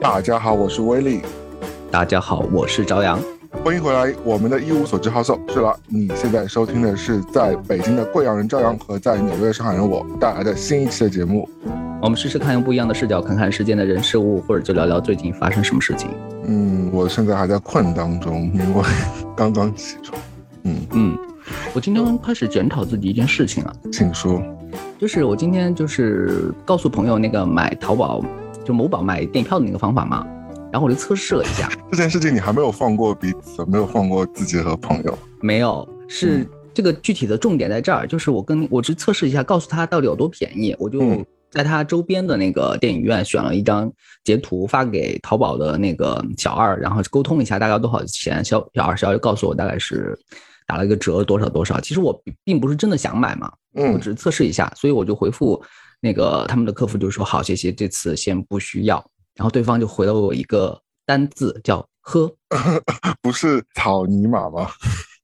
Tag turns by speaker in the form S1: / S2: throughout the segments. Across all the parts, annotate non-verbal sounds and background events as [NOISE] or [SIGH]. S1: 大家好，我是威力，
S2: 大家好，我是朝阳。
S1: 欢迎回来。我们的一无所知好手是了，你现在收听的是在北京的贵阳人朝阳和在纽约的上海人我带来的新一期的节目。
S2: 我们试试看用不一样的视角看看世间的人事物，或者就聊聊最近发生什么事情。
S1: 嗯，我现在还在困当中，因为刚刚起床。嗯，
S2: 嗯，我今天开始检讨自己一件事情啊，
S1: 请说。
S2: 就是我今天就是告诉朋友那个买淘宝就某宝买电影票的那个方法嘛，然后我就测试了一下，
S1: 这件事情你还没有放过彼此，没有放过自己和朋友。
S2: 没有，是
S1: 嗯
S2: 这个具体的重点在这儿，就是我跟我只测试一下，告诉他到底有多便宜，我就
S1: 嗯
S2: 在他周边的那个电影院选了一张截图发给淘宝的那个小二，然后沟通一下大概多少钱，小小二小二就告诉我大概是打了一个折多少多少，其实我并并不是真的想买嘛，我
S1: 嗯
S2: 只是测试一下，所以我就回复那个他们的客服就说好，谢谢，这次先不需要，然后对方就回了我一个单字叫呵。
S1: 不是草泥马吗？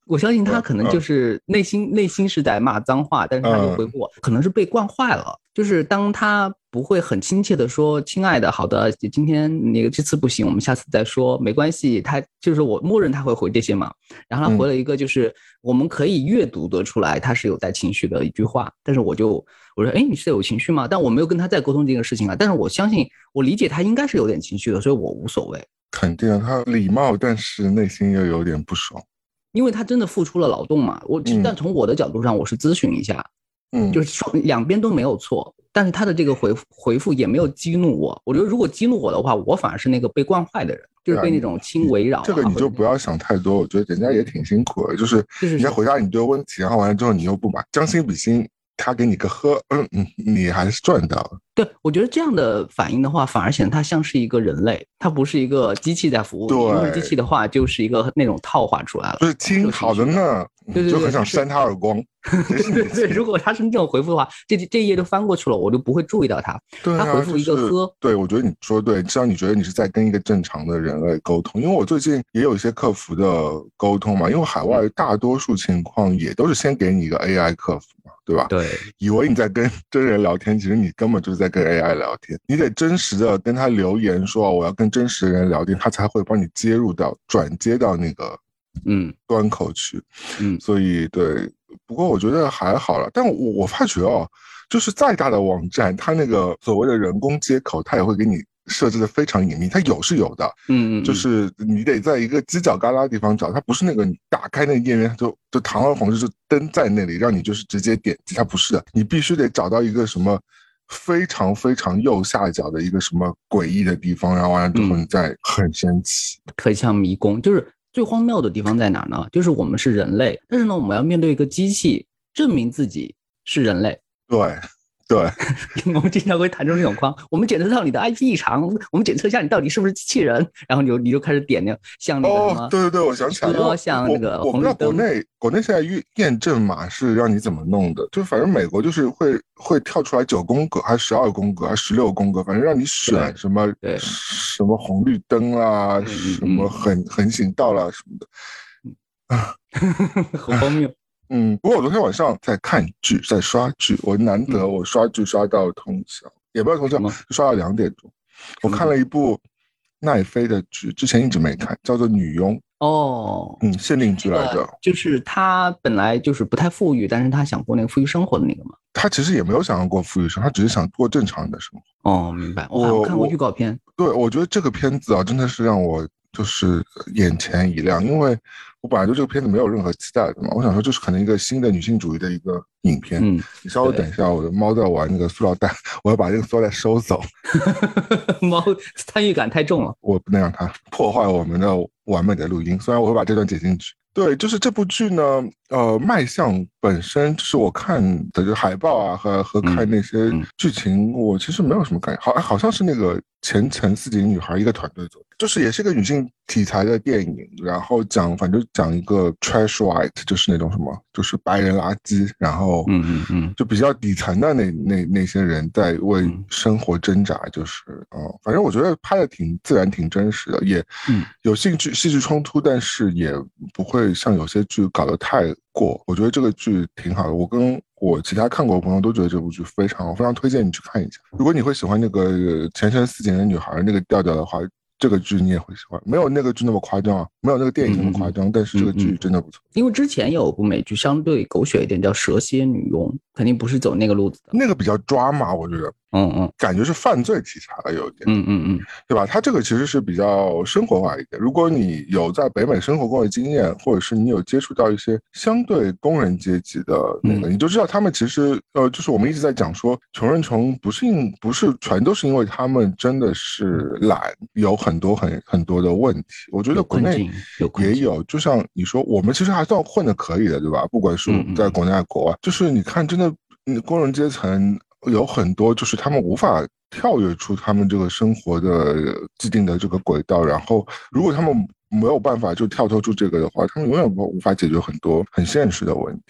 S2: 我相信他可能
S1: 嗯
S2: 就
S1: 嗯
S2: 是内心、内心是在骂脏话，但是他就
S1: 嗯
S2: 回复我，可能是被惯坏了。就是当他不会很亲切的说“亲爱的，好的，今天那个这次不行，我们下次再说，没关系”，他就是我默认他会回这些嘛。然后他
S1: 嗯
S2: 回了一个就是我们可以阅读得出来他是有带情绪的一句话，但是我就我说哎你是有情绪吗？但我没有跟他再沟通这个事情啊，但是我相信我理解他应该是有点情绪的，所以我无所谓。
S1: 肯定，啊他礼貌，但是内心又有点不爽。
S2: 因为他真的付出了劳动嘛，我
S1: 嗯
S2: 但从我的角度上，我是咨询一下，
S1: 嗯，
S2: 就是双两边都没有错，但是他的这个回复回复也没有激怒我。我觉得如果激怒我的话，我反而是那个被惯坏的人，就是被那种亲围绕啊、
S1: 这个你
S2: 或者
S1: 就不要想太多，我觉得人家也挺辛苦的，就是
S2: 是是
S1: 人家
S2: 是
S1: 回答你这个问题，然后完了之后你又不买，将心比心，他给你个呵，嗯嗯，你还是赚到了。
S2: 对我觉得这样的反应的话，反而显得他像是一个人类，他不是一个机器在服务你。
S1: 对
S2: 如果是机器的话，就是一个那种套话出来了
S1: [LAUGHS] 就。是亲，
S2: 有情
S1: 好的
S2: 绪
S1: 呢，
S2: 对
S1: 你
S2: 对
S1: 就
S2: 对
S1: 很想
S2: 是
S1: 扇他耳
S2: [LAUGHS]
S1: 光。对
S2: 对对，如果他是这种回复的话，这这一页就翻过去了，我就不会注意到他。
S1: 对
S2: 他
S1: 啊，
S2: 回复一个
S1: 就是
S2: 呵
S1: 对，我觉得你说对，至少你觉得你是在跟一个正常的人类沟通。因为我最近也有一些客服的沟通嘛，因为海外大多数情况也都是先给你一个 AI 客服嘛，对吧？
S2: 对，
S1: 以为你在跟 [LAUGHS] 真人聊天，其实你根本就是在跟 AI 聊天。你得真实的跟他留言说哦我要跟真实的人聊天，他才会帮你接入到转接到那个
S2: 嗯
S1: 端口去。
S2: 嗯，
S1: 所以对，不过我觉得还好了。但我我发觉哦，就是再大的网站，它那个所谓的人工接口，它也会给你设置的非常隐秘。它有是有的，
S2: 嗯嗯，
S1: 就是你得在一个犄角旮旯地方找，它不是那个你打开那个页面它就就堂而皇之就登在那里，让你就是直接点击，它不是的，你必须得找到一个什么非常非常右下角的一个什么诡异的地方，然后完了之后
S2: 嗯
S1: 你再很神奇。
S2: 很像迷宫。就是最荒谬的地方在哪儿呢？就是我们是人类，但是呢，我们要面对一个机器，证明自己是人类。 [LAUGHS]
S1: 对，对，
S2: 我们经常会弹出这种框，我们检测到你的 IP 异常，我们检测一下你到底是不是机器人，然后你就你就开始点那个像那个什么，
S1: 哦，对对对，我想起来
S2: 车
S1: 了，
S2: 像
S1: 我
S2: 那个
S1: 我不
S2: 红
S1: 知
S2: 绿
S1: 道国
S2: 灯
S1: 内国内现在验验证码是让你怎么弄的，就反正美国就是会会跳出来九宫格，还是十二宫格，还是十六宫格，反正让你选
S2: 对
S1: 什么
S2: 对
S1: 什么红绿灯啦，
S2: 嗯
S1: 什
S2: 嗯
S1: 么
S2: 嗯
S1: 横横行道啦什么的。
S2: [LAUGHS] 很荒谬。
S1: 嗯，不过我昨天晚上在看剧，在刷剧，我难得我刷剧刷到通宵，也不是通宵
S2: 嗯什么，
S1: 刷到两点钟。我
S2: 什么
S1: 看了一部奈飞的剧，之前一直没看，叫做《女佣》，
S2: 哦，
S1: 嗯，限定剧
S2: 这
S1: 来着
S2: 个。就是他本来就是不太富裕，但是他想过那个富裕生活的那个嘛。
S1: 他其实也没有想要过富裕生活，他只是想过正常的生活。
S2: 哦，明白。我我看过
S1: 我
S2: 预告片，
S1: 对，我觉得这个片子啊，真的是让我就是眼前一亮，因为我本来对这个片子没有任何期待的嘛，我想说这是可能一个新的女性主义的一个影片。 [LAUGHS]
S2: 嗯，
S1: 你稍微
S2: 对
S1: 等一下，我的猫在玩那个塑料袋， [LAUGHS] 我要把这个塑料袋收走，
S2: 猫参与感太重了。
S1: 我不能让它 [LAUGHS] 破坏我们的完美的录音。虽然我会把这段剪进去。对，就是这部剧呢，呃，卖相本身就是我看的就海报啊和和看那些
S2: 嗯嗯
S1: 剧情，我其实没有什么感觉。好，好像是那个前程似锦女孩一个团队做的，就是也是个女性题材的电影，然后讲反正讲一个 trash white，就是那种什么，就是白人垃圾，然后
S2: 嗯嗯嗯，
S1: 就比较底层的那那那些人在为
S2: 嗯
S1: 生活挣扎，就是嗯，反正我觉得拍的挺自然、挺真实的，也
S2: 嗯
S1: 有戏剧戏剧冲突，但是也不会像有些剧搞得太过。我觉得这个剧挺好的，我跟我其他看过的朋友都觉得这部剧非常好，非常推荐你去看一下。如果你会喜欢那个呃前程似锦的女孩那个调调的话，这个剧你也会喜欢。没有那个剧那么夸张啊，没有那个电影那么
S2: 嗯
S1: 夸张，但是这个剧真的不错。
S2: 因为之前有部美剧相对狗血一点，叫《蛇蝎女佣》，肯定不是走那个路子的。
S1: 那个比较抓马，我觉得
S2: 嗯嗯
S1: 感觉是犯罪题材了，有一点。
S2: 嗯嗯嗯
S1: 对吧？它这个其实是比较生活化一点。如果你有在北美生活过的经验，或者是你有接触到一些相对工人阶级的那
S2: 嗯
S1: 个，你就知道他们其实呃，就是我们一直在讲说，穷人穷不是因不是全都是因为他们真的是懒，有很多很很多的问题。我觉得
S2: 有
S1: 国
S2: 困
S1: 内
S2: 境有困
S1: 也
S2: 境
S1: 有，就像你说，我们其实还算混的可以的，对吧？不管是
S2: 嗯嗯
S1: 在国内还是国外，就是你看，真的，嗯工人阶层有很多，就是他们无法跳跃出他们这个生活的呃既定的这个轨道，然后如果他们没有办法就跳脱出这个的话，他们永远无无法解决很多很现实的问题。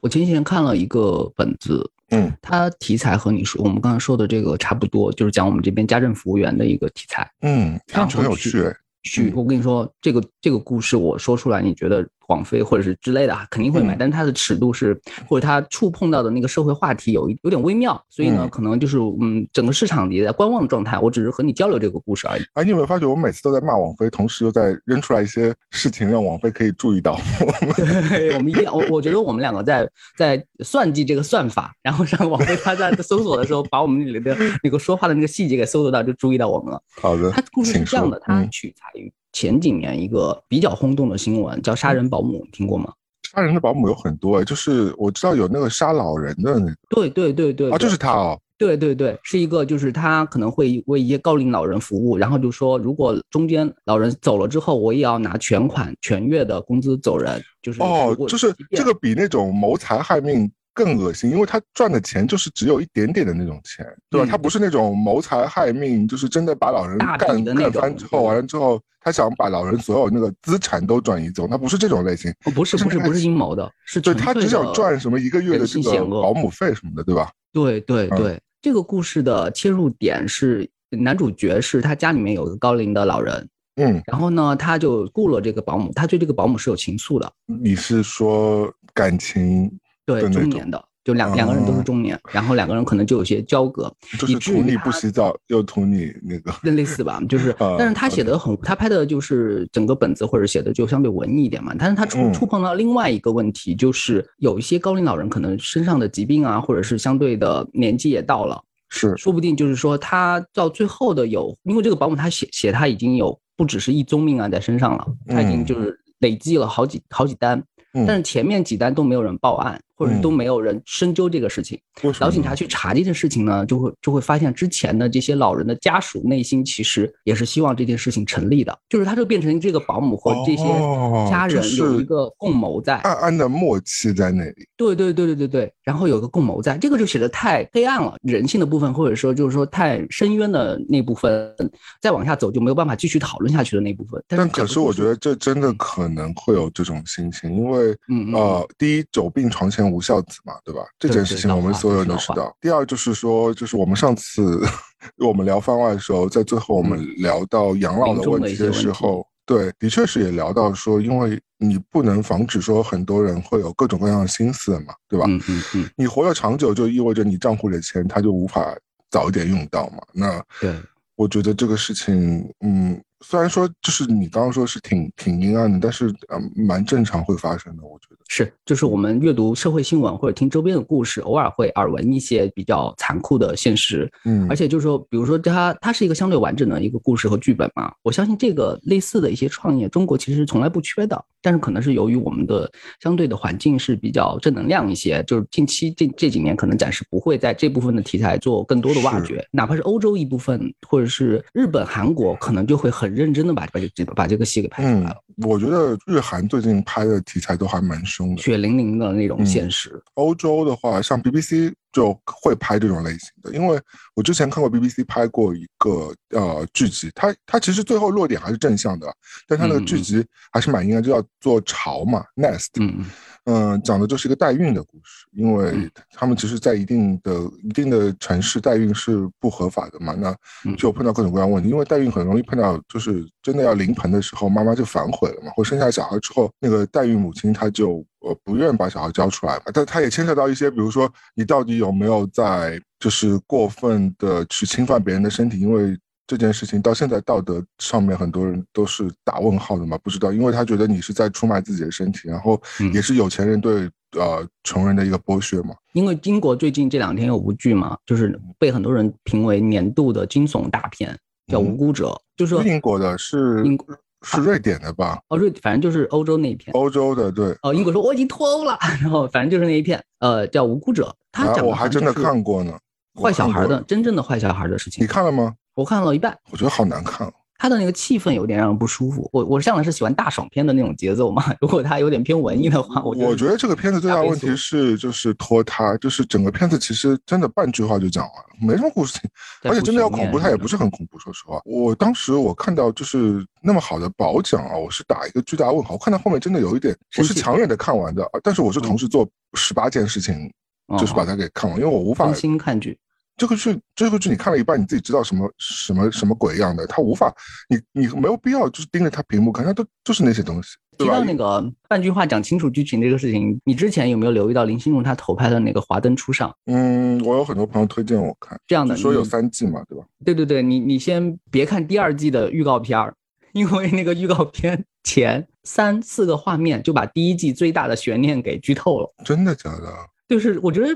S2: 我前几天看了一个本子，
S1: 嗯，
S2: 它题材和你说我们刚才说的这个差不多，就是讲我们这边家政服务员的一个题材。
S1: 嗯，听上去很有趣
S2: 然后
S1: 哎，
S2: 去，
S1: 嗯
S2: 我跟你说，这个这个故事我说出来，你觉得广飞或者是之类的啊，肯定会买，
S1: 嗯
S2: 但是它的尺度是，或者它触碰到的那个社会话题有一有点微妙，所以呢
S1: 嗯，
S2: 可能就是嗯，整个市场也在观望的状态，我只是和你交流这个故事而已。
S1: 哎，你有没有发觉我每次都在骂王菲，同时又在扔出来一些事情让王菲可以注意到？ [LAUGHS]
S2: 对，我们一样，我我觉得我们两个在在算计这个算法，然后让王菲她在搜索的时候，把我们里的那个说话的那个细节给搜索到，就注意到我们了。
S1: 好的
S2: 它，故事是
S1: 请
S2: 这样
S1: 说
S2: 的，它
S1: 嗯
S2: 取材于前几年一个比较轰动的新闻，叫“杀人保姆”，你听过吗？
S1: 杀人的保姆有很多哎，就是我知道有那个杀老人的那
S2: 对对对对，
S1: 个啊，就
S2: 对
S1: 是他哦，
S2: 对对对，是一个就是他可能会为一些高龄老人服务，然后就说如果中间老人走了之后，我也要拿全款全月的工资走人，就是
S1: 哦
S2: 如，果
S1: 就是
S2: 即
S1: 这
S2: 便
S1: 个比那种谋财害命更恶心，因为他赚的钱就是只有一点点的那种钱，对吧？
S2: 嗯
S1: 他不是那种谋财害命，就是真的把老人
S2: 大笔
S1: 干
S2: 的那
S1: 干
S2: 种嗯
S1: 翻之后，
S2: 对
S1: 完了之后他想把老人所有那个资产都转移走，他不是这种类型，
S2: 哦不是
S1: 就是
S2: 不是
S1: 那个
S2: 不是阴谋的，是
S1: 对
S2: 纯
S1: 他
S2: 粹
S1: 只想
S2: 的
S1: 赚什么一个月的
S2: 人
S1: 这
S2: 性
S1: 个
S2: 险
S1: 保
S2: 恶。
S1: 姆费什么的，对吧？
S2: 对对
S1: 嗯
S2: 对，这个故事的切入点是男主角是他家里面有一个高龄的老人，
S1: 嗯，
S2: 然后呢他就雇了这个保姆，他对这个保姆是有情愫的，
S1: 你是说感情
S2: 对
S1: 的那
S2: 中
S1: 种
S2: 年的，就两两个人都是
S1: 哦
S2: 中年，然后两个人可能就有些交隔，
S1: 就是
S2: 以至
S1: 图
S2: 于
S1: 你不
S2: 他
S1: 洗澡，又图你那个，
S2: 那类似吧，就是
S1: 啊，
S2: 但是他写
S1: OK
S2: 的很，他拍的就是整个本子或者写的就相对文艺一点嘛，但是他触
S1: 嗯
S2: 触碰到另外一个问题，就是有一些高龄老人可能身上的疾病啊，或者是相对的年纪也到了，
S1: 是
S2: 说不定就是说他到最后的有，因为这个保姆他写写他已经有不只是一宗命案在身上了，他已经
S1: 嗯
S2: 就是累计了好几好几单，
S1: 嗯
S2: 但是前面几单都没有人报案，或者
S1: 嗯
S2: 都没有人深究这个事情。
S1: 为什么
S2: 老警
S1: 呢
S2: 察去查这件事情呢，就会就会发现之前的这些老人的家属内心其实也是希望这件事情成立的，就是他就变成这个保姆和这些
S1: 哦
S2: 家
S1: 就
S2: 人有
S1: 是
S2: 一个共谋在，
S1: 暗暗的默契在那里。
S2: 对对对对对对，然后有个共谋在，这个就写的太黑暗了，人性的部分或者说就是说太深渊的那部分，再往下走就没有办法继续讨论下去的那部分。但
S1: 但
S2: 是
S1: 可
S2: 整个
S1: 是我
S2: 故事
S1: 觉得这真的可能会有这种心情，因为
S2: 嗯嗯
S1: 呃，第一，久病床前无孝子嘛，对吧？这
S2: 对
S1: 件
S2: 对
S1: 事情我
S2: 老
S1: 们
S2: 话
S1: 所有人
S2: 这
S1: 都
S2: 是
S1: 知
S2: 老话
S1: 道。第二就是说，就是我们上次 [LAUGHS] 我们聊番外的时候，在最后我们聊到养老
S2: 嗯临
S1: 的
S2: 终
S1: 问
S2: 的一
S1: 题
S2: 些
S1: 的
S2: 问
S1: 时
S2: 题
S1: 候，对，的确是也聊到说，因为你不能防止说很多人会有各种各样的心思嘛，对吧？
S2: 嗯嗯嗯，
S1: 你活得长久，就意味着你账户里的钱它就无法早一点用到嘛。那
S2: 对，
S1: 我觉得这个事情，嗯，虽然说就是你刚刚说是挺挺阴暗的，但是嗯，蛮正常会发生的，我觉得。
S2: 是，就是我们阅读社会新闻或者听周边的故事，偶尔会耳闻一些比较残酷的现实，
S1: 嗯，
S2: 而且就是说，比如说它它是一个相对完整的一个故事和剧本嘛，我相信这个类似的一些创业，中国其实是从来不缺的，但是可能是由于我们的相对的环境是比较正能量一些，就是近期这这几年可能暂时不会在这部分的题材做更多的挖
S1: 是
S2: 掘，哪怕是欧洲一部分或者是日本、韩国，可能就会很认真的把把这把这个戏给拍出来
S1: 嗯
S2: 了，，
S1: 我觉得日韩最近拍的题材都还蛮凶的。
S2: 血淋淋的那种
S1: 嗯
S2: 现实。
S1: 欧洲的话，像 BBC 就会拍这种类型的，因为我之前看过 BBC 拍过一个呃剧集，它它其实最后落点还是正向的，啊但它那个
S2: 嗯嗯
S1: 剧
S2: 嗯
S1: 集还是蛮阴暗，就叫做巢嘛，nest。
S2: 嗯嗯。
S1: 嗯，讲的就是一个代孕的故事，因为
S2: 嗯
S1: 他们其实，在一定的一定的城市，代孕是不合法的嘛，那
S2: 嗯
S1: 就碰到各种各样的问题，因为代孕很容易碰到，就是真的要临盆的时候，妈妈就反悔了嘛，或生下小孩之后，那个代孕母亲她就我不愿把小孩交出来嘛，但他也牵扯到一些，比如说你到底有没有在就是过分的去侵犯别人的身体，因为这件事情到现在道德上面很多人都是打问号的嘛，不知道，因为他觉得你是在出卖自己的身体，然后
S2: 嗯
S1: 也是有钱人对呃穷人的一个剥削嘛。
S2: 因为英国最近这两天有部剧嘛，就是被很多人评为年度的惊悚大片，叫《无辜者》，
S1: 不
S2: 就是
S1: 是嗯英国的是
S2: 英国
S1: 是瑞典的吧？
S2: 哦，瑞，反正就是欧洲那一片。
S1: 欧洲的对，
S2: 哦，英国说我已经脱欧了， [LAUGHS] 然后反正就是那一片，呃，叫《无辜者》，他
S1: 啊
S2: 讲的
S1: 我
S2: 好
S1: 还
S2: 像
S1: 真的
S2: 就是
S1: 看过呢，我
S2: 坏小
S1: 看
S2: 孩
S1: 过
S2: 的，真正的坏小孩的事情
S1: 你，看了吗？
S2: 我看了一半，
S1: 我觉得好难看哦，
S2: 他的那个气氛有点让人不舒服。我我向来是喜欢大爽片的那种节奏嘛， [LAUGHS] 如果他有点偏文艺的话，我
S1: 我觉得这个片子最大
S2: 大
S1: 的
S2: 悲
S1: 问题
S2: 诉
S1: 是，就是拖沓，就是整个片子其实真的半句话就讲完了，没什么故事情，
S2: 在
S1: 而且
S2: 不
S1: 真的要
S2: 悬
S1: 恐
S2: 念
S1: 怖，它也
S2: 什么
S1: 不
S2: 的
S1: 是很恐怖。说实话，我当时我看到就是那么好的褒奖啊，我是打一个巨大问号。我看到后面真的有一点，我
S2: 生
S1: 是
S2: 气
S1: 强忍着看完的，啊但是我是同时做十八件事情，就是把
S2: 嗯
S1: 它给看完，因为我无法
S2: 分心看剧。
S1: 这个剧，这个剧你看了一半，你自己知道什么什么什么鬼样的，它无法，你你没有必要就是盯着它屏幕看，它都就是那些东西，对
S2: 提
S1: 吧
S2: 到？那个半句话讲清楚剧情这个事情，你之前有没有留意到林心如她投拍的那个《华灯初上》
S1: 嗯，我有很多朋友推荐我看，
S2: 这样
S1: 就
S2: 的？
S1: 说有
S2: 你
S1: 三季嘛，对吧？
S2: 对对对，你你先别看第二季的预告片儿，因为那个预告片前三四个画面就把第一季最大的悬念给剧透了。
S1: 真的假的？
S2: 就是我觉得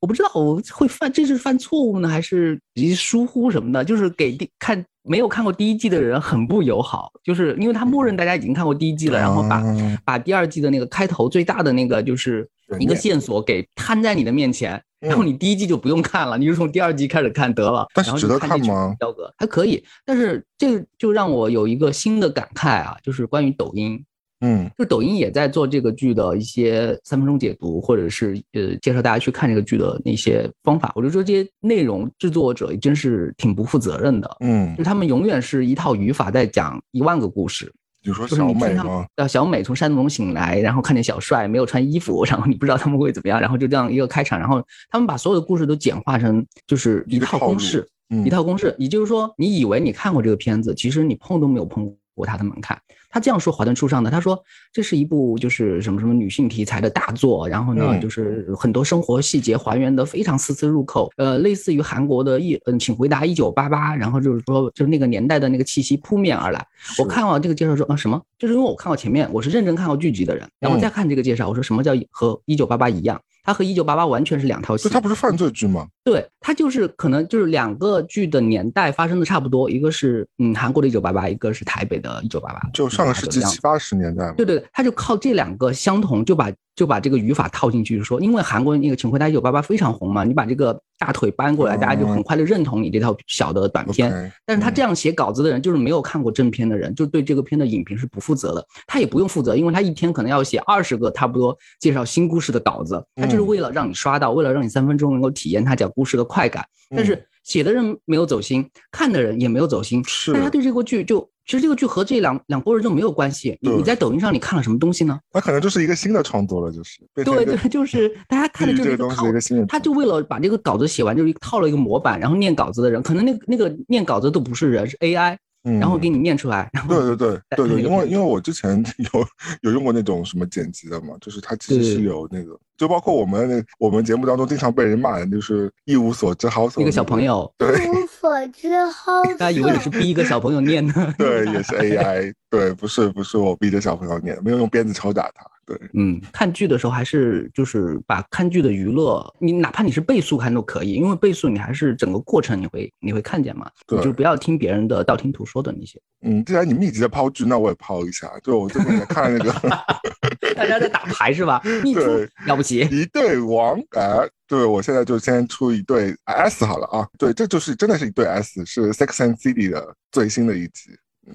S2: 我不知道我会犯这是犯错误呢，还是及疏忽什么的，就是给第看没有看过第一季的人很不友好，就是因为他默认大家已经看过第一季了，然后把
S1: 啊
S2: 把第二季的那个开头最大的那个就是
S1: 悬
S2: 一个
S1: 念
S2: 线索给摊在你的面前，然后
S1: 嗯
S2: 你第一季就不用看了，你就从第二季开始看得了。
S1: 但是
S2: 然后
S1: 值
S2: 就
S1: 得
S2: 这
S1: 看
S2: 群
S1: 吗
S2: 彪哥还可以，但是这就让我有一个新的感慨啊，就是关于抖音，
S1: 嗯
S2: 就抖音也在做这个剧的一些三分钟解读，或者是呃介绍大家去看这个剧的那些方法。我就说这些内容制作者真是挺不负责任的，
S1: 嗯
S2: 就，他们永远是一套语法在讲一万个故事。
S1: 你说
S2: 就是
S1: 小
S2: 你听
S1: 美
S2: 他们
S1: 吗？，
S2: 呃，小美从山洞中醒来，然后看见小帅没有穿衣服，然后你不知道他们会怎么样，然后就这样一个开场，然后他们把所有的故事都简化成就是
S1: 一
S2: 一
S1: 个
S2: 套
S1: 套路
S2: 公式，
S1: 嗯
S2: 一，套公式，也就是说，你以为你看过这个片子，其实你碰都没有碰过它的门槛。他这样说《华灯初上》的，他说这是一部就是什么什么女性题材的大作，然后呢，
S1: 嗯
S2: 就是很多生活细节还原的非常丝丝入扣，呃，类似于韩国的一嗯，请回答一九八八，然后就是说就是那个年代的那个气息扑面而来。我
S1: 是
S2: 看完这个介绍说啊什么，就是因为我看过前面，我是认真看过剧集的人，然后
S1: 嗯
S2: 再看这个介绍，我说什么叫和一九八八一样？它和一九八八完全是两套戏
S1: 就。它不是犯罪剧吗？
S2: 对，它就是可能就是两个剧的年代发生的差不多，一个是嗯韩国的一九八八，一个是台北的一九八八，嗯
S1: 就上个世纪
S2: 1988
S1: 七八十年代嘛
S2: 对。对，对他就靠这两个相同，就把就把这个语法套进去，说因为韩国那个《请回答一九八八》非常红嘛，你把这个大腿搬过来，大家
S1: 哦
S2: 就很快就认同你这套小的短片。
S1: OK，
S2: 但是他
S1: 嗯
S2: 这样写稿子的人，就是没有看过正片的人，就对这个片的影评是不负责的。他也不用负责，因为他一天可能要写二十个差不多介绍新故事的稿子，他就是
S1: 嗯
S2: 为了让你刷到，为了让你三分钟能够体验他讲故事的快感。但是写的人没有走心，看的人也没有走心，
S1: 嗯是
S2: 大家对这个剧就其实这个剧和这两两拨人就没有关系。你
S1: 对
S2: 你在抖音上你看了什么东西呢？
S1: 那可能就是一个新的创作了，就是变成
S2: 对
S1: 一个
S2: 对，就是大家看的
S1: 基于这个
S2: 就是一个
S1: 东西
S2: 套
S1: 的一个新的
S2: 他就为了把这个稿子写完，就是套了一个模板，然后念稿子的人，可能那个那个念稿子都不是人，是 AI，
S1: 嗯
S2: 然后给你念出来，然后
S1: 对对对
S2: [LAUGHS] 在
S1: 对对，
S2: 那个
S1: 因为
S2: 片
S1: 因为我之前 [LAUGHS] 有有用过那种什么剪辑的嘛，就是它其实是
S2: 对
S1: 有那个，就包括我们那我们节目当中经常被人骂的，就是一无所知好手
S2: 一个小朋
S1: 友，
S2: 友，
S1: 对，
S3: 一无所知后，
S2: 大家以为你是逼一个小朋友念的
S1: 嗯 [LAUGHS]
S2: [LAUGHS]
S1: 对，也是 AI，对，不是不是我逼着小朋友念的，没有用鞭子抽打他，对，
S2: 嗯，看剧的时候还是就是把看剧的娱乐，你哪怕你是倍速看都可以，因为倍速你还是整个过程你会你会看见嘛，
S1: 对
S2: 你就不要听别人的道听途说的那些。
S1: 嗯，既然你密集的抛剧，那我也抛一下，就我最近在看
S2: [LAUGHS]
S1: 那个
S2: 大家在打牌是
S1: [LAUGHS]
S2: 吧？你出
S1: 对
S2: 了不起，
S1: 一对王啊。对，我现在就先出一对 S 好了啊，对，这就是真的是一对 S，是《Sex and City》的最新的一集，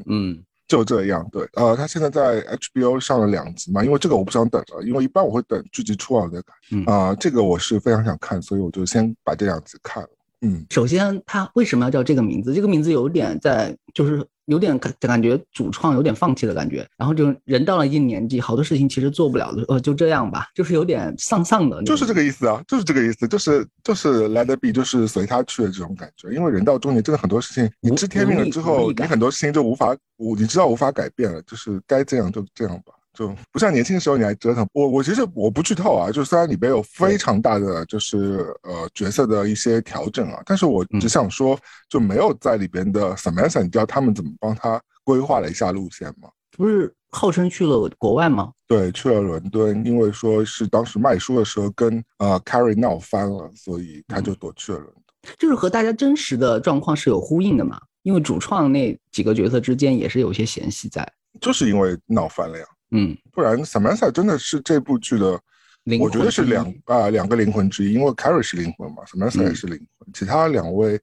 S2: 嗯，
S1: 就这样，对，呃，他现在在 HBO 上了两集嘛，因为这个我不想等了，因为一般我会等剧集出完我再看，
S2: 嗯
S1: 啊、这个我是非常想看，所以我就先把这两集看了，嗯，
S2: 首先它为什么要叫这个名字？这个名字有点在就是。有点感感觉主创有点放弃的感觉，然后就人到了一定年纪，好多事情其实做不了了，呃，就这样吧，就是有点丧丧的那种。
S1: 就是这个意思啊，就是这个意思，就是就是 Let it be，就是随他去的这种感觉，因为人到中年，真的很多事情你
S2: 无
S1: 知天命了之
S2: 无力
S1: 后，
S2: 无力
S1: 你
S2: 感
S1: 很多事情就无法，无你知道无法改变了，就是该这样就这样吧，就不像年轻的时候你还折腾。我我其实我不剧透啊，就虽然里边有非常大的就是呃角色的一些调整啊，但是我
S2: 嗯
S1: 只想说，就没有在里边的 Samantha，你知道他们怎么帮他规划了一下路线吗？
S2: 不是号称去了国外吗？
S1: 对，去了伦敦，因为说是当时卖书的时候跟呃 Carrie 闹翻了，所以他
S2: 嗯
S1: 就躲去了伦敦。
S2: 就是和大家真实的状况是有呼应的嘛？因为主创那几个角色之间也是有一些嫌隙在。
S1: 就是因为闹翻了呀，
S2: 嗯，
S1: 不然 Samantha 真的是这部剧的
S2: 灵
S1: 我觉得
S2: 魂
S1: 是
S2: 之
S1: 两
S2: 一
S1: 啊、两个灵魂之一，因为 Carrie 是灵魂嘛，Samantha 也
S2: 嗯
S1: 是灵魂，其他两位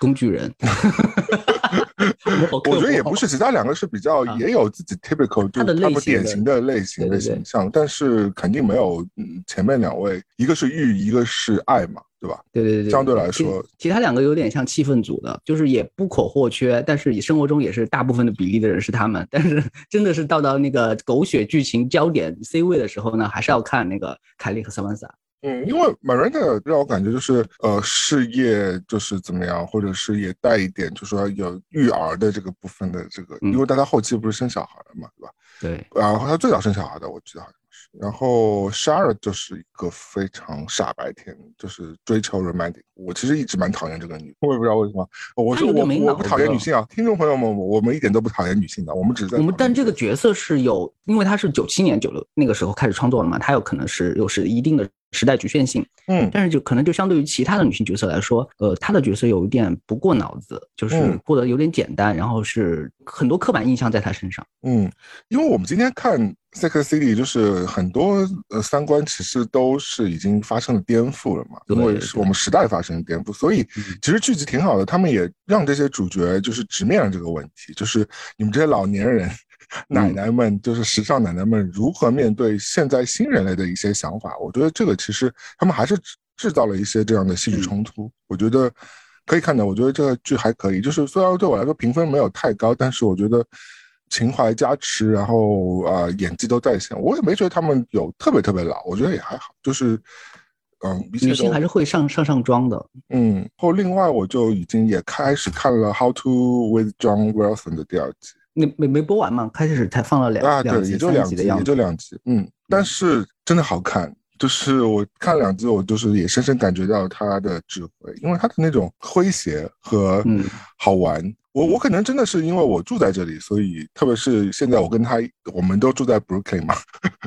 S2: 工具人。我
S1: 我觉得也不
S2: 是。
S1: 是，其他两个是比较
S2: 哦啊
S1: 也有自己 typical，、
S2: 它的
S1: 就是他
S2: 类
S1: 们
S2: 型
S1: 典
S2: 的
S1: 型的类型
S2: 对
S1: 的
S2: 对对
S1: 形象，但是肯定没有嗯前面两位，一个是欲，一个是爱嘛，对吧？
S2: 对对对对，
S1: 相对来
S2: 其
S1: 说
S2: 其他两个有点像气氛组的，就是也不可或缺，但是生活中也是大部分的比例的人是他们， [LAUGHS] 但是真的是到到那个狗血剧情焦点 C 位的时候呢，还是要看那个凯莉和萨曼莎。
S1: 嗯，因为 Miranda 让我感觉就是呃事业就是怎么样，或者是也带一点就是说有育儿的这个部分的这个，
S2: 嗯
S1: 因为大家后期不是生小孩了嘛，对吧？
S2: 对，
S1: 然后他最早生小孩的，我记得好像是。然后 Shara 就是一个非常傻白甜，就是追求 romantic。我其实一直蛮讨厌这个女，我也不知道为什么。我
S2: 她
S1: 说
S2: 有点
S1: 我
S2: 没
S1: 我
S2: 脑
S1: 不讨厌
S2: 子
S1: 女性啊，听众朋友们，我我们一点都不讨厌女性的，我们只是在
S2: 我们
S1: 讨
S2: 但
S1: 厌
S2: 这个角色是有，因为他是九七年九六那个时候开始创作的嘛，他有可能是有是一定的时代局限性，
S1: 嗯
S2: 但是就可能就相对于其他的女性角色来说，呃，她的角色有一点不过脑子，就是
S1: 嗯
S2: 过得有点简单，然后是很多刻板印象在她身上。
S1: 嗯，因为我们今天看 Sex City，就是很多呃三观其实都是已经发生了颠覆了嘛，
S2: 对
S1: 因为是
S2: 对
S1: 我们时代发生了颠覆，所以
S2: 嗯
S1: 其实剧集挺好的，他们也让这些主角就是直面了这个问题，就是你们这些老年人。 [LAUGHS] 奶奶们就是时尚奶奶们如何面对现在新人类的一些想法，我觉得这个其实他们还是制制造了一些这样的戏
S2: 嗯
S1: 剧冲突，我觉得可以看的。我觉得这个剧还可以，就是虽然对我来说评分没有太高，但是我觉得情怀加持，然后啊、呃演技都在线，我也没觉得他们有特别特别老，我觉得也还好，就是。嗯，一切
S2: 女性
S1: 都
S2: 还是会上上上妆的，
S1: 嗯，然后另外我就已经也开始看了《How to with John Wilson》的第二季，
S2: 那没没播完嘛，开始才放了两、
S1: 啊，
S2: 两
S1: 对，
S2: 集
S1: 也就
S2: 三
S1: 两
S2: 集
S1: 集，
S2: 的样
S1: 也就
S2: 子。
S1: 两集，嗯，但是真的好看。就是我看两集，我就是也深深感觉到他的智慧，因为他的那种诙谐和
S2: 嗯
S1: 好玩。我我可能真的是因为我住在这里，所以特别是现在我跟他，我们都住在 Brooklyn 嘛，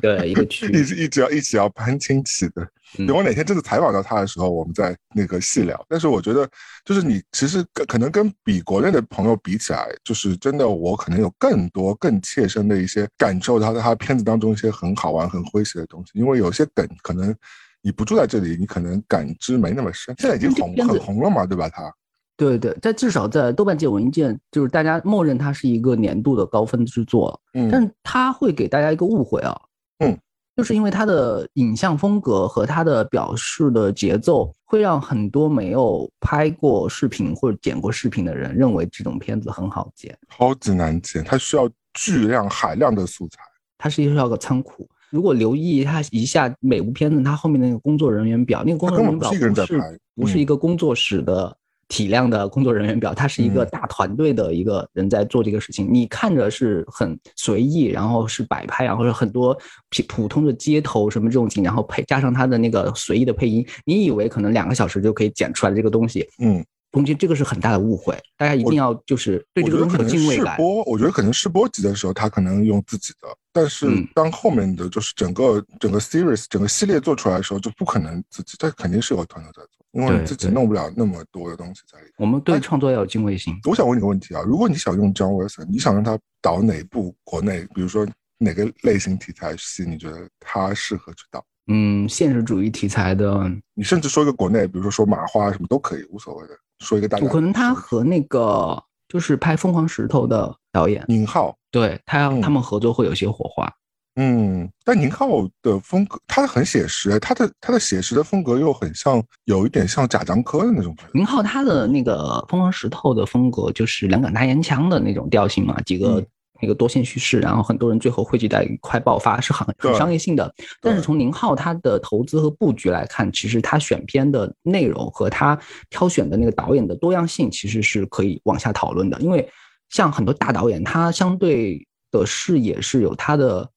S2: 对，一个
S1: 一 [LAUGHS]
S2: 区，
S1: 直一直要一起要攀亲戚的。
S2: 嗯
S1: 等我哪天真的采访到他的时候，我们再那个细聊。但是我觉得，就是你其实跟可能跟比国内的朋友比起来，就是真的我可能有更多更切身的一些感受到他片子当中一些很好玩、很诙谐的东西。因为有些梗可能你不住在这里，你可能感知没那么深。现在已经
S2: 这
S1: 红
S2: 嗯片子
S1: 很红了嘛，对吧？他
S2: 对对，但至少在豆瓣界文件，就是大家默认它是一个年度的高分之作，但
S1: 嗯
S2: 是它会给大家一个误会啊，
S1: 嗯，
S2: 就是因为它的影像风格和它的表示的节奏，会让很多没有拍过视频或者剪过视频的人认为这种片子很好剪，
S1: 超级难剪，他需要巨量海量的素材。
S2: 它是需要个仓库。如果留意它一下每部片子它后面那个工作人员表，那个工作人员表
S1: 它根本不是一个人在
S2: 是
S1: 拍
S2: 不是
S1: 嗯
S2: 一个工作室的体量的工作人员表，它是一个
S1: 嗯
S2: 大团队的一个人在做这个事情。你看着是很随意，然后是摆拍，然后是很多普普通的街头什么这种景，然后配加上它的那个随意的配音，你以为可能两个小时就可以剪出来这个东西，
S1: 嗯，
S2: 中间这个是很大的误会，大家一定要就是对
S1: 我
S2: 这个
S1: 觉得
S2: 东西
S1: 可
S2: 有
S1: 能
S2: 敬畏
S1: 试
S2: 感。
S1: 播，我觉得可能试播集的时候，他可能用自己的，但是
S2: 嗯
S1: 当后面的就是整个整个 series 整个系列做出来的时候，就不可能自己，这肯定是有团队在做，因为
S2: 对
S1: 你自己
S2: 对
S1: 弄不了那么多的东西在里面。
S2: 我们对创作要有敬畏心。
S1: 我想问你个问题啊，如果你想用 John Wilson，你想让他导哪部国内，比如说哪个类型题材戏，你觉得他适合去导？
S2: 嗯，现实主义题材的，
S1: 你甚至说一个国内，比如说说麻花什么都可以，无所谓的。说一个大家
S2: 我可能他和那个就是拍《疯狂石头》的导演，
S1: 宁浩，
S2: 对他
S1: 嗯
S2: 他们合作会有些火花。
S1: 嗯，但宁浩的风格，他很写实，他的他的写实的风格又很像，有一点像贾樟柯的那种感觉。
S2: 宁浩他的那个《疯狂石头》的风格就是两杆大烟枪的那种调性嘛，几个
S1: 嗯
S2: 那个多线叙事，然后很多人最后汇聚在一块爆发，是很很
S1: 对
S2: 商业性的。但是从宁浩他的投资和布局来看，其实他选片的内容和他挑选的那个导演的多样性，其实是可以往下讨论的。因为像很多大导演，他相对的视野是有他的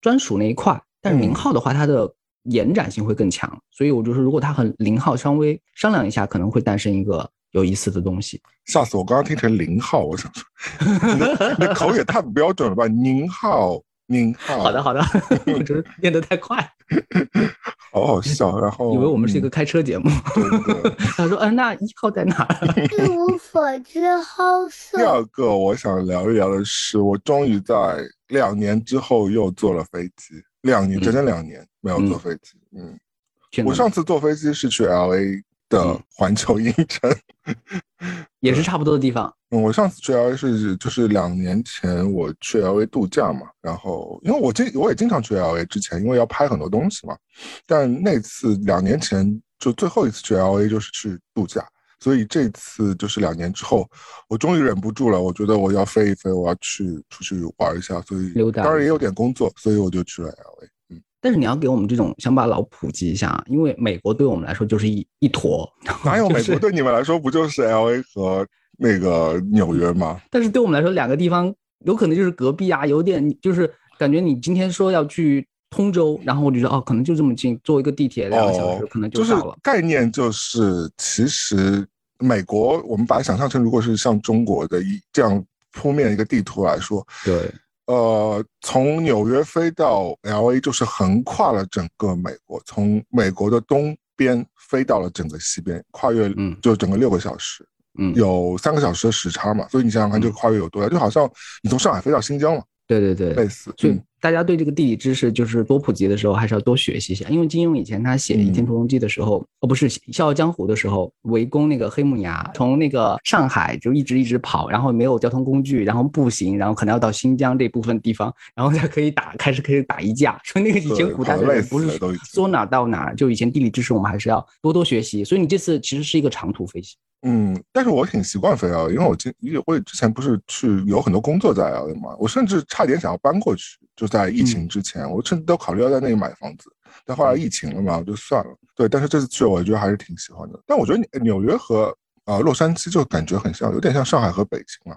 S2: 专属那一块。但是
S1: 嗯
S2: 零号的话，它的延展性会更强，所以我就是如果它和零号稍微商量一下，可能会诞生一个有意思的东西。
S1: 吓死我！刚刚听成零号，我想说，你的你的口也太不标准了吧？宁浩，宁浩，
S2: 好的，好的， [LAUGHS] 我就是念得太快，
S1: 好好笑。然后
S2: 以为我们是一个开车节目。 [LAUGHS]
S1: 嗯对对对
S2: 他说：“嗯、那一号在哪？” [LAUGHS]
S3: 一无所知，好色
S1: 第。二个我想聊一聊的是，我终于在两年之后又坐了飞机，两年
S2: 嗯
S1: 整整两年没有坐飞机。嗯，
S2: 去哪
S1: 我上次坐飞机是去 L A 的
S2: 嗯
S1: 环球影城。
S2: 也是差不多的地方。
S1: 嗯，我上次去 LA 是就是两年前我去 LA 度假嘛，然后因为我经我也经常去 LA，之前因为要拍很多东西嘛，但那次两年前就最后一次去 LA 就是去度假，所以这次就是两年之后，我终于忍不住了，我觉得我要飞一飞，我要去出去玩一下，所以
S2: 溜达
S1: 当然
S2: 一
S1: 也
S2: 下
S1: 有点工作，所以我就去了
S2: [LAUGHS]
S1: LA。
S2: 但是你要给我们这种乡巴佬普及一下啊，因为美国对我们来说就是一一坨，
S1: 哪有
S2: 就
S1: 美
S2: 是
S1: 国对你们来说不就是 LA 和那个纽约吗？
S2: 但是对我们来说，两个地方有可能就是隔壁啊，有点就是感觉你今天说要去通州，然后我就说哦，可能就这么近，坐一个地铁两个小时，
S1: 哦
S2: 可能
S1: 就是
S2: 到了。
S1: 概念就是，其实美国我们把它想象成，如果是像中国的一这样铺面一个地图来说，
S2: 对，
S1: 呃，从纽约飞到 L A 就是横跨了整个美国，从美国的东边飞到了整个西边，跨越
S2: 嗯
S1: 就整个六个小时，
S2: 嗯，
S1: 有三个小时的时差嘛，所以你想想看，这个跨越有多大，就好像你从上海飞到新疆嘛，
S2: 对对对，
S1: 类似。
S2: 所以
S1: 嗯
S2: 大家对这个地理知识就是多普及的时候，还是要多学习一下。因为金庸以前他写《倚
S1: 嗯
S2: 天屠龙记》的时候，哦不是《笑傲江湖》的时候，围攻那个黑木崖，从那个上海就一直一直跑，然后没有交通工具，然后步行，然后可能要到新疆这部分地方，然后才可以打开始可以打一架。说那个以前
S1: 对
S2: 古代的
S1: 跑得
S2: 人
S1: 累
S2: 不
S1: 死
S2: 是
S1: 了都已经
S2: 说哪儿到哪儿，就以前地理知识我们还是要多多学习。所以你这次其实是一个长途飞行，
S1: 嗯，但是我挺习惯飞 LA，因为我今因为我之前不是去有很多工作在 LA 嘛，我甚至差点想要搬过去，就在疫
S2: 嗯
S1: 情之前，我甚至都考虑要在那里买房子，但后来疫情了嘛，我就算了。对，但是这次去我觉得还是挺喜欢的。但我觉得纽纽约和啊、呃洛杉矶就感觉很像，有点像上海和北京啊。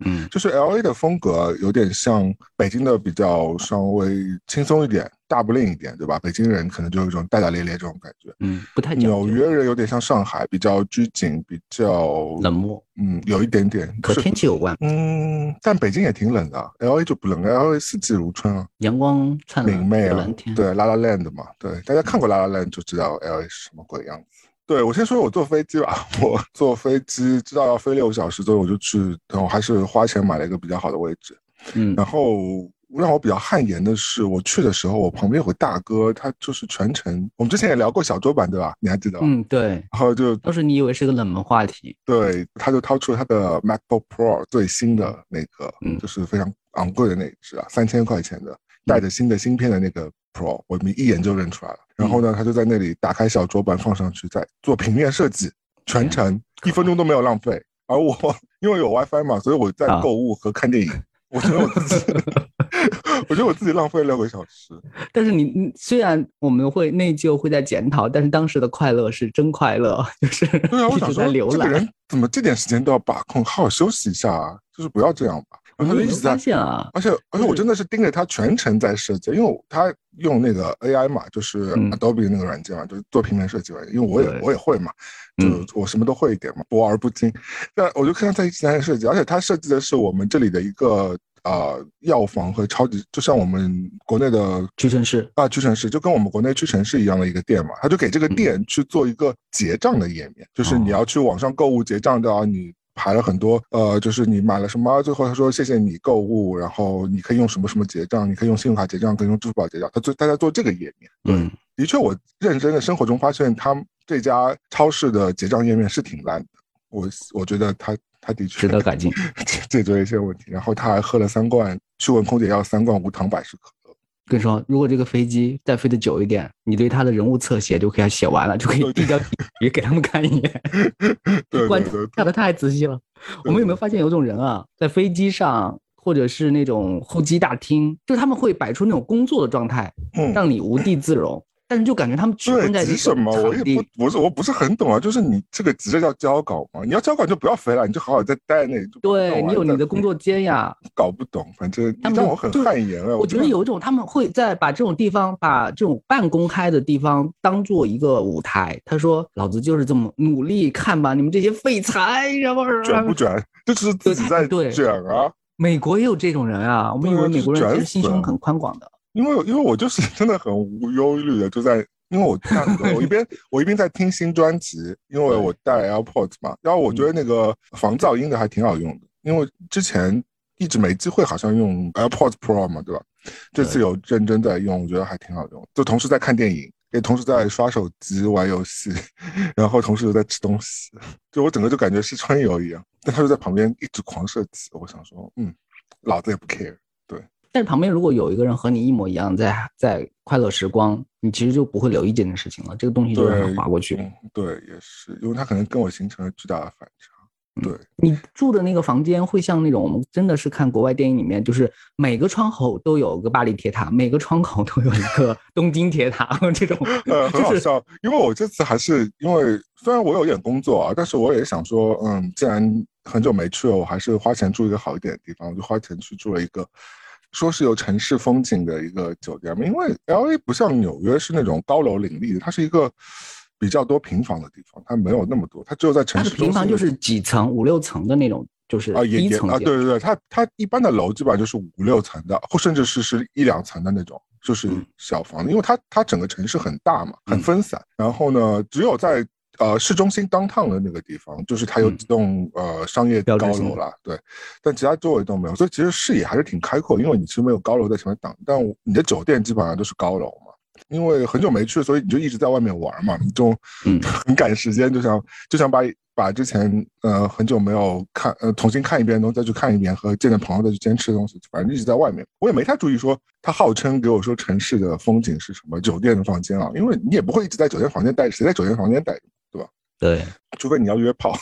S2: 嗯
S1: 就是 L A 的风格有点像北京的，比较稍微轻松一点，大不吝一点，对吧？北京人可能就有一种大大咧咧这种感觉。
S2: 嗯，不太讲究
S1: 纽约人有点像上海，比较拘谨，比较
S2: 冷漠，
S1: 嗯，有一点点，
S2: 和
S1: 是
S2: 天气有关，
S1: 嗯，但北京也挺冷的啊，L A 就不冷，L A 四季如春啊，
S2: 阳光灿烂，
S1: 明媚
S2: 嗯有
S1: 啊
S2: 蓝天，，
S1: 对，La La Land 嘛，对，大家看过 La La Land 就知道 L A 是什么鬼样子。对我先说，我坐飞机吧，我坐飞机知道要飞六个小时，所以我就去，我还是花钱买了一个比较好的位置。
S2: 嗯
S1: 然后让我比较汗颜的是，我去的时候，我旁边有个大哥，他就是全程，我们之前也聊过小桌板，对吧？你还记得吧？
S2: 嗯对。
S1: 然后就
S2: 当时你以为是个冷门话题，
S1: 对，他就掏出了他的 MacBook Pro 最新的那个，
S2: 嗯
S1: 就是非常昂贵的那一只啊，三千块钱的，带着新的芯片的那个 Pro，我们一眼就认出来了。然后
S2: 嗯
S1: 呢，他就在那里打开小桌板放上去，再做平面设计，全程一分钟都没有浪费。而我因为有 WiFi 嘛，所以我在
S2: 啊
S1: 购物和看电影，我觉得我自
S2: [LAUGHS]
S1: 己，我觉得我自己浪费了六个小时。
S2: 但是你你虽然我们会内疚，会在检讨，但是当时的快乐是真快乐， [LAUGHS] 就是
S1: 对啊，我
S2: 一
S1: 想
S2: 直
S1: 说
S2: 在浏
S1: 这个
S2: 览。
S1: 人怎么这点时间都要把控，好好休息一下啊，就是不要这样吧。然后
S2: 你
S1: 他
S2: 有
S1: 就一
S2: 嗯没
S1: 直
S2: 有
S1: 在
S2: 发现啊？
S1: 而且而且我真的是盯着他全程在设计，因为我他用那个 AI 嘛，就是
S2: 嗯
S1: Adobe 那个软件嘛，就是做平面设计软件，因为我也
S2: 对
S1: 我也会嘛，就
S2: 嗯
S1: 我什么都会一点嘛，博而不精。但我就看他在一直在设计，而且他设计的是我们这里的一个呃药房和超级，就像我们国内的
S2: 屈臣氏，
S1: 啊，屈臣氏就跟我们国内屈臣氏一样的一个店嘛，他就给
S2: 嗯
S1: 这个店去做一个结账的页面，就是你
S2: 哦
S1: 要去网上购物结账的啊，你排了很多呃，就是你买了什么，最后他说谢谢你购物，然后你可以用什么什么结账，你可以用信用卡结账，可以用支付宝结账，他做大家做这个页面。
S2: 嗯，
S1: 的确，我认真的生活中发现，他们这家超市的结账页面是挺烂的，我我觉得他他的确
S2: 值得改进。
S1: 解 [LAUGHS] 决一些问题。然后他还喝了三罐，去问空姐要三罐无糖百事可乐。
S2: 跟你说，如果这个飞机再飞得久一点，你对它的人物侧写就可以写完了，就可以
S1: 对
S2: 递交也给他们看一眼。
S1: 对
S2: 观
S1: 对对
S2: 看的 [LAUGHS] 太仔细了。我们有没有发现有种人啊，在飞机上或者是那种候机大厅，就是他们会摆出那种工作的状态，
S1: 嗯
S2: 让你无地自容。但是就感觉他们只
S1: 对
S2: 困在这
S1: 急
S2: 个
S1: 什么？我也
S2: 场地
S1: 不，我是我不是很懂啊。就是你这个急着要交稿嘛，你要交稿就不要飞了，你就好好在待在那里。就不要
S2: 对
S1: 玩
S2: 你有
S1: 了
S2: 你的工，作间呀。
S1: 搞不懂，反正
S2: 他
S1: 你
S2: 们
S1: 让
S2: 就
S1: 我很
S2: 就
S1: 汗颜啊。
S2: 我觉得
S1: 真的
S2: 有一种他们会在把这种地方，把这种半公开的地方当做一个舞台。他说：“老子就是这么努力，看吧，你们这些废材，然后
S1: [LAUGHS] 卷不卷，就是自己在
S2: 对
S1: 卷啊。
S2: 美国也有这种人啊，我们以
S1: 对啊
S2: 为美
S1: 就是
S2: 国人
S1: 卷
S2: 其实心
S1: 死
S2: 胸
S1: 了
S2: 很宽广的。
S1: 因为因为我就是真的很无忧虑的，就在因为我这样子的，我一边我一边在听新专辑，因为我戴 AirPods 嘛，然后我觉得那个防噪音的还挺好用的，因为之前一直没机会，好像用 AirPods Pro 嘛，对吧？这次有认真在用，我觉得还挺好用，就同时在看电影。也同时在刷手机、玩游戏， [LAUGHS] 然后同时又在吃东西，就我整个就感觉是春游一样。但他就在旁边一直狂射击，我想说，嗯，老子也不 care。
S2: 但是旁边如果有一个人和你一模一样在，在快乐时光，你其实就不会留意这件事情了，这个东西就让它
S1: 对
S2: 划过去。
S1: 嗯，对，也是，因为他可能跟我形成了巨大的反差。
S2: 嗯
S1: 对，
S2: 你住的那个房间会像那种我们真的是看国外电影里面，就是每个窗口都有个巴黎铁塔，每个窗口都有一个东京铁塔这种，
S1: [LAUGHS] 呃，很好
S2: 就是
S1: 笑，因为我这次还是因为虽然我有点工作啊，但是我也想说，嗯，既然很久没去了，我还是花钱住一个好一点的地方，我就花钱去住了一个说是有城市风景的一个酒店嘛，因为 L A 不像纽约是那种高楼林立的，它是一个比较多平房的地方，它没有那么多，它只有在城
S2: 它的
S1: 市中
S2: 平房
S1: 心
S2: 就
S1: 里
S2: 是几层五六层的那种，就是
S1: 啊，也
S2: 低
S1: 也
S2: 层
S1: 啊，
S2: 建
S1: 对对对，它它一般的楼基本上就是五六层的，或甚至是是一两层的那种，就是
S2: 嗯
S1: 小房子，因为它它整个城市很大嘛，很
S2: 嗯
S1: 分散。然后呢，只有在呃市中心 downtown 的那个地方，就是它有
S2: 嗯
S1: 几栋、呃商业
S2: 标
S1: 高
S2: 志性
S1: 楼
S2: 的
S1: 啦，对，但其他周围都没有，所以其实视野还是挺开阔，因为你其实没有高楼在前面挡，但我你的酒店基本上都是高楼嘛。因为很久没去，所以你就一直在外面玩嘛，你就
S2: 嗯
S1: 很赶时间，就想就想把把之前呃很久没有看呃重新看一遍的东西再去看一遍，和见见朋友再去今天吃的东西，反正一直在外面。我也没太注意说他号称给我说城市的风景是什么酒店的房间啊，因为你也不会一直在酒店房间待着，谁在酒店房间待着？
S2: 对，
S1: 除非你要约炮，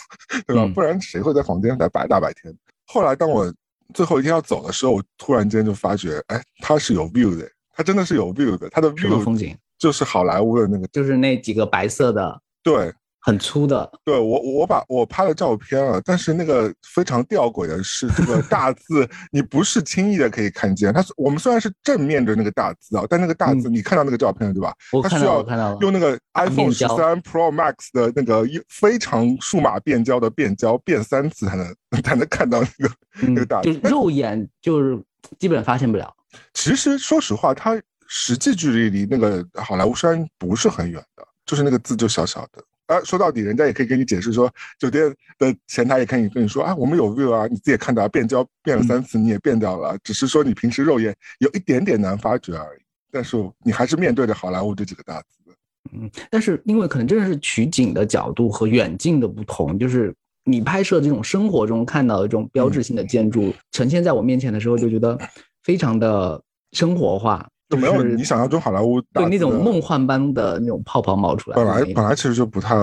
S1: 对吧？
S2: 嗯
S1: 不然谁会在房间待白大白天？后来当我最后一天要走的时候，我突然间就发觉，哎，它是有 view 的，它真的是有 view 的，它的
S2: 什么
S1: view
S2: 风景？
S1: 就是好莱坞的那个，
S2: 就是那几个白色的
S1: 对，
S2: 很粗的，
S1: 对我，我把我拍了照片了，但是那个非常吊诡的是，这个大字 [LAUGHS] 你不是轻易的可以看见。它是我们虽然是正面着那个大字啊，但那个大字你看到那个照片了对吧？
S2: 我
S1: 它
S2: 看
S1: 需
S2: 到了
S1: 要
S2: 我看到了，
S1: 用那个
S2: 嗯大面
S1: iPhone 十
S2: 胶
S1: 三 Pro Max 的那个一非常数码变焦的变焦，变三次才能 [LAUGHS] 才能看到那个
S2: 嗯
S1: 那个大字。
S2: 就是肉眼就是基本发现不了。
S1: 其实说实话，它实际距离离那个好莱坞山不是很远的，就是那个字就小小的。啊，说到底，人家也可以跟你解释说，酒店的前台也可以跟你说啊，我们有 view 啊，你自己也看到啊变焦变了三次，你也变掉了，啊只是说你平时肉眼有一点点难发觉而已。但是你还是面对着好莱坞这几个大字，
S2: 嗯，但是因为可能真的是取景的角度和远近的不同，就是你拍摄这种生活中看到的这种标志性的建
S1: 嗯
S2: 筑、呈现在我面前的时候，就觉得非常的生活化，
S1: 就没有
S2: 是
S1: 你想象中好莱坞大
S2: 对
S1: 字
S2: 那种
S1: 的
S2: 梦幻般的那种泡泡冒出来的
S1: 本
S2: 那
S1: 来
S2: 种。
S1: 本来其实就不太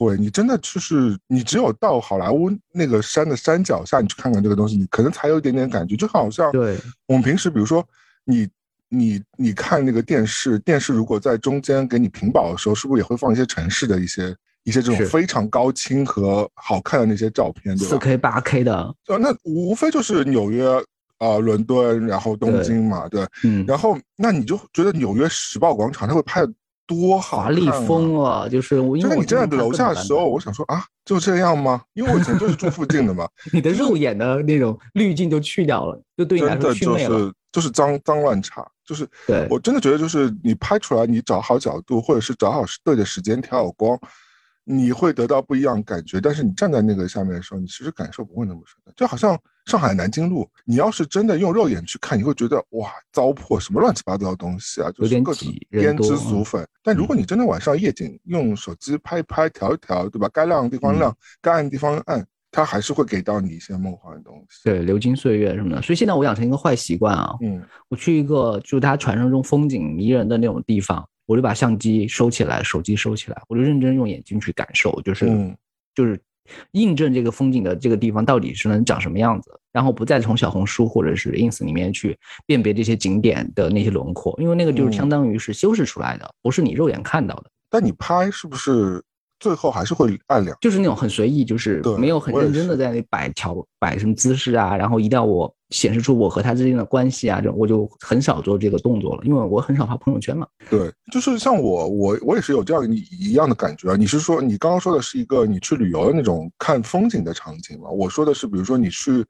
S1: 会，你真的就是你只有到好莱坞那个山的山脚下，你去看看这个东西，你可能才有一点点感觉。就好像
S2: 对
S1: 我们平时，比如说你你你看那个电视，电视如果在中间给你屏保的时候，是不是也会放一些城市的一些一些这
S2: 是
S1: 种非常高清和好看的那些照片，对吧？
S2: 四 K 八 K 的，
S1: 呃，那无非就是纽约啊、呃伦敦，然后东
S2: 对
S1: 京嘛，对。
S2: 嗯，
S1: 然后那你就觉得纽约时报广场它会拍得多好看、啊，
S2: 华丽疯了，就是我因
S1: 就
S2: 为
S1: 是
S2: 我
S1: 你站在楼下的时候，
S2: 我
S1: 我想说啊，就这样吗？因为我以前就是住附近的嘛，
S2: 你的肉眼的那种滤镜就去掉了，就 [LAUGHS] 对你来
S1: 真
S2: 说
S1: 的
S2: 祛
S1: 就
S2: 魅了。
S1: 是就是脏脏乱差，就是
S2: 对
S1: 我真的觉得就是你拍出来，你找好角度，或者是找好时对的时间调好光，你会得到不一样的感觉。但是你站在那个下面的时候，你其实感受不会那么深的。就好像上海南京路，你要是真的用肉眼去看，你会觉得哇，糟粕，什么乱七八糟的东西啊，就
S2: 有
S1: 是
S2: 点
S1: 各种
S2: 挤人
S1: 胭脂
S2: 多
S1: 俗
S2: 嗯
S1: 粉。但如果你真的晚上夜景用手机拍一拍、调一调，对吧？该亮的地
S2: 嗯
S1: 方亮，该暗的地方暗，它还是会给到你一些梦幻的东西。
S2: 对，流金岁月什么的。所以现在我养成一个坏习惯啊，
S1: 嗯，
S2: 我去一个就是他传说中风景迷人的那种地方，我就把相机收起来，手机收起来，我就认真用眼睛去感受，就是、
S1: 嗯
S2: 就是印证这个风景的这个地方到底是能长什么样子，然后不再从小红书或者是 ins 里面去辨别这些景点的那些轮廓，因为那个
S1: 嗯
S2: 就是相当于是修饰出来的，不是你肉眼看到的，
S1: 但你拍是不是最后还是会按两？
S2: 就是那种很随意，就是
S1: 对
S2: 没有很
S1: 我也
S2: 认真的
S1: 是
S2: 在那里摆调摆什么姿势啊，然后一定要我显示出我和他之间的关系啊，这种我就很少做这个动作了，因为我很少发朋友圈嘛。
S1: 对，就是像我，我我也是有这样一一样的感觉啊。你是说你刚刚说的是一个你去旅游的那种看风景的场景吗？我说的是，比如说你去，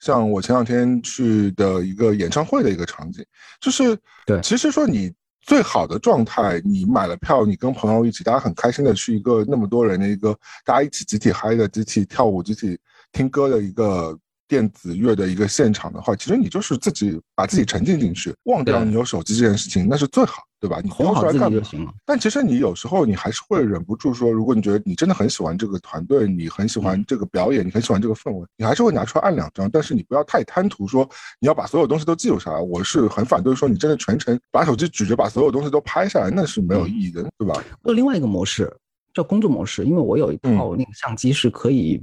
S1: 像我前两天去的一个演唱会的一个场景，就是
S2: 对
S1: 其实说你最好的状态，你买了票，你跟朋友一起，大家很开心的去一个那么多人的一个，大家一起集体嗨的、集体跳舞、集体听歌的一个。电子乐的一个现场的话，其实你就是自己把自己沉浸进去，忘掉
S2: 对
S1: 你有手机这件事情，那是最好，对吧？你
S2: 哄
S1: 挑出
S2: 好
S1: 来
S2: 自己
S1: 干
S2: 就
S1: 嘛
S2: 行了。
S1: 但其实你有时候你还是会忍不住说，如果你觉得你真的很喜欢这个团队，你很喜
S2: 嗯
S1: 欢这个表演，你很喜欢这个氛围，你还是会拿出来按两张。但是你不要太贪图说你要把所有东西都记录下来。我是很反对说你真的全程把手机举着把所有东西都拍下来，那是没
S2: 嗯
S1: 有意义的，对吧？
S2: 我有另外一个模式叫工作模式，因为我有一
S1: 嗯
S2: 套那个相机是可以，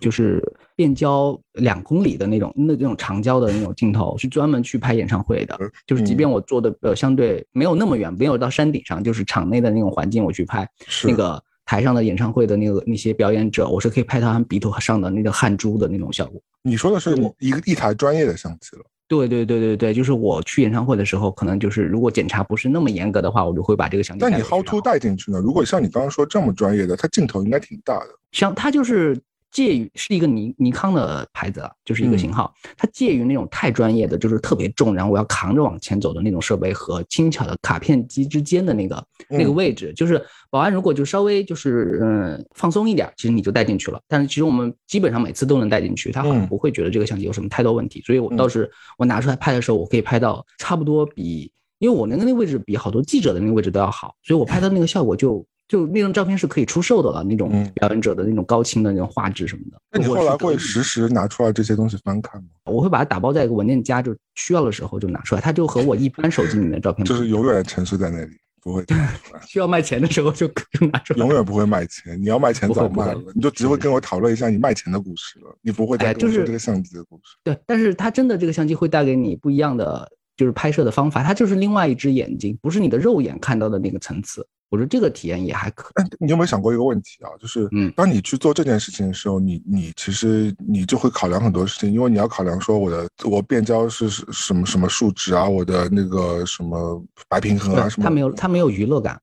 S2: 就是变焦两公里的那种那那种长焦的那种镜头，是专门去拍演唱会的。就是即
S1: 嗯
S2: 便我做的呃相对没有那么远，没有到山顶上，就是场内的那种环境我去拍
S1: 是
S2: 那个。台上的演唱会的那个那些表演者，我是可以拍到他们鼻头上的那个汗珠的那种效果。
S1: 你说的是
S2: 对
S1: 一个一台专业的相机了，
S2: 对对对对对，就是我去演唱会的时候，可能就是如果检查不是那么严格的话，我就会把这个相机带
S1: 但
S2: 回去。
S1: 你
S2: 然
S1: how to
S2: 后
S1: 带进去呢？如果像你刚刚说这么专业的，它镜头应该挺大的。
S2: 像它就是介于是一个尼尼康的牌子啊，就是一个型号，它介于那种太专业的，就是特别重，然后我要扛着往前走的那种设备和轻巧的卡片机之间的那个那个
S1: 嗯
S2: 位置，就是保安如果就稍微就是嗯放松一点，其实你就带进去了。但是其实我们基本上每次都能带进去，他好像
S1: 嗯
S2: 不会觉得这个相机有什么太多问题。所以我
S1: 嗯
S2: 倒是我拿出来拍的时候，我可以拍到差不多比因为我那个那个位置比好多记者的那个位置都要好，所以我拍到那个效果就就那张照片是可以出售的了，那种
S1: 嗯
S2: 表演者的那种高清的那种画质什么的。
S1: 那你
S2: 如
S1: 后
S2: 果
S1: 来
S2: 是得
S1: 会
S2: 以
S1: 实时拿出来这些东西翻看吗？
S2: 我会把它打包在一个文件夹，就需要的时候就拿出来，它就和我一般手机里面的照片
S1: 就是
S2: 不一样
S1: 永远沉睡在那里，不
S2: [LAUGHS]
S1: 会拿出来。
S2: 需要卖钱的时候就就拿出来。
S1: 永远不会卖钱。你要卖钱
S2: 不会
S1: 早
S2: 不会
S1: 卖了，你就只会
S2: 是
S1: 跟我讨论一下你卖钱的故事了，你不会
S2: 哎
S1: 再跟我
S2: 就是
S1: 说这个相机的故事。
S2: 对，但是它真的这个相机会带给你不一样的，就是拍摄的方法，它就是另外一只眼睛，不是你的肉眼看到的那个层次。我觉得这个体验也还可
S1: 但哎你有没有想过一个问题啊？就是
S2: 嗯
S1: 当你去做这件事情的时候，你你其实你就会考量很多事情，因为你要考量说我的我变焦是是什么什么数值啊，我的那个什么白平衡
S2: 以，
S1: 啊什么。
S2: 它没有它没有娱乐感。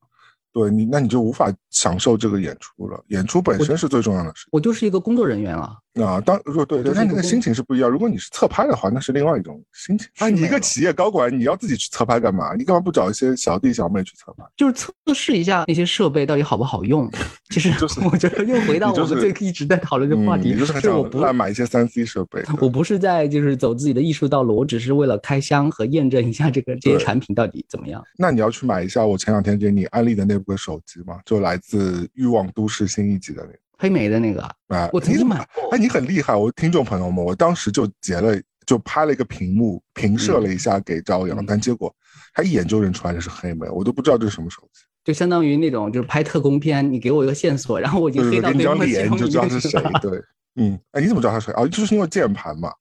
S1: 对你，那你就无法享受这个演出了。演出本身是最重要的事
S2: 我就是一个工作人员啊，
S1: 情啊。当如果对对，
S2: 就是
S1: 那
S2: 一
S1: 你
S2: 个
S1: 那个
S2: 工
S1: 心情是不一样。如果你是侧拍的话，那是另外一种心情。啊，
S2: 是
S1: 你一
S2: 没
S1: 个
S2: 有
S1: 企业高管，你要自己去侧拍干嘛？你干嘛不找一些小弟小妹去侧拍？
S2: 就是测试一下那些设备到底好不
S1: [LAUGHS]
S2: 好用。其实
S1: 就是
S2: [LAUGHS] 我觉得又回到
S1: 你就
S2: 我们
S1: 是
S2: 最一直在讨论的话题，
S1: 嗯、你就是很
S2: 我
S1: 想
S2: 不
S1: 乱买一些三 C 设备。
S2: 我不是在就是走自己的艺术道路，我只是为了开箱和验证一下这个这些
S1: 对
S2: 产品到底怎么样。
S1: 那你要去买一下我前两天给你安利的那部手机嘛，就来自《欲望都市》新一集的那个。
S2: 黑莓的那个啊，
S1: 哎，
S2: 我曾
S1: 你
S2: 经
S1: 怎么
S2: 买过
S1: 哎，你很厉害，我听众朋友们，我当时就截了，就拍了一个屏幕，平射了一下给朝阳，
S2: 嗯
S1: 但结果他一眼就认出来这是黑莓，我都不知道这是什么手机。
S2: 就相当于那种就是拍特工片，你给我一个线索，然后我已
S1: 就
S2: 经
S1: 是
S2: 黑到
S1: 嗯给你
S2: 对
S1: 张
S2: 方的其
S1: 脸，你
S2: 中
S1: 就
S2: 一
S1: 知道
S2: 个
S1: 是
S2: 去
S1: 谁
S2: 了。。
S1: 对，嗯，哎，你怎么知道他是谁？哦，就是因为键盘嘛。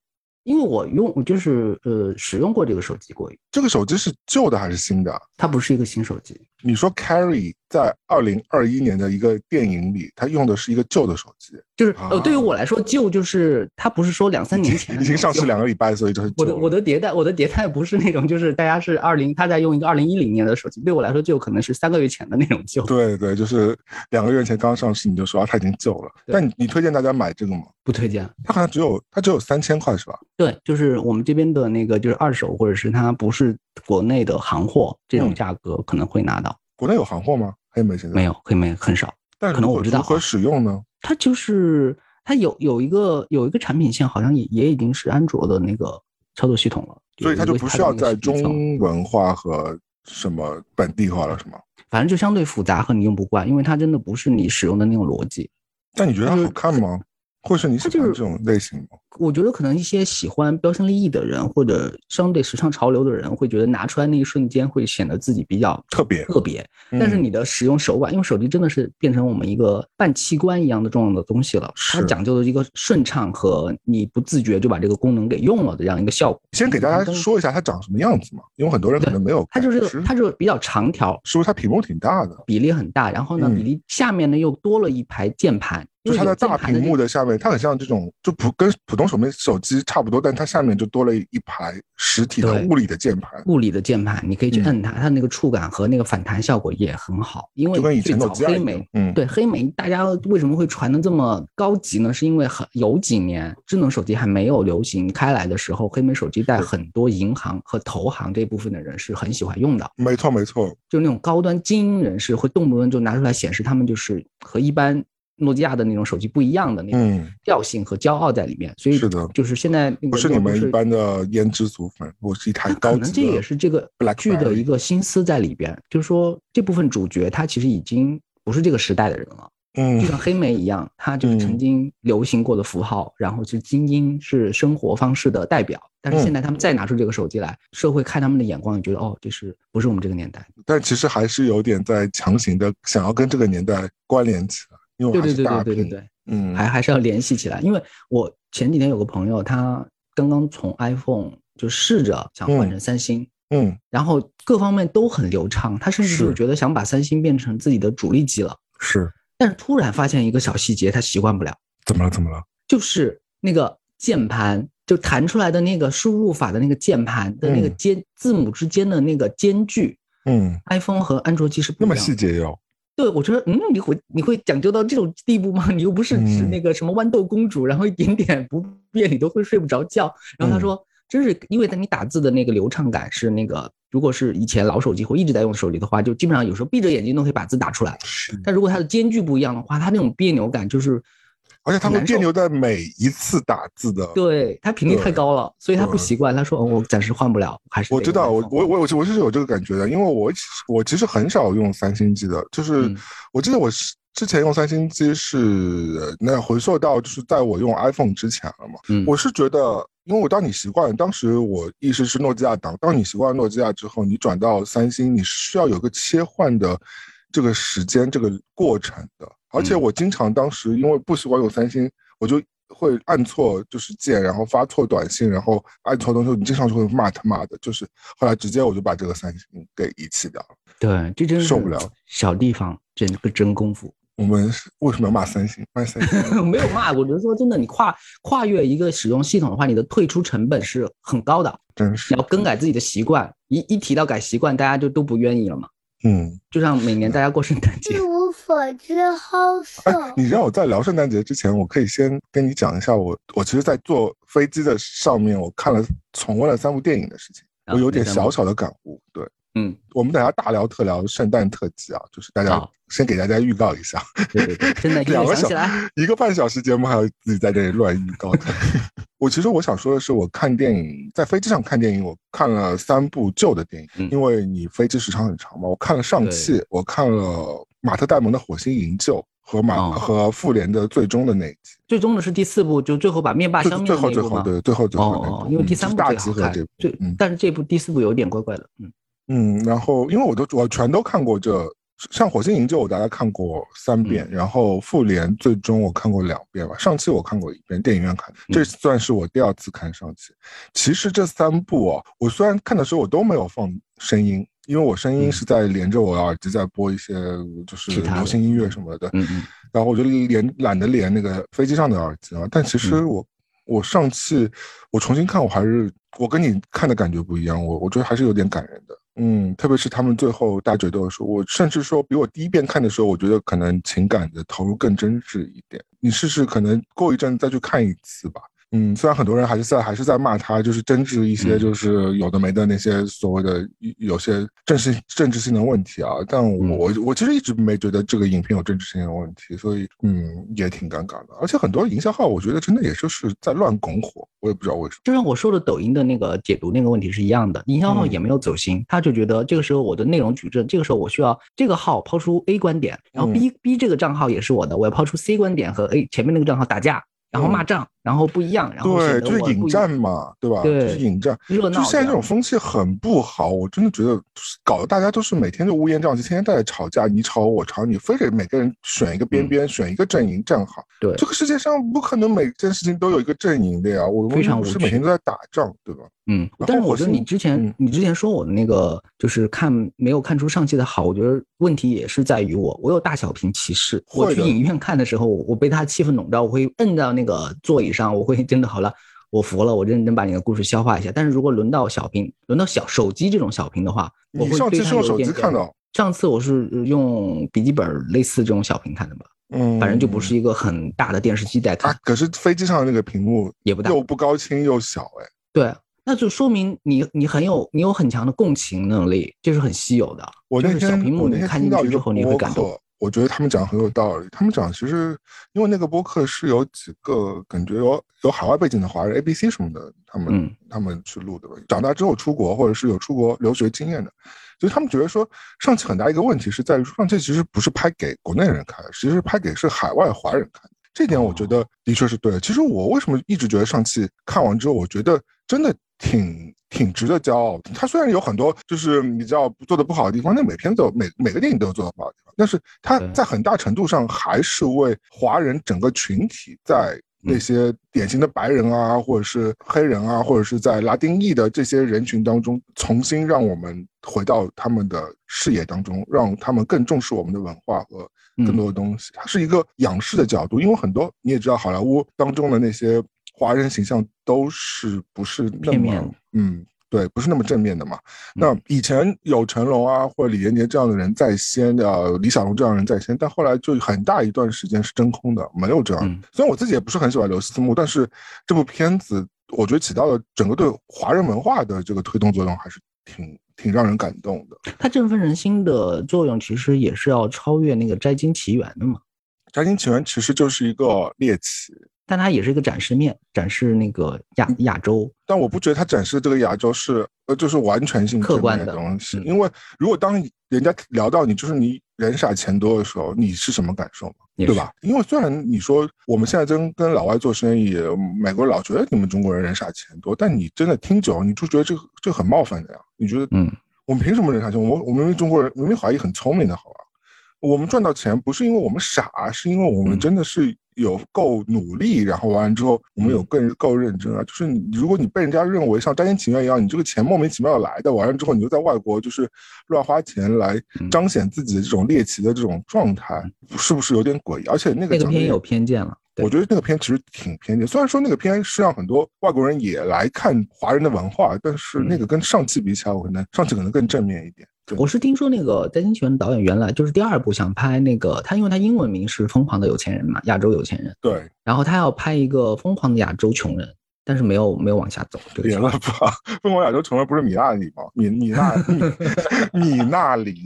S2: 因为我用我就是呃使用过这个手机过，
S1: 这个手机是旧的还是新的啊？
S2: 它不是一个新手机，
S1: 你说 Carrie 在二零二一年的一个电影里，他用的是一个旧的手机，
S2: 就是呃对于
S1: 啊
S2: 我来说旧就是它不是说两三年前
S1: 已
S2: 的
S1: 经
S2: 那种
S1: 上市
S2: 旧
S1: 两个礼拜，所以就是
S2: 我的
S1: 旧
S2: 我
S1: 了
S2: 的迭代，我的迭代不是那种，就是大家是二零，他在用一个二零一零年的手机，对我来说就可能是三个月前的那种旧，
S1: 对对，就是两个月前刚上市，你就说啊，它已经旧了。
S2: 对
S1: 但你你推荐大家买这个吗？
S2: 不推荐。
S1: 它好像只有它只有三千块是吧？
S2: 对，就是我们这边的那个就是二手，或者是它不是国内的行货，这种
S1: 嗯
S2: 价格可能会拿到，
S1: 国内有行货吗？黑莓现在
S2: 没，有，黑莓很少。
S1: 但
S2: 可能
S1: 如
S2: 我
S1: 果
S2: 不知道
S1: 如何
S2: 啊
S1: 使用呢？
S2: 它就是它有有一个有一个产品线，好像也也已经是安卓的那个操作系统了，
S1: 所以
S2: 它
S1: 它就不需要在，中文化和什么本地化了，是吗？
S2: 反正就相对复杂和你用不惯，因为它真的不是你使用的那种逻辑。
S1: 但你觉得它
S2: 就是
S1: 好看吗？或是你喜
S2: 它就
S1: 欢
S2: 是
S1: 这种类型吗？
S2: 我觉得可能一些喜欢标新立异的人，或者相对时尚潮流的人，会觉得拿出来那一瞬间会显得自己比较
S1: 特别
S2: 特别。
S1: 嗯
S2: 但是你的使用手腕，因为手机真的是变成我们一个半器官一样的重要的东西了，它
S1: 是
S2: 讲究的一个顺畅和你不自觉就把这个功能给用了的这样一个效果。
S1: 先给大家
S2: 嗯
S1: 说一下它长什么样子嘛，因为很多人可能没有
S2: 它
S1: 感
S2: 就
S1: 知。
S2: 是这个它就是比较长条，
S1: 是不是它屏幕挺大的？
S2: 比例很大，然后呢，
S1: 嗯
S2: 比例下面呢又多了一排键盘，
S1: 就
S2: 因为
S1: 是它
S2: 有
S1: 在大
S2: 键盘的
S1: 屏
S2: 这
S1: 幕的下面，它很像这种，就普跟普通手面手机差不多，但它下面就多了一排实体的
S2: 对
S1: 物理的键盘，
S2: 物理的键盘，你可以去
S1: 嗯
S2: 摁它，它那个触感和那个反弹效果也很好。因
S1: 就跟
S2: 为
S1: 以
S2: 最
S1: 前
S2: 早
S1: 诺基亚
S2: 黑
S1: 一
S2: 莓
S1: 样。，嗯，
S2: 对黑莓，大家为什么会传的这么高级呢？是因为很有几年智能手机还没有流行开来的时候，黑莓手机在很多银行和投行这部分的人是很喜欢用的，
S1: 没错没错，
S2: 就是那种高端精英人士会动不动就拿出来显示他们就是和一般诺基亚的那种手机不一样的那种
S1: 嗯，
S2: 调性和骄傲在里面。所以
S1: 是的
S2: 就是现在那个
S1: 不是你
S2: 用户
S1: 们一
S2: 是
S1: 般的胭脂族粉，我是一台
S2: 那
S1: 高
S2: 可
S1: 级
S2: 能这也
S1: 的
S2: 是这个
S1: Blackberry
S2: 剧的一个心思在里边，就是说这部分主角他其实已经不是这个时代的人了，
S1: 嗯
S2: 就像黑莓一样，他就是曾经流行过的符号，然后是精英，是生活方式的代表。但
S1: 嗯
S2: 是现在他们再拿出这个手机来，社会看他们的眼光也觉得哦，这是不是我们这个年代？
S1: 但其实还是有点在强行的想要跟这个年代关联起来，因为
S2: 对
S1: 还
S2: 对
S1: 是
S2: 对
S1: 大
S2: 对对对
S1: 屏，
S2: 对。
S1: 嗯，
S2: 还还是要联系起来。因为我前几天有个朋友，他刚刚从 iPhone 就试着想换成三星，
S1: 嗯
S2: 然后各方面都很流畅，他甚至就是觉得想把三星变成自己的主力机了。
S1: 是
S2: 但是突然发现一个小细节，他习惯不了，
S1: 怎么了怎么了？
S2: 就是那个键盘。就弹出来的那个输入法的那个键盘的那个
S1: 嗯
S2: 间、字母之间的那个间距
S1: 嗯，
S2: ，iPhone 和安卓机是不
S1: 那
S2: 一
S1: 么
S2: 样的
S1: 细。节哟，
S2: 对，我觉得，嗯，你会你会讲究到这种地步吗？你 [LAUGHS] 又不是指
S1: 嗯
S2: 那个什么豌豆公主，然后一点点不变你都会睡不着觉。然后
S1: 嗯
S2: 他说，真是因为他你打字的那个流畅感是那个，如果是以前老手机或一直在用手机的话，就基本上有时候闭着眼睛都可以把字打出来。
S1: 是，
S2: 但如果它的间距不一样的话，它那种别扭感就是，
S1: 而且它会
S2: 难受
S1: 别扭在每一次打字的，
S2: 对，它频率太
S1: 对
S2: 高了，所以他不
S1: 对
S2: 习惯。他说，哦，我暂时换不了，还是
S1: 我
S2: 得
S1: 知
S2: 用
S1: 道，我
S2: iPhone
S1: 我我我是我是有这个感觉的，因为我其我其实很少用三星机的，就是、
S2: 嗯
S1: 我记得我是之前用三星机是呃那回溯到就是在我用 iPhone 之前了嘛，
S2: 嗯
S1: 我是觉得，因为我当你习惯，当时我意识是诺基亚当，当你习惯诺基亚之后，你转到三星，你是需要有个切换的这个时间这个过程的，而且
S2: 嗯
S1: 我经常当时因为不习惯用三星，我就。会按错就是键，然后发错短信，然后按错东西，你经常就会骂他妈的，就是后来直接我就把这个三星给遗弃掉了。
S2: 对，这真是
S1: 受不了
S2: 小地方，真个真功夫。
S1: 我们是为什么要骂三星？骂三星
S2: 没有骂，我只是说真的，你跨跨越一个使用系统的话，你的退出成本是很高的。
S1: 真是
S2: 你要，更改自己的习惯，一一提到改习惯，大家就都不愿意了嘛。
S1: 嗯，
S2: 就像每年大家过圣诞节
S3: 一，无所知好
S1: 哎
S3: 色，。
S1: 你让我在聊圣诞节之前，我可以先跟你讲一下我我其实，在坐飞机的上面，我看了重温了三部电影的事情，
S2: 啊
S1: 我有点
S2: 哪三部
S1: 小小的感悟。对，
S2: 嗯，
S1: 我们等下大聊特聊圣诞特辑啊，就是大家
S2: 好
S1: 先给大家预告一下，
S2: 嗯对对对，真的，因
S1: 两
S2: 为
S1: 个
S2: 想
S1: 小
S2: 起来，
S1: 一个半小时节目，还要自己在这里乱预告。 [LAUGHS] 我其实我想说的是，我看电影在飞机上看电影，我看了三部旧的电影，
S2: 嗯
S1: 因为你飞机时长很长嘛。我看了《上汽》，我看了马特·戴蒙的《火星营救》和马、
S2: 哦
S1: 和复联的最终的那一集。
S2: 最终的是第四部，就最后把灭霸
S1: 最
S2: 消灭
S1: 最
S2: 的那
S1: 后
S2: 一
S1: 最
S2: 部
S1: 后
S2: 吗？
S1: 对最后最后那
S2: 哦哦，
S1: 部
S2: 因为
S1: 嗯
S2: 第
S1: 就
S2: 三
S1: 是
S2: 部
S1: 大
S2: 最
S1: 集
S2: 好
S1: 合
S2: 看
S1: 这部，，
S2: 最
S1: 嗯
S2: 但是这部第四部有点怪怪的，嗯，
S1: 嗯，然后因为我都我全都看过这，像《火星营救》我大概看过三遍，然后《复联》最终我看过两遍吧，上期我看过一遍，电影院看的，这
S2: 嗯
S1: 算是我第二次看上期。其实这三部哦，我虽然看的时候我都没有放声音。因为我声音
S2: 嗯
S1: 是在连着我的耳机在播一些就是
S2: 其他的
S1: 流行音乐什么的，
S2: 嗯嗯
S1: 然后我就连懒得连那个飞机上的耳机啊了。但其实我、我上次我重新看，我还是我跟你看的感觉不一样，我我觉得还是有点感人的。嗯，特别是他们最后大决斗的时候，我甚至说比我第一遍看的时候，我觉得可能情感的投入更真挚一点。你试试，可能过一阵再去看一次吧。嗯，虽然很多人还是在还是在骂他，就是争执一些
S2: 嗯
S1: 就是有的没的那些所谓的有些政治政治性的问题啊，但
S2: 嗯
S1: 我、我其实一直没觉得这个影片有政治性的问题，所以嗯也挺尴尬的。而且很多营销号，我觉得真的也就是在乱拱火，我也不知道为什么。
S2: 就像我说的抖音的那个解读那个问题是一样的，营销号
S1: 嗯
S2: 也没有走心，他就觉得这个时候我的内容矩阵，这个时候我需要这个号抛出 A 观
S1: 嗯
S2: 点，然后 B、B 这个账号也是我的，我要抛出 C 观点和 A 前面那个账号打架，然后骂仗，然后不一样，然后
S1: 嗯对，
S2: 显得
S1: 就是
S2: 我
S1: 引
S2: 不一
S1: 战嘛，对吧？
S2: 对
S1: 就是引战。
S2: 热闹
S1: 就现在
S2: 样
S1: 这种风气很不好，我真的觉得搞得大家都是每天就乌烟瘴气，天天在吵架，你吵我吵你，非得每个人选一个边边，选一个阵营站好。
S2: 嗯对
S1: 这个世界上不可能每件事情都有一个阵营的呀，我
S2: 非
S1: 们
S2: 常
S1: 又
S2: 无
S1: 不是
S2: 趣
S1: 每天都在打仗，对吧？
S2: 嗯
S1: 然，
S2: 但是
S1: 后
S2: 我
S1: 我
S2: 觉得
S1: 是
S2: 你之前、
S1: 嗯
S2: 你之前说我的那个就是看没有看出上期的好，我觉得问题也是在于我，我有大小屏歧视。我
S1: 会
S2: 去
S1: 的
S2: 影院看的时候，我被他气氛笼罩，我会摁到那个座椅上，我会真的好了，我服了，我认真把你的故事消化一下。但是如果轮到小屏，轮到小手机这种小屏的话，我
S1: 你
S2: 会
S1: 上
S2: 对
S1: 期
S2: 它
S1: 是用
S2: 有
S1: 手
S2: 点
S1: 机看
S2: 点。
S1: 的，哦
S2: 上次我是用笔记本类似这种小屏看的吧，
S1: 嗯，
S2: 反正就不是一个很大的电视机在看
S1: 啊，，可是飞机上那个屏幕
S2: 也不大。
S1: 又不高清又小，哎，
S2: 对，那就说明你你很有你有很强的共情能力，这是很稀有的。
S1: 我
S2: 就
S1: 那
S2: 是小
S1: 天
S2: 屏幕
S1: 我那
S2: 你
S1: 天
S2: 看
S1: 听
S2: 进
S1: 到
S2: 去
S1: 一
S2: 之
S1: 个
S2: 后，你会
S1: 播
S2: 感动。
S1: 客，我觉得他们讲得很有道理。他们讲其实因为那个播客是有几个感觉有有海外背景的华人 ABC 什么的，他们、
S2: 嗯
S1: 他们去录的吧。长大之后出国或者是有出国留学经验的，所以他们觉得说上期很大一个问题是在于说上期其实不是拍给国内人看的，其实是拍给是海外华人看的。这点我觉得的确是对的。其实我为什么一直觉得上期看完之后，我觉得真的挺挺值得骄傲的。它虽然有很多就是你知道做的不好的地方，那每片都有每每个电影都有做的不好的地方，但是它
S2: 对
S1: 在很大程度上还是为华人整个群体在。那些典型的白人啊，或者是黑人啊，或者是在拉丁裔的这些人群当中，重新让我们回到他们的视野当中，让他们更重视我们的文化和
S2: 嗯
S1: 更多的东西。它是一个仰视的角度，因为很多你也知道，好莱坞当中的那些华人形象都是不是那
S2: 片面
S1: 么
S2: 的嗯
S1: 嗯。对，不是那么正面的嘛。那以前有成龙啊，或者李连杰这样的人在先，呃，李小龙这样的人在先，但后来就很大一段时间是真空的，没有这样的
S2: 嗯
S1: 虽然我自己也不是很喜欢刘思慕，但是这部片子我觉得起到了整个对华人文化的这个推动作用，还是挺挺让人感动的。
S2: 它振奋人心的作用其实也是要超越那个《摘金奇缘》的嘛，
S1: 《摘金奇缘》其实就是一个猎奇，
S2: 但它也是一个展示面，展示那个亚
S1: 嗯
S2: 亚洲。
S1: 但我不觉得它展示的这个亚洲是呃，就是完全性
S2: 客
S1: 正
S2: 观
S1: 面
S2: 的
S1: 东西。
S2: 嗯
S1: 因为如果当人家聊到你就是你人傻钱多的时候，你是什么感受嘛？
S2: 也
S1: 对
S2: 是
S1: 吧？因为虽然你说我们现在真跟老外做生意，美国人老觉得你们中国人人傻钱多，但你真的听久，了，你就觉得这个这很冒犯的呀。你觉得，
S2: 嗯，
S1: 我们凭什么人傻钱？我我们明明中国人，明明华裔很聪明的，好吧？我们赚到钱不是因为我们傻，是因为我们
S2: 嗯
S1: 真的是有够努力，然后完了之后我们有
S2: 嗯
S1: 更够认真啊。就是你，如果你被人家认为像张天情愿一样，你这个钱莫名其妙来的，完了之后你就在外国就是乱花钱来
S2: 嗯
S1: 彰显自己的这种猎奇的这种状态，是不是有点诡异？而且那个
S2: 那个
S1: 讲的
S2: 片
S1: 也
S2: 有偏见了。对
S1: 我觉得那个片其实挺偏见，虽然说那个片是让很多外国人也来看华人的文化，但是那个跟上期比起来，我可能上期可能更正面一点。 [LAUGHS] 对
S2: 我是听说那个《摘金奇缘》的导演原来就是第二部想拍那个，他因为他英文名是《疯狂的有钱人》嘛，亚洲有钱人，
S1: 对，
S2: 然后他要拍一个《疯狂的亚洲穷人》，但是没有没有往下走这个
S1: 别
S2: 桥
S1: 了吧，疯狂亚洲穷人不是米娜里吗？米米娜米米娜里，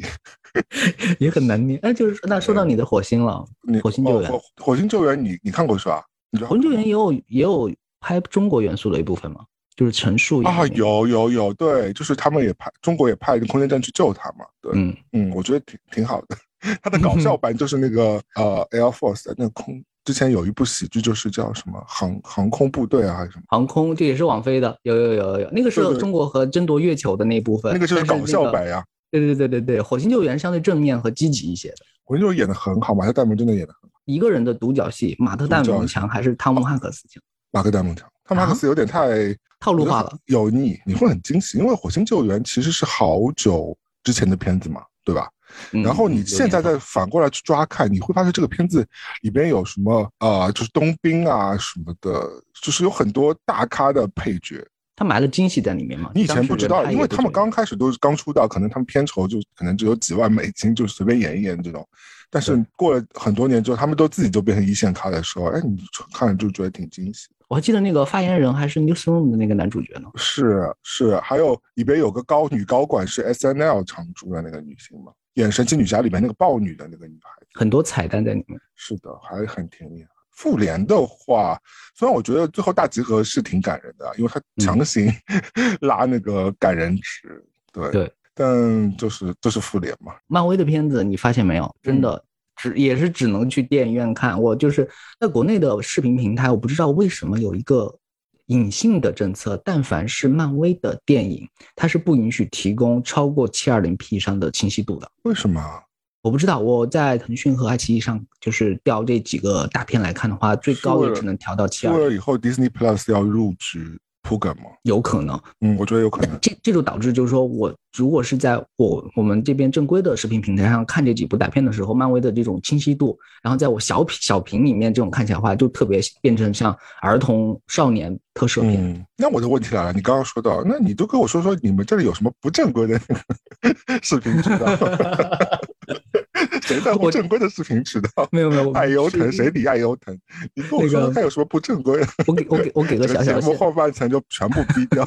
S2: 也很难念。哎，就是那说到你的火星了，
S1: 你
S2: 火星救援
S1: 哦火火星救援你你看过是吧？你觉得
S2: 《火星救援》也有也有拍中国元素的一部分嘛，就是陈数演
S1: 啊
S2: 的，那个，
S1: 有有有，对，就是他们也派中国也派一个空间站去救他嘛，对，
S2: 嗯，
S1: 嗯，我觉得挺挺好的。 [LAUGHS] 它的搞笑版就是那个呃 Air Force 的那个空，之前有一部喜剧就是叫什么航航空部队啊还是什么，
S2: 航空这也是网飞的，有有有有有，那个是
S1: 对对
S2: 中国和争夺月球的那一部分，
S1: 那个就是
S2: 但
S1: 搞笑版呀、
S2: 对对对对对，《火星救援》相对正面和积极一些的。
S1: 我就演的很好，马特·戴蒙真的演的很好，
S2: 一个人的独角戏，马特·戴
S1: 独角
S2: 蒙
S1: 戏
S2: 强还是汤姆·汉克斯强？
S1: 马克·戴蒙强，汤姆
S2: 啊
S1: 汉克斯有点太
S2: 套路化了，
S1: 有你你会很惊喜，因为《火星救援》其实是好久之前的片子嘛，对吧？
S2: 嗯
S1: 然后你
S2: 嗯
S1: 现在再反过来去抓看，你会发现这个片子里边有什么啊、呃就是冬兵啊什么的，就是有很多大咖的配角，
S2: 他埋了惊喜在里面嘛？
S1: 你以前
S2: 当时
S1: 不知
S2: 人
S1: 道，
S2: 拍
S1: 因
S2: 也
S1: 为
S2: 不
S1: 他们
S2: 觉得
S1: 刚开始都是刚出道，可能他们片酬就可能只有几万美金，就随便演一演这种。但是
S2: 对
S1: 过了很多年之后，他们都自己就变成一线咖的时候，哎，你看着就觉得挺惊喜。
S2: 我还记得那个发言人还是 Newsroom 的那个男主角呢。
S1: 是是，还有里边有个高女高管是 S N L 常驻的那个女星嘛，演《神奇女侠》里面那个豹女的那个女孩。
S2: 很多彩蛋在里面。
S1: 是的，还很挺厉害。复联的话，虽然我觉得最后大集合是挺感人的啊，因为他
S2: 嗯
S1: 强行、 [LAUGHS] 拉那个感人值，对
S2: 对，
S1: 但就是就是复联嘛，
S2: 漫威的片子你发现没有？真的，只也是只能去电影院看。我就是在国内的视频平台，我不知道为什么有一个隐性的政策，但凡是漫威的电影，它是不允许提供超过七二零 P 以上的清晰度的。
S1: 为什么？啊
S2: 我不知道，我在腾讯和爱奇艺上就是调这几个大片来看的话，最高也只能调到七
S1: 为
S2: 二
S1: 了，以后 Disney Plus 要入职铺梗吗？
S2: 有可能。
S1: 嗯，我觉得有可能。
S2: 这这就导致就是说我如果是在我我们这边正规的视频平台上看这几部大片的时候，漫威的这种清晰度，然后在我小屏小屏里面这种看起来的话，就特别变成像儿童少年 [LAUGHS] 特摄片。
S1: 嗯，那我的问题来了，你刚刚说到，那你就跟我说说你们这里有什么不正规的 [LAUGHS] 视频
S2: [LAUGHS]
S1: 渠道？谁在乎
S2: 我
S1: 正规的视频渠道？
S2: 没有没有，我
S1: 爱优腾
S2: 是
S1: 哎谁理爱优腾？你跟我说
S2: 那
S1: 说
S2: 个
S1: 看有什么不正规？
S2: 我给我给我给个
S1: [LAUGHS] 这
S2: 小
S1: 节
S2: 小的
S1: 目
S2: 线
S1: 后半程就全部逼掉。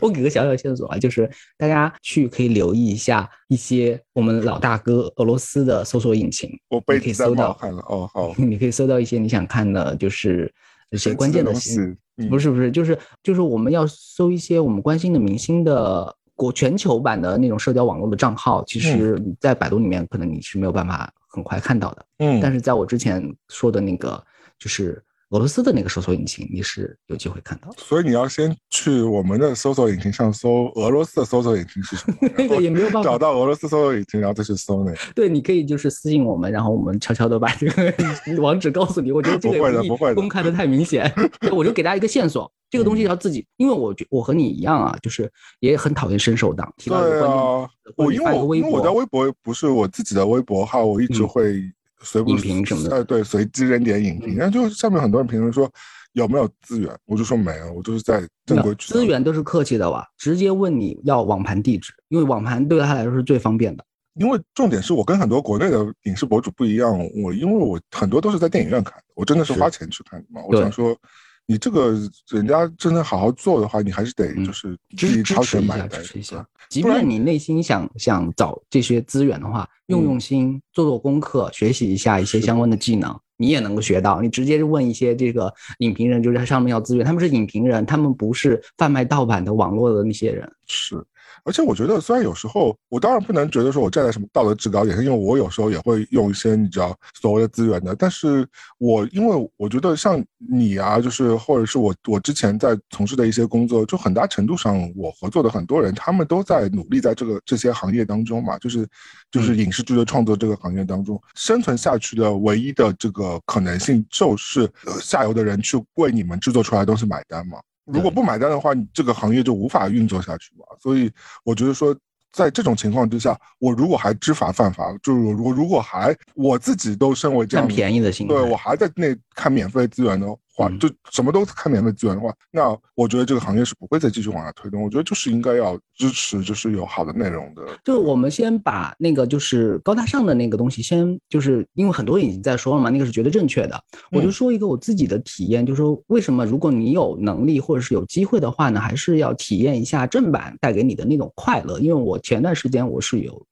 S2: 我给个小小的线索啊，就是大家去可以留意一下一些我们老大哥俄罗斯的搜索引擎，
S1: 我被
S2: [LAUGHS] 你可以
S1: 子在
S2: 搜
S1: 冒
S2: 到
S1: 汗了。哦，好，
S2: 你可以搜到一些你想看的，就是一些
S1: 神奇
S2: 关键
S1: 的
S2: 的
S1: 东西
S2: 信。
S1: 嗯
S2: 不是不是，就是就是我们要搜一些我们关心的明星的国全球版的那种社交网络的账号，其实你在百度里面可能你是没有办法很快看到的。
S1: 嗯，
S2: 但是在我之前说的那个，就是俄罗斯的那个搜索引擎，你是有机会看到的。
S1: 所以你要先去我们的搜索引擎上搜俄罗斯的搜索引擎是什
S2: [LAUGHS]
S1: 么，
S2: [LAUGHS] 那个也没有办
S1: 找
S2: 法，
S1: 到俄罗斯搜索引擎，然后再去搜那个。
S2: 对，你可以就是私信我们，然后我们悄悄的把这个 [LAUGHS] 网址告诉你。我觉得这个
S1: 不会的
S2: 容易
S1: 不会的
S2: 公开的太明
S1: [LAUGHS]
S2: 显，对我就给大家一个线索，这个东西要自己，因为我觉我和你一样啊，就是也很讨厌伸手党，提到
S1: 对
S2: 一个观众
S1: 啊，
S2: 或者
S1: 我
S2: 你
S1: 因
S2: 发
S1: 为
S2: 一个
S1: 我
S2: 微
S1: 因为我
S2: 博
S1: 在微博不是我自己的微博号，我一直
S2: 嗯
S1: 会随不
S2: 影评什么的
S1: 呃，对，随机扔点影评，
S2: 嗯
S1: 然后就上面很多人评论说有没有资源，我就说没有，我就是在正
S2: 那
S1: 规渠道
S2: 资源都是客气的吧，直接问你要网盘地址，因为网盘对他来说是最方便的。
S1: 因为重点是我跟很多国内的影视博主不一样，我因为我很多都是在电影院看的，我真的是
S2: 是
S1: 花钱去看的嘛。我
S2: 对
S1: 想说，你这个人家真的好好做的话，你还是得
S2: 嗯
S1: 就是自己
S2: 支支
S1: 掏
S2: 持
S1: 钱
S2: 一
S1: 买
S2: 下，
S1: 的
S2: 支。持
S1: 对
S2: 一下。即
S1: 不然嗯
S2: 便你内心想想找这些资源的话，用用心做做功课，学习一下一些
S1: 是
S2: 相关的技能，你也能够学到。你直接就问一些这个影评人，就是他上面要资源，他们是影评人，他们不是贩卖盗版的网络的那些人。
S1: 是，而且我觉得，虽然有时候我当然不能觉得说我站在什么道德制高点上，因为我有时候也会用一些你知道所谓的资源的，但是我因为我觉得像你啊，就是或者是我我之前在从事的一些工作，就很大程度上我合作的很多人，他们都在努力在这个这些行业当中嘛，就是就是影视剧的创作这个行业当中生存下去的唯一的这个可能性，就是呃下游的人去为你们制作出来的东西买单嘛。如果
S2: 对
S1: 不买单的话，你这个行业就无法运作下去嘛。所以我觉得说，在这种情况之下，我如果还知法犯法，就是我如如果还我自己都身为这
S2: 占
S1: 样
S2: 便宜的心态，
S1: 对我还在那看免费资源的话，
S2: 嗯
S1: 就什么都看免费资源的话，那我觉得这个行业是不会再继续往下推动。我觉得就是应该要支持，就是有好的内容的。
S2: 就是我们先把那个就是高大上的那个东西先，就是因为很多人已经在说了嘛，那个是绝对正确的。我就说一个我自己的体验，就是说为什么如果你有能力或者是有机会的话呢，还是要体验一下正版带给你的那种快乐。因为我前段时间我是有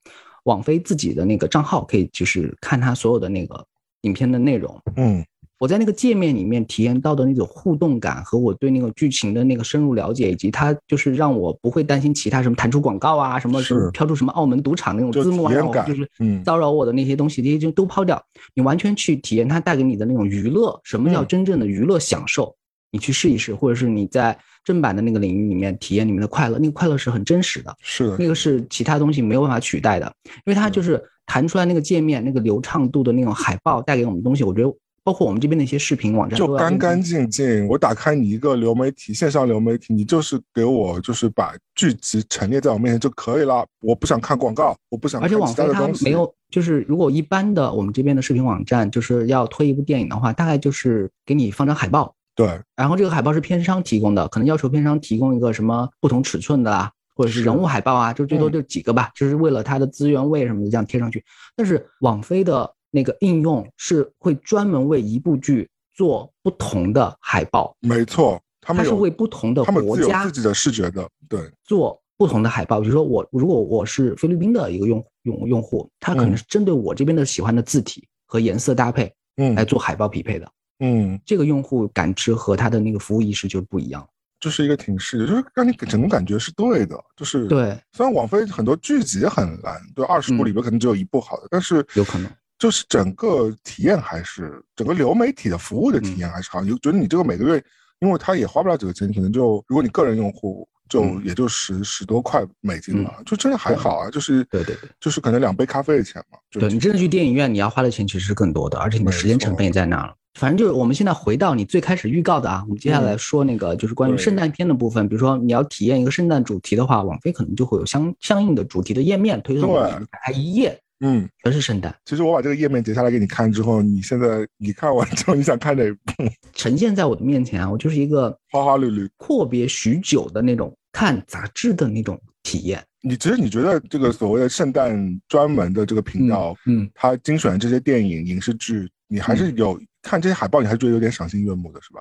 S2: 网飞自己的那个账号，可以就是看他所有的那个影片的内容。
S1: 嗯
S2: 我在那个界面里面体验到的那种互动感和我对那个剧情的那个深入了解，以及它就是让我不会担心其他什么弹出广告啊，什么什
S1: 是
S2: 么飘出什么澳门赌场那种
S1: 就
S2: 字幕啊，
S1: 体验
S2: 让我
S1: 感
S2: 就是
S1: 嗯
S2: 骚扰我的那些东西，这些就都抛掉，你完全去体验它带给你的那种娱乐，什么叫
S1: 嗯
S2: 真正的娱乐享受，你去试一试，或者是你在正版的那个领域里面体验里面的快乐，那个快乐是很真实的。
S1: 是的，
S2: 那个是其他东西没有办法取代的，因为
S1: 嗯
S2: 它就是弹出来那个界面、那个流畅度的那种海报带给我们的东西，我觉得包括我们这边的一些视频网站
S1: 就
S2: 都要
S1: 干
S2: 认真
S1: 干净净。我打开你一个流媒体，线上流媒体，你就是给我就是把剧集陈列在我面前就可以了。我不想看广告，我不想看
S2: 而且网
S1: 其他
S2: 飞
S1: 的
S2: 它
S1: 东西。
S2: 没有，就是如果一般的我们这边的视频网站就是要推一部电影的话，大概就是给你放张海报，
S1: 对，
S2: 然后这个海报是片商提供的，可能要求片商提供一个什么不同尺寸的啦，或者是
S1: 是
S2: 人物海报啊，就最多
S1: 嗯
S2: 就几个吧，就是为了它的资源位什么的这样贴上去。但是网飞的那个应用是会专门为一部剧做不同的海报，
S1: 没错，他
S2: 它
S1: 们
S2: 是
S1: 有
S2: 为不同的
S1: 他们
S2: 国
S1: 自有
S2: 家哎
S1: 自己的视觉的，对，
S2: 做不同的海报。比如说我如果我是菲律宾的一个用户用用户，他可能
S1: 嗯
S2: 是针对我这边的喜欢的字体和颜色搭配
S1: 嗯
S2: 来做海报匹配的。
S1: 嗯，
S2: 这个用户感知和他的那个服务意识就不一样。
S1: 就是一个挺视觉，就是让你整个感觉是对的，就是
S2: 对，
S1: 虽然网飞很多剧集很烂，对，二十部
S2: 嗯
S1: 里边可能只有一部好的，但是
S2: 有可能
S1: 就是整个体验还是整个流媒体的服务的
S2: 嗯
S1: 体验还是好，有觉得你这个每个月，因为它也花不了几个钱，可能就如果你个人用户就
S2: 嗯
S1: 也就十、十多块美金吧，就真的还好啊，就是
S2: 对对对，
S1: 就是可能两杯咖啡的钱嘛，就
S2: 对你真的去电影院，你要花的钱其实是更多的，而且你的时间成本也在那儿了。反正就是我们现在回到你最开始预告的啊，我们接下来说那个就是关于
S1: 嗯对
S2: 圣诞片的部分，比如说你要体验一个圣诞主题的话，网飞可能就会有相相应的主题的页面推送给
S1: 对
S2: 你，打开一页
S1: 嗯，
S2: 全是圣诞，
S1: 其实我把这个页面截下来给你看之后，你现在你看完之后你想看哪部？
S2: 呈现在我的面前啊，我就是一个
S1: 花花绿绿。
S2: 阔别许久的那种看杂志的那种体验。
S1: 你其实你觉得这个所谓的圣诞专门的这个频道，
S2: 嗯，
S1: 它精选这些电影、影视剧，你还是有、看这些海报，你还是觉得有点赏心悦目的是吧？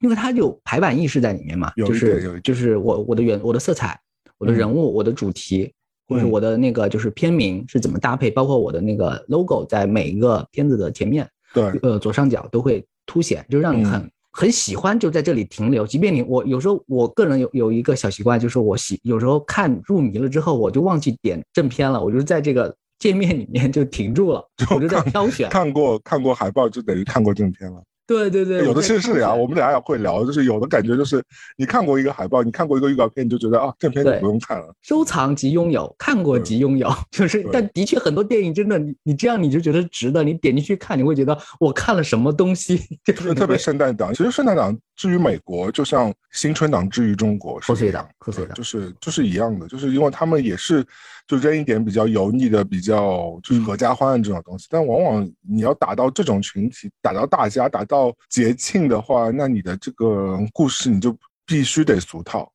S2: 因为它有排版意识在里面嘛，
S1: 有
S2: 就
S1: 一点有一
S2: 是
S1: 点
S2: 就是我我的原我的色彩、我的人物、我的主题，或者是
S1: 嗯
S2: 我的那个就是片名是怎么搭配，包括我的那个 logo 在每一个片子的前面，
S1: 对，
S2: 呃左上角都会凸显，就让你
S1: 嗯
S2: 很、很喜欢就在这里停留。即便你我有时候我个人有有一个小习惯，就是我喜有时候看入迷了之后，我就忘记点正片了，我就在这个界面里面就停住了，我就在挑选。
S1: 看过看过海报就等于看过正片了。
S2: 对对对，
S1: 有
S2: 我
S1: 的
S2: 在
S1: 是是
S2: 挑
S1: 呀、
S2: 选
S1: 我们等下也会聊，就是有的感觉就是你看过一个海报，你看过一个预告片，你就觉得啊，正片就
S2: 对
S1: 不用看了。
S2: 收藏即拥有，看过即拥有， [LAUGHS] 就是
S1: 对，
S2: 但的确很多电影真的，你你这样你就觉得值得，你点进去看，你会觉得我看了什么东西，就
S1: 就是是特别圣诞档，其实圣诞档至于美国，就像新春档至于中国是
S2: 贺岁
S1: 一样
S2: 档贺岁
S1: 对
S2: 档
S1: 就是就是一样的，就是因为他们也是就扔一点比较油腻的、比较就是
S2: 嗯
S1: 合家欢的这种东西，但往往你要打到这种群体，打到大家，打到节庆的话，那你的这个故事你就必须得俗套，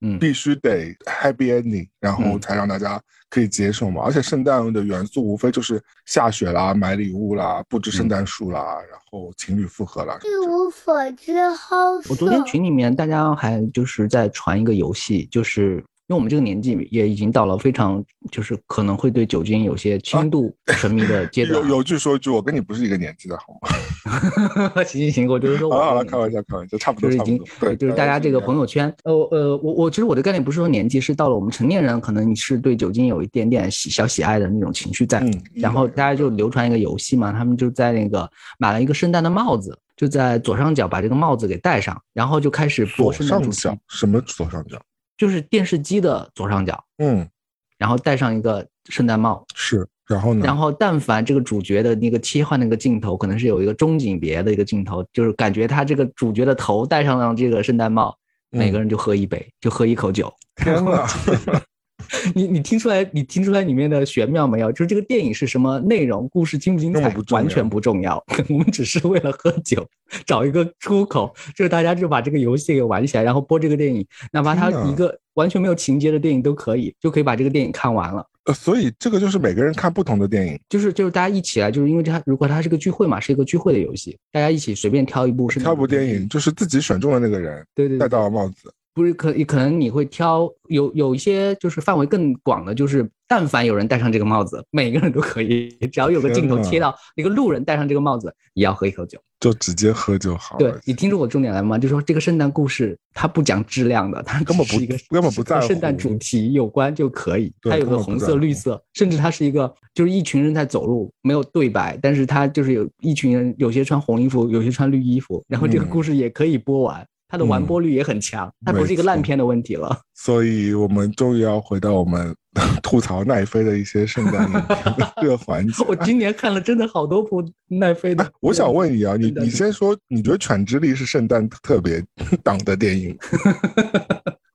S2: 嗯
S1: 必须得 happy ending，然后
S2: 嗯
S1: 才让大家可以接受嘛。而且圣诞的元素无非就是下雪啦、买礼物啦、布置圣
S2: 嗯
S1: 诞树啦，然后情侣复合啦。
S3: 一无所知好色。
S2: 我昨天群里面大家还就是在传一个游戏，就是因为我们这个年纪也已经到了非常就是可能会对酒精有些轻度沉迷的阶段
S1: 啊有
S2: 啊。 [LAUGHS]
S1: 有句说一句，我跟你不是一个年纪的，好吗？
S2: 行行行，我就是说
S1: 好
S2: 我
S1: 了好
S2: 这
S1: 了，开玩
S2: 个年纪
S1: 笑，开玩笑，差不
S2: 就
S1: 多
S2: 是已
S1: 差不
S2: 经
S1: 多。对，
S2: 就是大家这个朋
S1: 友，
S2: 友圈，呃呃，我我其实我的概念不是说年纪，是到了我们成年人，可能你是对酒精有一点点喜小喜爱的那种情绪在。
S1: 嗯，
S2: 然后大家就流传一个游戏嘛，他们就在那个买了一个圣诞的帽子，就在左上角把这个帽子给戴上，然后就开始
S1: 左
S2: 播圣诞
S1: 上
S2: 主题
S1: 角，什么左上角？
S2: 就是电视机的左上角，
S1: 嗯，
S2: 然后戴上一个圣诞帽，
S1: 是。然后呢？嗯
S2: 然后但凡这个主角的那个切换那个镜头，可能是有一个中景别的一个镜头，就是感觉他这个主角的头戴上了这个圣诞帽，
S1: 嗯
S2: 每个人就喝一杯，就喝一口酒。
S1: 天哪！
S2: 你你听出来，你听出来里面的玄妙没有？就是这个电影是什么内容，故事精不精
S1: 根本
S2: 彩
S1: 不，重要
S2: 完全不重要。 [LAUGHS] 我们只是为了喝酒，找一个出口，就是大家就把这个游戏给玩起来，然后播这个电影，哪怕它
S1: 天哪
S2: 一个完全没有情节的电影都可以，就可以把这个电影看完了。
S1: 呃，所以这个就是每个人看不同的电影，
S2: 就是就是大家一起来，就是因为它如果它是个聚会嘛，是一个聚会的游戏，大家一起随便挑一部是
S1: 挑部电影，就是自己选中的那个人
S2: 对对
S1: 戴
S2: 对，
S1: 到了帽子。
S2: 不是可可能你会挑有有一些就是范围更广的，就是但凡有人戴上这个帽子， [LAUGHS] 每个人都可以，只要有个镜头
S1: 天哪
S2: 切到一个路人戴上这个帽子，也要喝一口酒。
S1: 就直接喝就好
S2: 对
S1: 了，
S2: 你听出我重点来吗？就说这个圣诞故事它不讲质量的，它
S1: 根本
S2: 只 [LAUGHS] 是
S1: 不
S2: 一个
S1: 根本不
S2: 只
S1: 在
S2: 和圣诞
S1: 乎
S2: 主题有关就可以。
S1: 对
S2: 它有
S1: 根
S2: 个
S1: 本不
S2: 红
S1: 在
S2: 色、绿
S1: 乎
S2: 色，甚至它是一个就是一群人在走路，没有对白，但是它就是有一群人，有些穿红衣服，有些穿绿衣服，然后这个
S1: 嗯
S2: 故事也可以播完，它的完
S1: 嗯
S2: 播率也很强，它
S1: 没
S2: 不是一个烂
S1: 错
S2: 片的问题了。
S1: 所以我们终于要回到我们 [LAUGHS] 吐槽奈飞的一些圣诞影片的这个环节。
S2: [LAUGHS] 我今年看了真的好多部奈飞的
S1: 哎。我想问你啊，你
S2: 圣诞
S1: 你
S2: 主
S1: 先说，你觉得《犬之力》是圣诞特别 [LAUGHS] 档的电
S2: [LAUGHS]
S1: 影吗？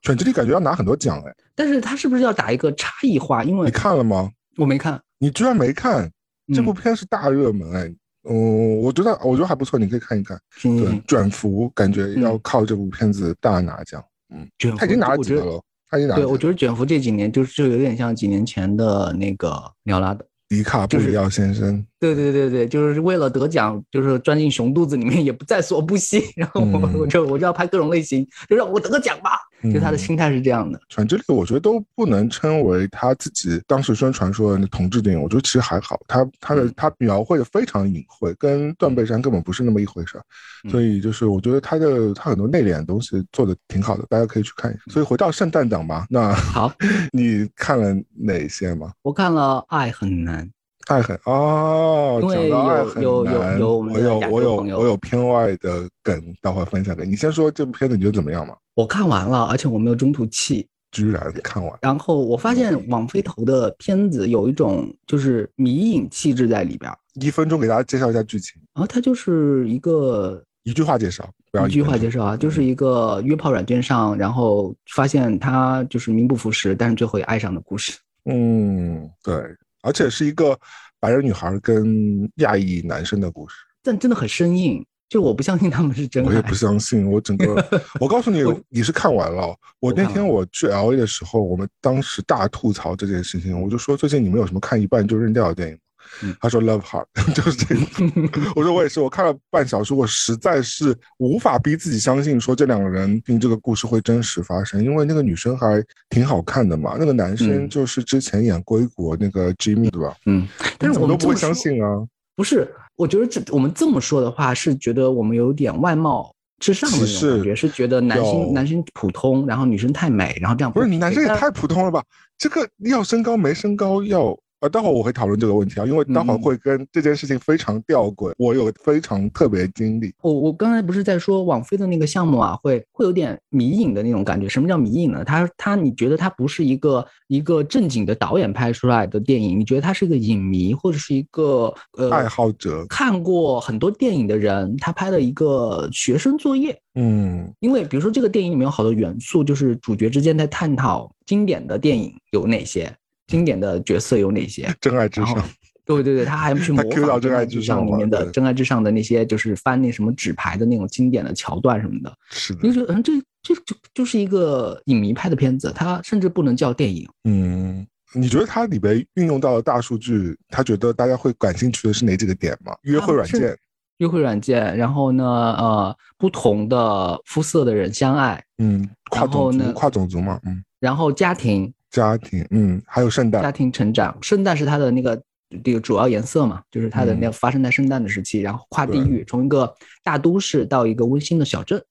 S1: 犬之力感觉要拿很多奖哎，
S2: 但是它是不是要打一个差异化？因
S1: 你
S2: 为
S1: 看了吗？
S2: 我没看
S1: 你居然没看，这部
S2: 嗯
S1: 片是大热门哎。嗯，我觉得我觉得还不错，你可以看一看。
S2: 行行
S1: 对，
S2: 行
S1: 转服感觉要
S2: 嗯
S1: 靠这部片子大拿奖。嗯，
S2: 卷
S1: 他已经
S2: 福
S1: 拿了
S2: 我
S1: 几
S2: 觉
S1: 个
S2: 得
S1: 了，他已经拿了
S2: 对，
S1: 几
S2: 我
S1: 个
S2: 觉得卷福这几年就是就有点像几年前的那个鸟拉的。
S1: 迪卡布里奥先生。
S2: 对对对对，就是为了得奖，就是钻进熊肚子里面也不在所不惜。然后我
S1: 嗯
S2: 我就我就要拍各种类型，就让我得个奖吧。就他的
S1: 嗯
S2: 心态是这样的。
S1: 犬之力，我觉得都不能称为他自己当时宣传说的那同志电影，我觉得其实还好，他他
S2: 嗯
S1: 的他描绘的非常隐晦，跟《断背山》根本不是那么一回事儿，
S2: 嗯
S1: 所以就是我觉得他的他很多内敛的东西做的挺好的，大家可以去看一下。所以回到圣诞档吧，那 [LAUGHS]
S2: 好，
S1: 你看了哪些吗？
S2: 我看了《爱很难》，
S1: 爱很哦，讲
S2: 对
S1: 到爱很
S2: 有有有
S1: 难
S2: 有我们
S1: 我
S2: 的
S1: 有
S2: 亚
S1: 我
S2: 洲
S1: 有
S2: 朋友
S1: 我有片外的梗，待会儿分享给你。你先说这部片子你觉得怎么样嘛？
S2: 我看完了，而且我没有中途弃。
S1: 居然看完，
S2: 然后我发现网飞投的片子有一种就是迷影气质在里边儿，
S1: 一分钟给大家介绍一下剧情，
S2: 然后它就是一个
S1: 一句话介绍，不要
S2: 一句话介
S1: 绍。
S2: 绍啊，就是一个约炮软件上，然后发现他就是名不副实，但是最后也爱上的故事。
S1: 嗯，对，而且是一个白人女孩跟亚裔男生的故事。
S2: 但真的很生硬，就我不相信他们是真
S1: 我也
S2: 爱
S1: 不。相信，我整
S2: [LAUGHS]
S1: 个，我告诉你，你是看完了。我
S2: 我
S1: 那
S2: 看
S1: 天
S2: 完了
S1: 我去 L A 的时候，我们当时大吐槽这件事情，我就说最近你们有什么看一半就扔掉的电影吗？
S2: 嗯
S1: 他说 Love Hard [LAUGHS] 就是这
S2: [LAUGHS]
S1: 个，我说我也是，我看了半小时，我实在是无法逼自己相信说这两个人并这个故事会真实发生，因为那个女生还挺好看的嘛，那个男生
S2: 嗯
S1: 就是之前演归国那个 Jimmy 对吧？ [LAUGHS]
S2: 嗯，但是
S1: 怎么都
S2: 我们
S1: 不
S2: 这么
S1: 会相
S2: 说
S1: 信啊，
S2: 不是，我觉得这我们这么说的话，是觉得我们有点外貌至上的
S1: 歧
S2: 那种感
S1: 视
S2: 觉，是觉得男
S1: 有
S2: 生男生普通，然后女生太美，然后这样
S1: 不是你男生也
S2: 但
S1: 太普通了吧？这个要身高没身高要。呃，待会儿我会讨论这个问题啊，因为待会儿
S2: 嗯嗯
S1: 会跟这件事情非常吊诡。我有非常特别的经历，
S2: 我我刚才不是在说网飞的那个项目啊，会会有点迷影的那种感觉。什么叫迷影呢？它它你觉得它不是一个一个正经的导演拍出来的电影，你觉得它是一个影迷或者是一个呃
S1: 爱好者
S2: 看过很多电影的人，他拍的一个学生作业。
S1: 嗯，
S2: 因为比如说这个电影里面有好多元素，就是主角之间在探讨经典的电影有哪些，经典的角色有哪些。
S1: 真爱至
S2: 然后
S1: 上，
S2: 哦对对对，他还去模仿
S1: 他 cue 到
S2: 《真
S1: 真爱
S2: 爱
S1: 至
S2: 至
S1: 上
S2: 上》里
S1: 嘛
S2: 面的
S1: 对
S2: 《真爱至上》的那些，就是翻那什么纸牌的那种经典的桥段什么的，
S1: [LAUGHS] 是
S2: 你
S1: 的，
S2: 就觉得嗯，这这就就是一个影迷拍的片子，它甚至不能叫电影。
S1: 嗯，你觉得它里边运用到的大数据，他觉得大家会感兴趣的是哪几个点吗？约会软
S2: 哦是
S1: 件，
S2: 约会软件，然后呢，呃，不同的肤色的人相爱，
S1: 嗯，跨
S2: 然后
S1: 种族，
S2: 呢
S1: 跨种族嘛，嗯，
S2: 然后家庭，
S1: 家庭，嗯，还有圣
S2: 家
S1: 诞，
S2: 庭成长，圣诞是它的那个这个主要颜色嘛，就是它的那个发生在圣诞的时期，然后跨地
S1: 嗯对
S2: 域，从一个大都市到一个温馨的小镇，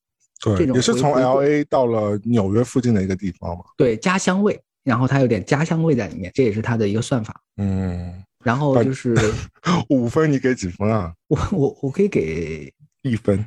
S2: 这
S1: 对，
S2: 种
S1: 也是
S2: 回
S1: 从
S2: 归
S1: L A 到了纽约附近的一个地方嘛，
S2: 对家乡味，然后它有点家乡味在里面，这也是它的一个算法。
S1: 嗯，
S2: 然后
S1: 反
S2: 就是 [LAUGHS] 嗯
S1: 五分你给几分啊？
S2: 我我我可以给
S1: 一分。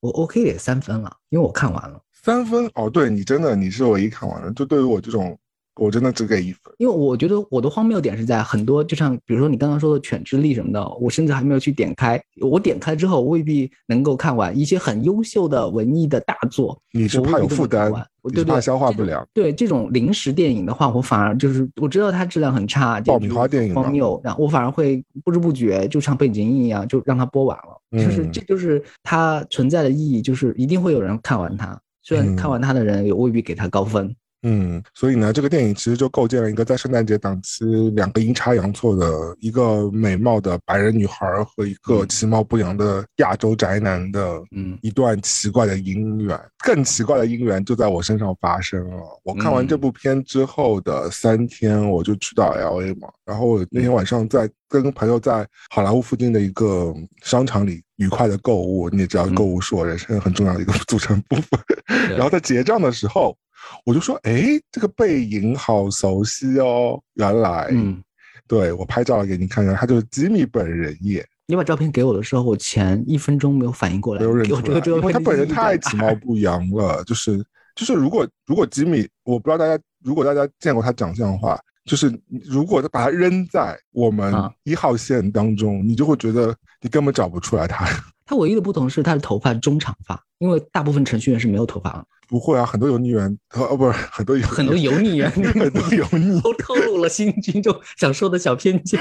S2: 我我可以给三分了，因为我看完了，
S1: 三分哦，对你真的你是唯一看完的，就对于我这种，我真的只给一分。
S2: 因为我觉得我的荒谬点是在很多，就像比如说你刚刚说的《犬之力》什么的，我甚至还没有去点开，我点开之后未必能够看完一些很优秀的文艺的大作，
S1: 你是
S2: 我未
S1: 怕有
S2: 必都
S1: 负
S2: 能看
S1: 担
S2: 完，我
S1: 你
S2: 对
S1: 是怕
S2: 对
S1: 消化不
S2: 这种
S1: 良。
S2: 对这种临时电影的话，我反而就是我知道它质量很差，
S1: 爆米花电影嘛啊
S2: 荒谬，然后我反而会不知不觉就像背景音一样就让它播完了，就是
S1: 嗯
S2: 这就是它存在的意义，就是一定会有人看完它，虽然看
S1: 嗯
S2: 完它的人也未必给它高分。
S1: 嗯，所以呢，这个电影其实就构建了一个在圣诞节档期两个阴差阳错的一个美貌的白人女孩和一个
S2: 嗯
S1: 其貌不扬的亚洲宅男的
S2: 嗯
S1: 一段奇怪的姻缘。更奇怪的姻缘就在我身上发生了。我看完这
S2: 嗯
S1: 部片之后的三天，我就去到 L A 嘛，然后我那
S2: 嗯
S1: 天晚上在跟朋友在好莱坞附近的一个商场里愉快的购物。你也知道，
S2: 嗯
S1: 购物是我人生很重要的一个组成部分。
S2: [LAUGHS] 对
S1: 然后在结账的时候，我就说：“哎，这个背影好熟悉哦！”原来，
S2: 嗯，
S1: 对我拍照了给你看看，他就是吉米本人耶，
S2: 你把照片给我的时候，我前一分钟没有反应过来，
S1: 没有认
S2: 给
S1: 出
S2: 我这个
S1: 来，
S2: 照
S1: 因为
S2: 片
S1: 他本人
S2: 的意义
S1: 太
S2: 在哪
S1: 其貌不扬了。就是就是，如果如果吉米，我不知道大家如果大家见过他长相的话，就是如果把他扔在我们
S2: 啊
S1: 一号线当中，你就会觉得你根本找不出来他。
S2: [LAUGHS] 他唯一的不同是他的头发是中长发，因为大部分程序员是没有头发的，
S1: 不会啊，很多油腻人，呃，不是很多油
S2: 很多油腻人啊
S1: [LAUGHS] 很多油腻，
S2: 都透露了新军众想说的小偏见。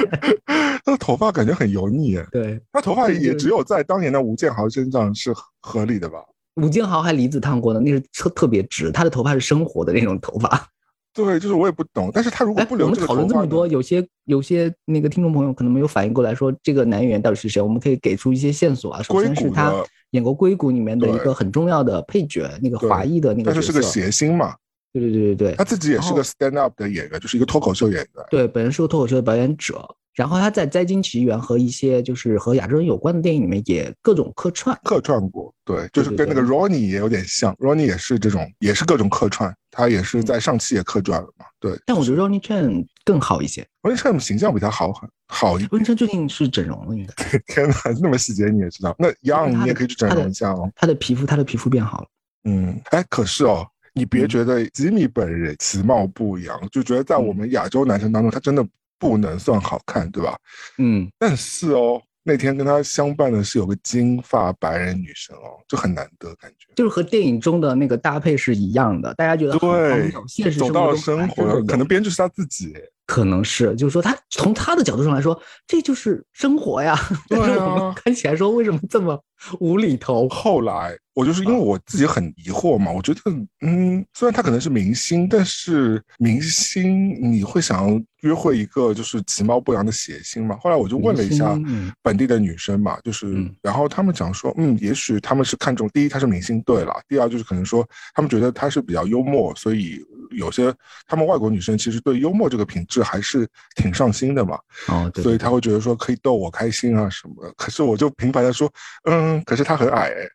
S1: 他的头发感觉很油腻耶。
S2: 对，
S1: 他头发
S2: 对
S1: 也
S2: 就
S1: 只有在当年的吴建豪身上是合合理的吧？
S2: 吴建豪还离子烫过呢，那是特特别直，他的头发是生活的那种头发。
S1: 对，就是我也不懂，但是他如果
S2: 哎，
S1: 不
S2: 我
S1: 留
S2: 们
S1: 这个
S2: 讨
S1: 头发呢，
S2: 论这么多，有些有些那个听众朋友可能没有反应过来，说这个男演员到底是谁？我们可以给出一些线索啊。首
S1: 硅
S2: 先是
S1: 谷
S2: 他
S1: 的
S2: 演过《硅谷》里面的一
S1: 对
S2: 个很重要的配角，那个
S1: 对
S2: 华裔的那个
S1: 但
S2: 角
S1: 是是
S2: 色。
S1: 个谐星嘛，
S2: 对对对对对。哦
S1: 他自己也是
S2: 然
S1: 个
S2: 后
S1: stand up 的演员，就是一个脱口秀演员。
S2: 对，本人是个脱口秀的表演者。然后他在《摘金奇缘》和一些就是和亚洲人有关的电影里面也各种客串。
S1: 客串过，对，就是
S2: 对
S1: 跟那个
S2: 对
S1: Ronnie 也有点像，Ronnie 也是这种，也是各种客串，他也是在上汽也客串了嘛。对，
S2: 嗯但我觉得 Ronnie Chang 更好一些。
S1: 温彻形象比他好很好一
S2: Ronnie Chang 最近是整容了，应该
S1: 天哪， [LAUGHS] 那么细节你也知道。那
S2: 因为
S1: Young
S2: 他的
S1: 你也可以去整容一下哦。
S2: 他的皮肤他的皮肤变好了。
S1: 嗯，哎，可是哦，你别
S2: 嗯
S1: 觉得吉米本人其貌不扬，就觉得在我们亚洲男生当中，他真的不能算好看，对吧？
S2: 嗯，
S1: 但是哦，那天跟他相伴的是有个金发白人女生哦，就很难得感觉。
S2: 就是和电影中的那个搭配是一样的，大家觉得好
S1: 对
S2: 朋友，现实
S1: 走到了
S2: 生
S1: 生活
S2: 活中还真，的
S1: 可
S2: 有
S1: 能编剧是他自己。
S2: 可能是，就是说他从他的角度上来说，这就是生活呀。 [LAUGHS]
S1: 对啊
S2: 但是我们看起来说为什么这么无厘头？
S1: 后来我
S2: 啊
S1: 就是因为我自己很疑惑嘛，我觉得，嗯，虽然他可能是明星，但是明星你会想要约会一个就是其貌不扬的谐星吗？后来我就问了一下
S2: 明星嗯
S1: 本地的女生嘛，就是，
S2: 嗯
S1: 然后他们讲说，嗯，也许他们是看重第一他是明星，对了，第二就是可能说他们觉得他是比较幽默，所以有些他们外国女生其实对幽默这个品质还是挺上心的嘛。
S2: 哦，对，
S1: 所以他会觉得说可以逗我开心啊什么的。可是我就平凡的说，嗯，可是他很矮、欸，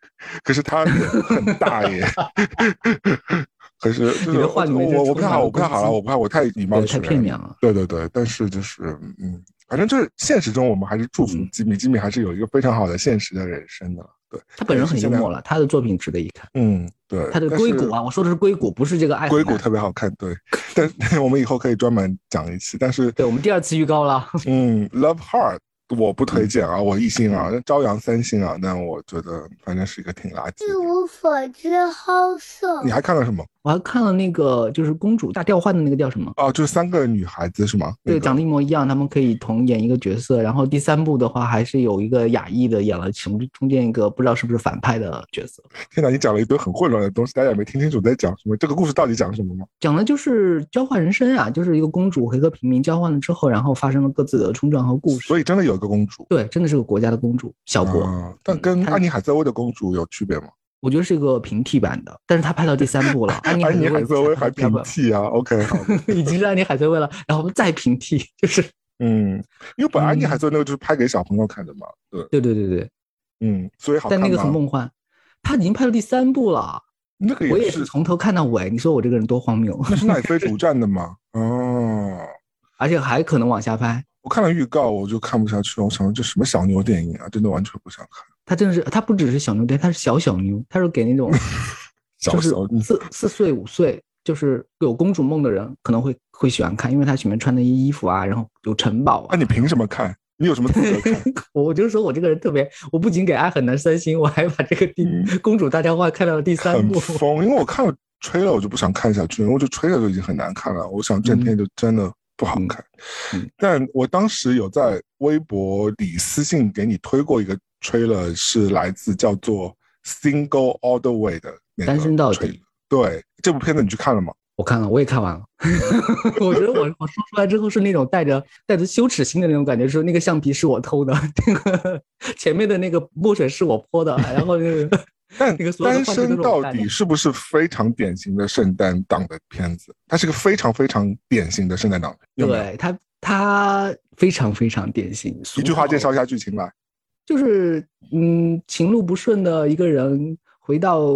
S1: 可是他脸很大
S2: [LAUGHS]
S1: 耶、可是就是
S2: 你的话里面
S1: 我
S2: 就
S1: 我不太
S2: 充满
S1: 好，我不太好了，
S2: 了攻击
S1: 我不太我太以貌
S2: 对
S1: 取
S2: 太
S1: 人，
S2: 片面了。
S1: 对对对，但是就是嗯，反正就是现实中我们还是祝福
S2: 嗯
S1: 吉米，吉米还是有一个非常好的现实的人生的。对，
S2: 他本人很幽默
S1: 了，
S2: 了，他的作品值得一看。
S1: 嗯，对，
S2: 他的
S1: 但
S2: 硅
S1: 是
S2: 谷啊，我说的是硅谷，不是这个爱
S1: 硅
S2: 很
S1: 谷
S2: 难
S1: 特别好看，对，但 [LAUGHS] 我们以后可以专门讲一期，但是
S2: 对我们第二次预告了，
S1: 嗯，Love Heart 我不推荐啊，我一星啊，
S2: 嗯
S1: 那朝阳三星啊，但我觉得反正是一个挺垃圾
S3: 一
S1: 的。
S3: 无所知好色
S1: 你。还看了什么？
S2: 我还看了那个就是公主大调换的那个叫什么？
S1: 哦，就是三个女孩子是吗？那
S2: 对，
S1: 个
S2: 长得一模一样，他们可以同演一个角色。然后第三部的话，还是有一个亚裔的演了其中中间一个不知道是不是反派的角色，
S1: 天哪，你讲了一堆很混乱的东西，大家也没听清楚在讲什么。这个故事到底讲什么吗？
S2: 讲的就是交换人生啊，就是一个公主和一个平民交换了之后，然后发生了各自的冲撞和故事。
S1: 所以真的有一个公主
S2: 对，真的是个国家的公主，小国，
S1: 啊，但跟
S2: 嗯她
S1: 安妮海瑟薇的公主有区别吗？
S2: 我觉得是一个平替版的，但是她拍到第三
S1: [LAUGHS]
S2: 部了，安妮
S1: 安妮海瑟
S2: 瑟
S1: 薇
S2: 薇
S1: 还平替啊，OK，好，
S2: [LAUGHS] 已经是安妮海瑟薇了，然后我们再平替，就是
S1: 嗯，因为本来安妮
S2: 嗯
S1: 海瑟薇那个就是拍给小朋友看的嘛，对，
S2: 对对对对，
S1: 嗯，所以好看
S2: 但
S1: 吗？
S2: 那个很梦幻，她已经拍到第三部了，
S1: 那个
S2: 我也
S1: 也
S2: 是
S1: 是，
S2: 从头看到尾，你说我这个人多荒谬，
S1: 那是奈飞独占的嘛，哦。
S2: 而且还可能往下拍。
S1: 我看了预
S2: 嗯
S1: 告，我就看不下去了。我想说这什么小牛电影啊，真的完全不想看。
S2: 她真的是，她不只是小牛癫，她是小小妞，她是给那种
S1: [LAUGHS] 小小
S2: 就是四四岁五岁，就是有公主梦的人可能会会喜欢看，因为她喜欢穿的衣服啊，然后有城堡
S1: 那、
S2: 啊。
S1: 你凭什么看？你有什么资格
S2: [LAUGHS]
S1: 看？
S2: 我我就是说我这个人特别，我不仅给《爱很难》三星，我还把这个第、
S1: 嗯
S2: 公主大家话看到了第三
S1: 很
S2: 部。
S1: 疯，因为我看了吹了，我就不想看下去，因为我就吹了就已经很难看了。我想这片就真的不好看。
S2: 嗯嗯
S1: 但我当时有在微博里私信给你推过一个吹了，是来自叫做 Single All the Way 的那个
S2: 单身到底
S1: trailer。对，这部片子你去看了吗？
S2: 我看了，我也看完了。 [LAUGHS] 我觉得我我说出来之后是那种带着带着羞耻心的那种感觉，说那个橡皮是我偷的，这个 [LAUGHS] 前面的那个墨水是我泼的，然后那个
S1: 但
S2: 那个所有
S1: 单
S2: 的话题都
S1: 身
S2: 是
S1: 到
S2: 我干的
S1: 底是不是非常典型的圣诞档的片子？它是个非常非常典型的圣诞档。有没有，
S2: 对他他非常非常典型。俗
S1: 一句话介
S2: 套
S1: 绍一下剧情来：
S2: 就是嗯，情路不顺的一个人回到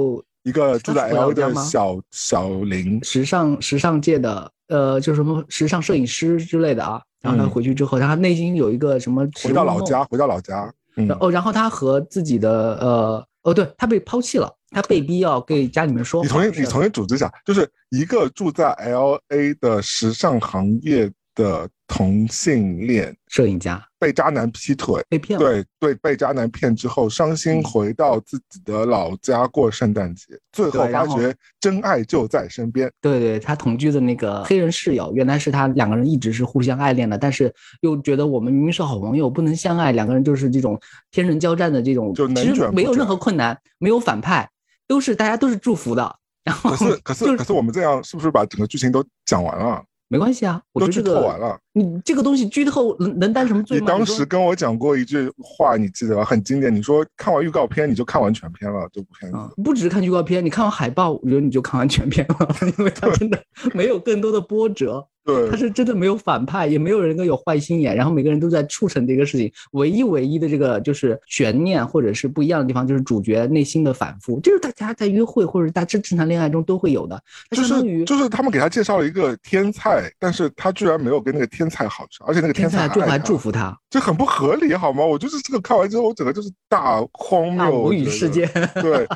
S1: 一个住在
S2: 是老
S1: L
S2: 家
S1: 的
S2: 吗
S1: 小小林，
S2: 时尚时尚界的呃，就是什么时尚摄影师之类的啊。然后他
S1: 嗯
S2: 回去之后，他内心有一个什么
S1: 回到
S2: 植物
S1: 老
S2: 梦
S1: 家，回到老家。嗯，
S2: 然哦，然后他和自己的呃哦，对他被抛弃了，他被逼要给家里面说
S1: 你重
S2: 谎
S1: 新你重新组织一下，就是一个住在 L A 的时尚行业的同性恋
S2: 摄影家
S1: 被渣男劈腿，
S2: 被骗了，
S1: 对对，被渣男骗之后，伤心
S2: 嗯
S1: 回到自己的老家过圣诞节，最后
S2: 对然
S1: 发
S2: 后
S1: 觉真爱就在身
S2: [LAUGHS]
S1: 边。
S2: 对对，他同居的那个黑人室友，原来是他两个人一直是互相爱恋的，但是又觉得我们明明是好朋友，不能相爱，两个人就是这种天人交战的这种，
S1: 就能
S2: 其
S1: 卷
S2: 实
S1: 不
S2: 没有任何
S1: 卷
S2: 困难，没有反派，都是大家都是祝福的。然后
S1: 可是可是可是我们这样是不是把整个剧情都讲完了，
S2: 没关系啊，我
S1: 都
S2: 觉得
S1: 剧
S2: 这
S1: 透
S2: 个
S1: 完了？
S2: 你这个东西剧透能能担什么罪
S1: 你
S2: 吗？
S1: 当
S2: 说
S1: 时跟我讲过一句话，你记得吧？很经典，你说看完预告片你就看完全片了，这部片子。
S2: 啊、不只是 [LAUGHS] 看预告片，你看完海报，我觉得你就看完全片了，因为它真的没有更多的波折。
S1: 对
S2: 他，是真的没有反派，也没有人跟有坏心眼，然后每个人都在促成这个事情。唯一唯一的这个就是悬念或者是不一样的地方，就是主角内心的反复，这是大家在约会或者大正正常恋爱中都会有的。它
S1: 就
S2: 相当于
S1: 是就是他们给他介绍了一个天菜，但是他居然没有跟那个天菜好上，而且那个
S2: 天
S1: 菜
S2: 才最后
S1: 爱
S2: 还
S1: 他
S2: 祝福他，
S1: 这很不合理好吗？我就是这个看完之后，我整个就是大荒
S2: 啊，
S1: 谬，
S2: 无语
S1: 我觉
S2: 世
S1: 得
S2: 界。
S1: [LAUGHS] 对，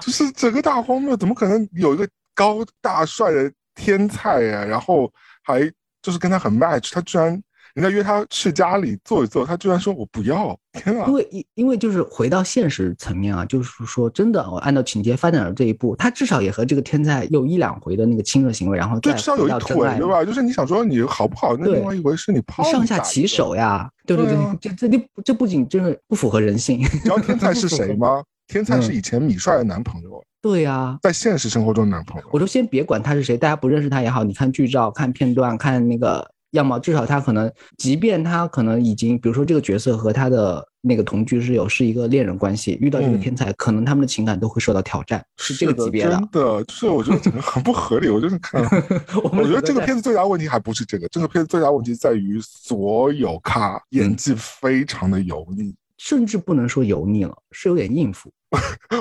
S1: 就是整个大荒谬，怎么可能有一个高大帅的天才呀、然后还就是跟他很 match，他居然人家约他去家里坐一坐，他居然说我不要，天啊
S2: 因！为因因为就是回到现实层面啊，就是说真的，我按照情节发展到这一步，他至少也和这个天才有一两回的那个亲热行为，然后
S1: 就
S2: 再
S1: 至少
S2: 回
S1: 有一
S2: 到
S1: 腿
S2: 真爱，
S1: 对吧？就是你想说你好不好，那
S2: 对
S1: 另外一回是你泡
S2: 上下
S1: 你打一
S2: 其
S1: 个
S2: 手，呀，对
S1: 对
S2: 对
S1: 啊
S2: 对，这这这这不仅就是不符合人性，
S1: 你知道天才是谁
S2: [LAUGHS]
S1: 吗？天才是
S2: 嗯
S1: 以前米帅的男朋友，
S2: 对呀。
S1: 在现实生活中的男朋友。
S2: 我都先别管他是谁，大家不认识他也好，你看剧照、看片段、看那个样貌，至少他可能，即便他可能已经，比如说这个角色和他的那个同居室友是一个恋人关系，遇到这个
S1: 嗯
S2: 天才，可能他们的情感都会受到挑战，是这个
S1: 的
S2: 级别嗯
S1: 真的，就是我觉得整个很不合理，我就是看了。
S2: [LAUGHS]
S1: 我
S2: 我们
S1: 觉得这个
S2: 在嗯
S1: 片子最大的问题还不是这个，这个片子最大的问题在于所有咖演技非常的油腻，
S2: 甚至不能说油腻了，是有点应付。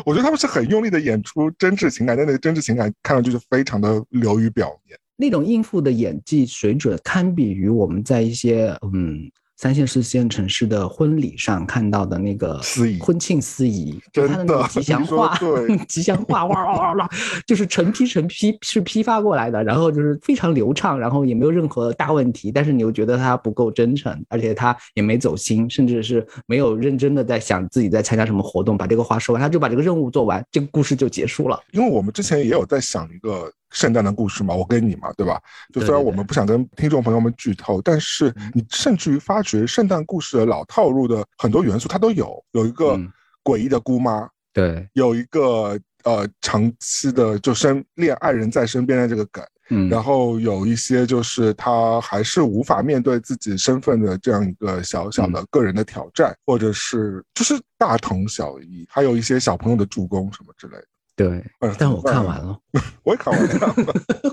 S1: 我觉得他们是很用力的演出真挚情感，但那个真挚情感看上去就非常的流于表面。
S2: 那种应付的演技水准，堪比于我们在一些嗯三线、四线城市的婚礼上看到的那个
S1: 司仪
S2: 婚庆司仪，
S1: 真的
S2: 就他的那种吉祥话
S1: [LAUGHS] 你说对，
S2: [LAUGHS] 吉祥话，哇哇哇哇，就是成批成批是批发过来的，然后就是非常流畅，然后也没有任何大问题，但是你又觉得他不够真诚，而且他也没走心，甚至是没有认真的在想自己在参加什么活动，把这个话说完，他就把这个任务做完，这个故事就结束了。
S1: 因为我们之前也有在想一个圣诞的故事嘛，我跟你嘛，对吧？就虽然
S2: 对对对嗯
S1: 我们不想跟听众朋友们剧透，但是你甚至于发觉圣诞故事的老套路的很多元素它都有，有一个
S2: 嗯
S1: 诡异的姑妈，
S2: 对，
S1: 有一个呃长期的就身恋爱人在身边的这个梗，
S2: 嗯
S1: 然后有一些就是他还是无法面对自己身份的这样一个小
S2: 嗯
S1: 小的个人的挑战，或者是就是大同小异，还有一些小朋友的助攻什么之类的。
S2: 对，
S1: 呃
S2: 但我看完，了。
S1: 我也看完
S2: [LAUGHS]
S1: 了，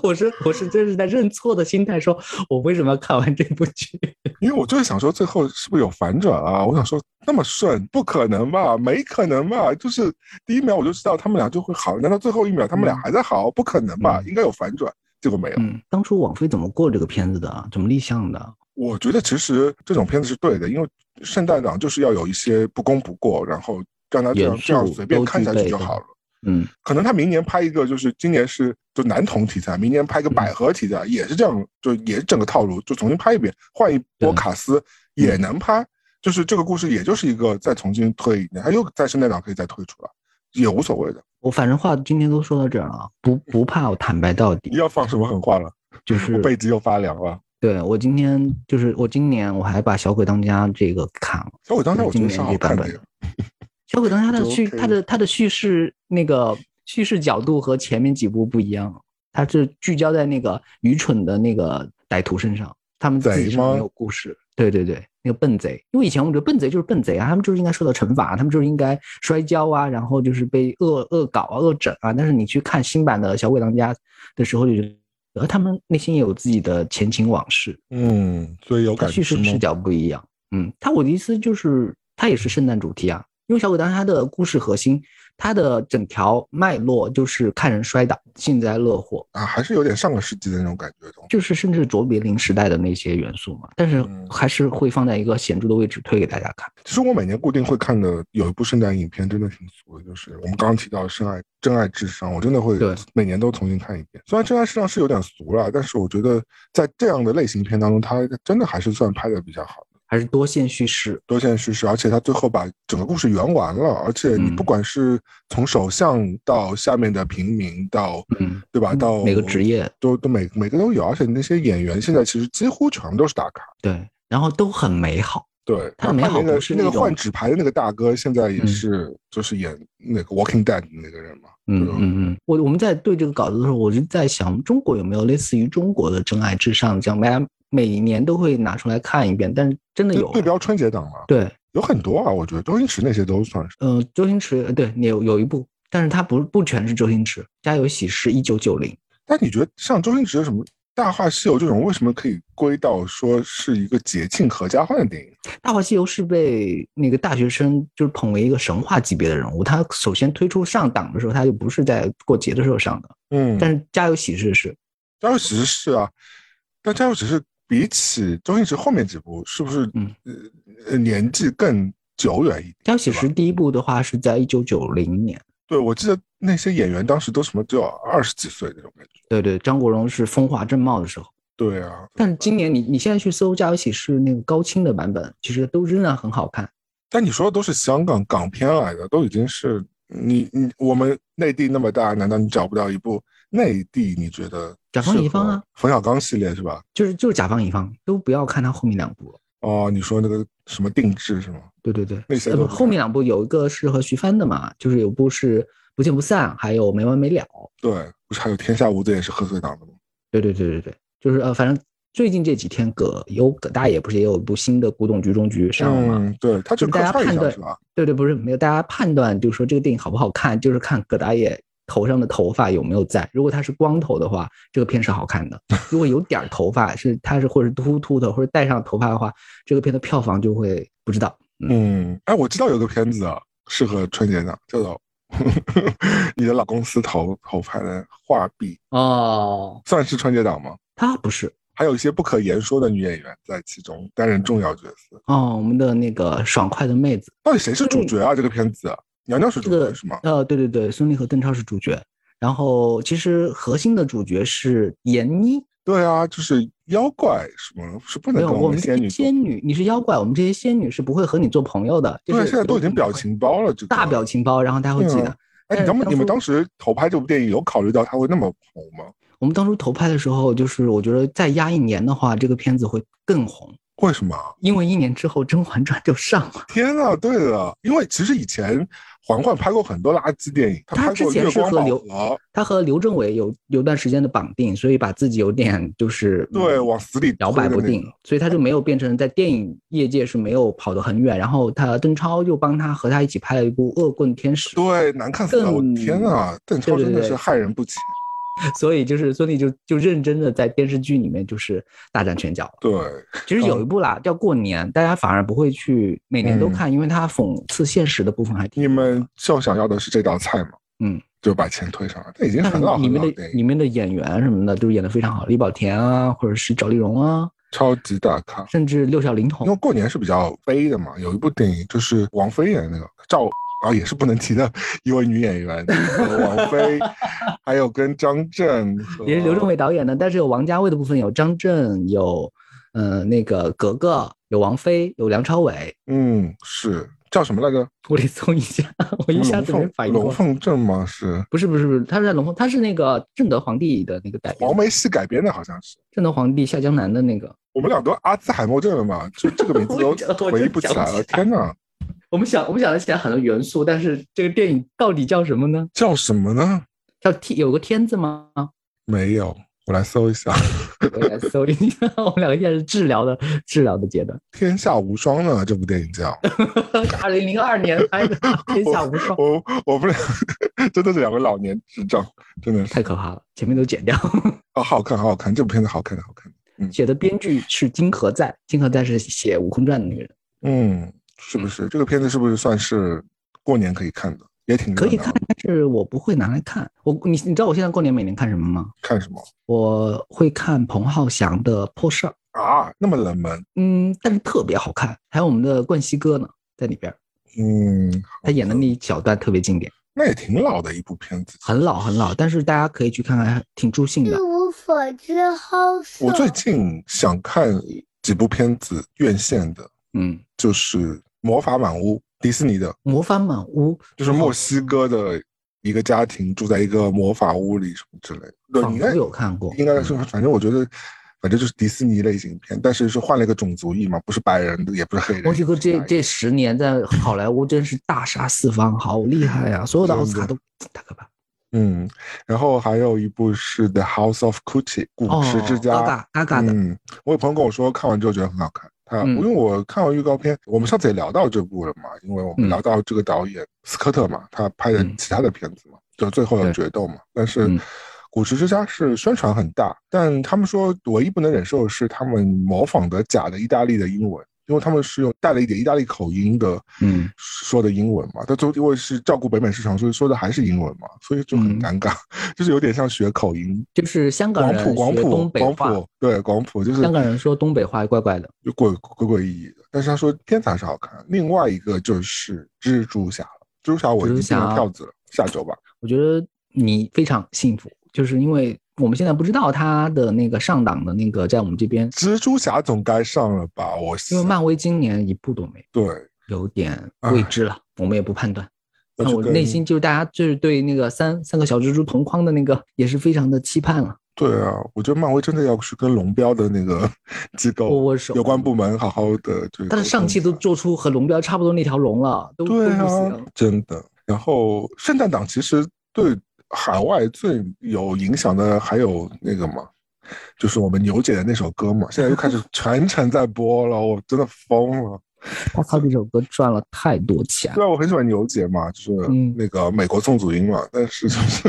S2: 我是我是真是在认错的心态，说我为什么要看完这部剧？
S1: 因为我就是想说最后是不是有反转啊？我想说那么顺，不可能吧？没可能吧？就是第一秒我就知道他们俩就会好，难道最后一秒他们俩
S2: 嗯
S1: 还在好？不可能吧？
S2: 嗯
S1: 应该有反转，结果没有。
S2: 嗯，当初网飞怎么过这个片子的啊？怎么立项的？
S1: 我觉得其实这种片子是对的，因为圣诞档就是要有一些不攻不过，然后让他这样
S2: 元素
S1: 这样随便看下
S2: 都
S1: 去
S2: 具备
S1: 就
S2: 的
S1: 好了。
S2: 嗯，
S1: 可能他明年拍一个，就是今年是就男童题材，明年
S2: 嗯
S1: 拍一个百合题材，也是这样，就也是整个套路，就重新拍一遍，换一波
S2: 对嗯
S1: 卡斯也能拍，就是这个故事也就是一个再重新推一遍，他又在圣诞档可以再推出来，也无所谓的。
S2: 我反正话今天都说到这儿了啊，不不怕，我坦白到
S1: 你
S2: 底，
S1: 要放什么狠话了？
S2: 就是
S1: 我背脊又发凉了。
S2: 对我今天就是我今年我还把《小鬼当家》这个看了，
S1: 小鬼当家我觉得是好看的
S2: 今年这版
S1: 呀，
S2: 《小鬼当家》的
S1: 就
S2: 叙
S1: OK
S2: 它的它的叙事那个叙事角度和前面几部不一样，它是聚焦在那个愚蠢的那个歹徒身上，他们自己
S1: 贼
S2: 身上
S1: 吗
S2: 没有故事。对对对，那个笨贼，因为以前我们觉得笨贼就是笨贼啊，他们就是应该受到惩罚，他们就是应该摔跤啊，然后就是被恶恶搞啊、恶整啊。但是你去看新版的《小鬼当家》的时候，就觉得呃他们内心也有自己的前情往事，
S1: 嗯，所以有
S2: 它
S1: 感
S2: 叙
S1: 知
S2: 事视
S1: 吗？
S2: 角不一样。嗯，它我的意思就是，它也是圣诞主题啊。因为小鬼当家的故事核心，它的整条脉络就是看人摔倒、幸灾乐祸，
S1: 啊，还是有点上个世纪的那种感觉的东西。
S2: 就是甚至卓别林时代的那些元素嘛。但是
S1: 嗯
S2: 还是会放在一个显著的位置推给大家看。
S1: 其实我每年固定会看的有一部圣诞影片，真的挺俗的，就是我们刚刚提到的《深爱真爱至上》，我真的会
S2: 对
S1: 每年都重新看一遍。虽然《真爱至上》是有点俗了，但是我觉得在这样的类型片当中，它真的还是算拍的比较好的，
S2: 还是多线叙事，
S1: 多线叙事，而且它最后把整个故事圆完了，而且你
S2: 嗯
S1: 不管是从首相到下面的平民到，
S2: 嗯，
S1: 对吧？到
S2: 每个职业
S1: 都都每每个都有，而且那些演员现在其实几乎全部都是大咖。
S2: 对，然后都很美好。
S1: 对，
S2: 他
S1: 哪
S2: 美
S1: 怕
S2: 好
S1: 那个
S2: 不是
S1: 那
S2: 那
S1: 个换
S2: 种
S1: 纸牌的那个大哥，现在也
S2: 嗯
S1: 是就是演那个《Walking Dead》的那个人嘛。
S2: 嗯
S1: 对吧
S2: 嗯嗯，我我们在对这个稿子的时候，我就在想，中国有没有类似于中国的《真爱至上》这样，大家每年都会拿出来看一遍，但是真的
S1: 就
S2: 有啊
S1: 对标春节档嘛，
S2: 对，
S1: 有很多啊，我觉得周星驰那些都算是。
S2: 呃，周星驰呃对有有一部，但是他不不全是周星驰，《家有喜事一九九零》，
S1: 但你觉得像周星驰什么大话西游》这种为什么可以归到说是一个节庆合家欢的电影？
S2: 大话西游》是被那个大学生就是捧为一个神话级别的人物。他首先推出上档的时候，他就不是在过节的时候上的，
S1: 嗯
S2: 但是《家有喜事》是，
S1: 家有喜事是啊，但家有喜事比起周星驰后面几部，是不是
S2: 嗯
S1: 呃呃年纪更久远一点？
S2: 《家有喜事》第一部的话是在一九九零年，
S1: 对，我记得那些演员当时都什么只有二十几岁那种感觉。
S2: 对对，张国荣是风华正茂的时候。
S1: 对啊，
S2: 但是今年你你现在去搜《家有喜事》那个高清的版本，其实都仍然很好看。
S1: 但你说的都是香港港片来的，都已经是你你我们内地那么大，难道你找不到一部内地你觉得
S2: 甲方
S1: 适
S2: 乙方啊
S1: 合？冯小刚系列是吧？
S2: 就是就是甲方乙方都不要看他后面两部了。
S1: 哦，你说那个什么定制是吗？
S2: 对对对，
S1: 那些
S2: 呃
S1: 都
S2: 不
S1: 不
S2: 后
S1: 看
S2: 面两部有一个是和徐帆的嘛，就是有部是不见不散，还有没完没了。
S1: 对，不是还有天下无贼也是贺岁档的吗？
S2: 对对对对对，就是呃，反正最近这几天葛优葛大爷不是也有一部新的《古董局中局》上了啊嘛？
S1: 嗯，对，他就
S2: 就是
S1: 客
S2: 大家
S1: 串一
S2: 判
S1: 下
S2: 断
S1: 是吧？
S2: 对对，不是没有大家判断，就是说这个电影好不好看，就是看葛大爷头上的头发有没有在。如果他是光头的话，这个片是
S1: [LAUGHS]
S2: 好看的；如果有点儿头发，是他是或者是秃秃的，或者戴上头发的话，这个片的票房就会不知道。嗯，
S1: 嗯，哎，我知道有个片子啊，适合春节档，叫做 [LAUGHS] 你的老公司头头拍的画壁，
S2: 哦，
S1: 算是春节档吗？
S2: 他不是
S1: 还有一些不可言说的女演员在其中担任重要角色。
S2: 哦，我们的那个爽快的妹子，
S1: 到底谁是主角啊？这个片子，娘娘是主
S2: 这
S1: 角
S2: 个
S1: 是吗？
S2: 呃，嗯对对对，孙俪和邓超是主角，然后其实核心的主角是闫妮。
S1: 对啊，就是妖怪什么，是不
S2: 没
S1: 能
S2: 有，
S1: 跟
S2: 我
S1: 们
S2: 们这
S1: 仙
S2: 些
S1: 女做。
S2: 仙女，你是妖怪，我们这些仙女是不会和你做朋友的。就是
S1: 对，现在都已经表情包了，这个
S2: 大表。情包，然后大家会记
S1: 对
S2: 得
S1: 啊。哎，你
S2: 但是
S1: 当
S2: 当
S1: 你们
S2: 初
S1: 当时投拍这部电影，有考虑到它会那么红吗？
S2: 我们当初投拍的时候，就是我觉得再压一年的话，这个片子会更红，
S1: 为什么？
S2: 因为一年之后《甄嬛传》就上了。
S1: 天啊，对的，因为其实以前嬛嬛拍过很多垃圾电影，她
S2: 她
S1: 拍
S2: 之
S1: 过《
S2: 前
S1: 月
S2: 是
S1: 光
S2: 和
S1: 宝
S2: 刘
S1: 盒，
S2: 她和刘镇伟有有段时间的绑定，所以把自己有点就是
S1: 对，
S2: 嗯
S1: 往死里
S2: 摇
S1: 推
S2: 摆
S1: 的
S2: 不
S1: 那
S2: 定
S1: 个，
S2: 所以他就没有变成在电影业界是没有跑得很远。然后他邓超又帮他和他一起拍了一部《恶棍天使》，
S1: 对，难看死了！我
S2: 更
S1: 天啊，邓超
S2: 对对
S1: 真的是
S2: 对
S1: 害人不浅。
S2: 所以就是孙俪就就认真的在电视剧里面就是大展拳脚。
S1: 对，
S2: 其实有一部啦，叫《过年》，大家反而不会去每年都
S1: 嗯
S2: 看，因为它讽刺现实的部分还挺。
S1: 你们就想要的是这道菜嘛？
S2: 嗯，
S1: 就把钱推上来，这已经
S2: 但是
S1: 很老
S2: 里
S1: 很
S2: 面
S1: 老的
S2: 的
S1: 电
S2: 里
S1: 影，
S2: 面的演员什么的都演得非常好，李保田啊，或者是赵丽蓉啊，
S1: 超级大咖。
S2: 甚至六小龄
S1: 因为
S2: 童。啊
S1: 过年是比较悲的嘛，有一部电影就是王菲演的那个赵啊，也是不能提的一位女演
S2: [LAUGHS]
S1: 员，和王菲，还有跟张震和，
S2: 也是刘镇伟导演的，但是有王家卫的部分，有张震，有呃那个格格，有王菲，有梁朝伟。 [LAUGHS]
S1: 嗯，是叫什么来着？
S2: 我得搜一下，我一下
S1: 龙
S2: 子没
S1: 凤
S2: 反应过
S1: 龙
S2: 来。
S1: 凤镇吗？是
S2: 不是不是不是，他是在龙凤，他是那个正德皇帝的那个改编
S1: 黄，梅戏改编的，好像是。
S2: 正德皇帝下江南的那个。
S1: 我们俩都阿兹海默症了嘛，就这个名字
S2: [LAUGHS] 我也觉得
S1: 都
S2: 我
S1: 回忆
S2: 真
S1: 不起
S2: 想不
S1: 来了。
S2: 起来
S1: 天哪，
S2: 我们想我们想得起来很多元素，但是这个电影到底叫什么呢？
S1: 叫什么呢？
S2: 叫天有个天字吗？
S1: 没有，我来搜一下，
S2: 我也来搜一下。 [LAUGHS] 我们两个现在是治疗的治疗的阶段。 [LAUGHS]
S1: 《天下无双》呢？这部电影叫。
S2: 二零零二年
S1: [LAUGHS]
S2: 拍的《天下无双》，
S1: 我我们俩 [LAUGHS] 真的是两个老年智障，真的是
S2: 太可怕了，前面都剪掉。
S1: 啊，好看，好好看，这部片子好看，好看。
S2: 写的编剧是金河在，金河在是写《悟空传》的那个人，
S1: 嗯，是不是这个片子是不是算是过年可以看的？也挺热
S2: 可以
S1: 闹
S2: 看
S1: 的，
S2: 但是我不会拿来看。我你你知道我现在过年每年看什么吗？
S1: 看什么
S2: 我会看彭浩翔的《破事儿》，
S1: 啊？那么冷门，
S2: 嗯，但是特别好看。还有我们的冠希哥呢，在里边儿，
S1: 嗯，
S2: 他演的那一小段特别经典。
S1: 那也挺老的一部片子。
S2: 很老很老，但是大家可以去看看，还挺助兴
S3: 一
S2: 的。
S3: 无所知好色
S1: 我。
S2: 啊
S1: 最近想看几部片子院线的，
S2: 嗯，
S1: 就是《魔法满屋》，迪士尼的，
S2: 魔法满屋
S1: 就是墨西哥的一个家庭住在一个魔法屋里什么之类的。对，你
S2: 仿
S1: 应该
S2: 佛有看过，嗯
S1: 应该是，反正我觉得，反正就是迪士尼类型片，但是是换了一个种族裔嘛，不是白人，也不是黑人。
S2: 墨西哥
S1: 也不是
S2: 这
S1: 白人
S2: 这十年在好莱坞真是大杀四方，好厉害呀、所有的奥斯卡都太可怕。
S1: 嗯，然后还有一部是《The House of Gucci》古
S2: 哦
S1: 驰之家，
S2: ，Gaga Gaga 的，
S1: 嗯，我有朋友跟我说看完之后觉得很好看。他
S2: 嗯
S1: 因为我看完预告片，我们上次也聊到这部了嘛，因为我们
S2: 嗯
S1: 聊到这个导演斯科特嘛，他拍的
S2: 嗯
S1: 其他的片子嘛，就最后的
S2: 对
S1: 决斗嘛。但是
S2: 嗯
S1: 古驰之家是宣传很大，但他们说唯一不能忍受的是他们模仿的假的意大利的英文，因为他们是用带了一点意大利口音的，
S2: 嗯，
S1: 说的英文嘛。但最后因为是照顾北美市场，所以说的还是英文嘛，所以就很
S2: 嗯
S1: 尴尬， [LAUGHS] 就是有点像学口音。
S2: 就是香港
S1: 广
S2: 人
S1: 普，广
S2: 学
S1: 普
S2: 东，北
S1: 广
S2: 话，
S1: 普，对，广普就是
S2: 香港人说东北话怪怪的，
S1: 就诡诡诡异异的。但是他说天才是好看，另外一个就是蜘蛛侠了，蜘蛛侠我已经
S2: 蜘蛛
S1: 订了
S2: 侠
S1: 票子了，下周吧。
S2: 我觉得你非常幸福，就是因为我们现在不知道它的那个上档的那个在我们这边，
S1: 蜘蛛侠总该上了吧？我
S2: 因为漫威今年一部都没有，
S1: 对，
S2: 有点未知了，我们也不判断。
S1: 我
S2: 但
S1: 啊就
S2: 我
S1: 跟
S2: 内心就是大家就是对那个三三个小蜘蛛同框的那个也是非常的期盼了。
S1: 对啊，我觉得漫威真的要去跟龙标的那个 [LAUGHS] 机
S2: 握
S1: 构
S2: 握手，
S1: 有关部门好好的就
S2: 但是上期都做出和龙标差不多那条龙了，都
S1: 对
S2: 都不
S1: 啊 [LAUGHS]
S2: 行，。
S1: 真的。然后圣诞档其实对海外最有影响的还有那个嘛，就是我们牛姐的那首歌嘛，现在又
S2: [LAUGHS]
S1: 开始全程在播了，我真的疯了。
S2: 我操，这首歌赚了太多钱
S1: 虽
S2: 了。
S1: 然我很喜欢牛姐嘛，就是
S2: 嗯
S1: 那个美国宋祖英嘛，但是就是，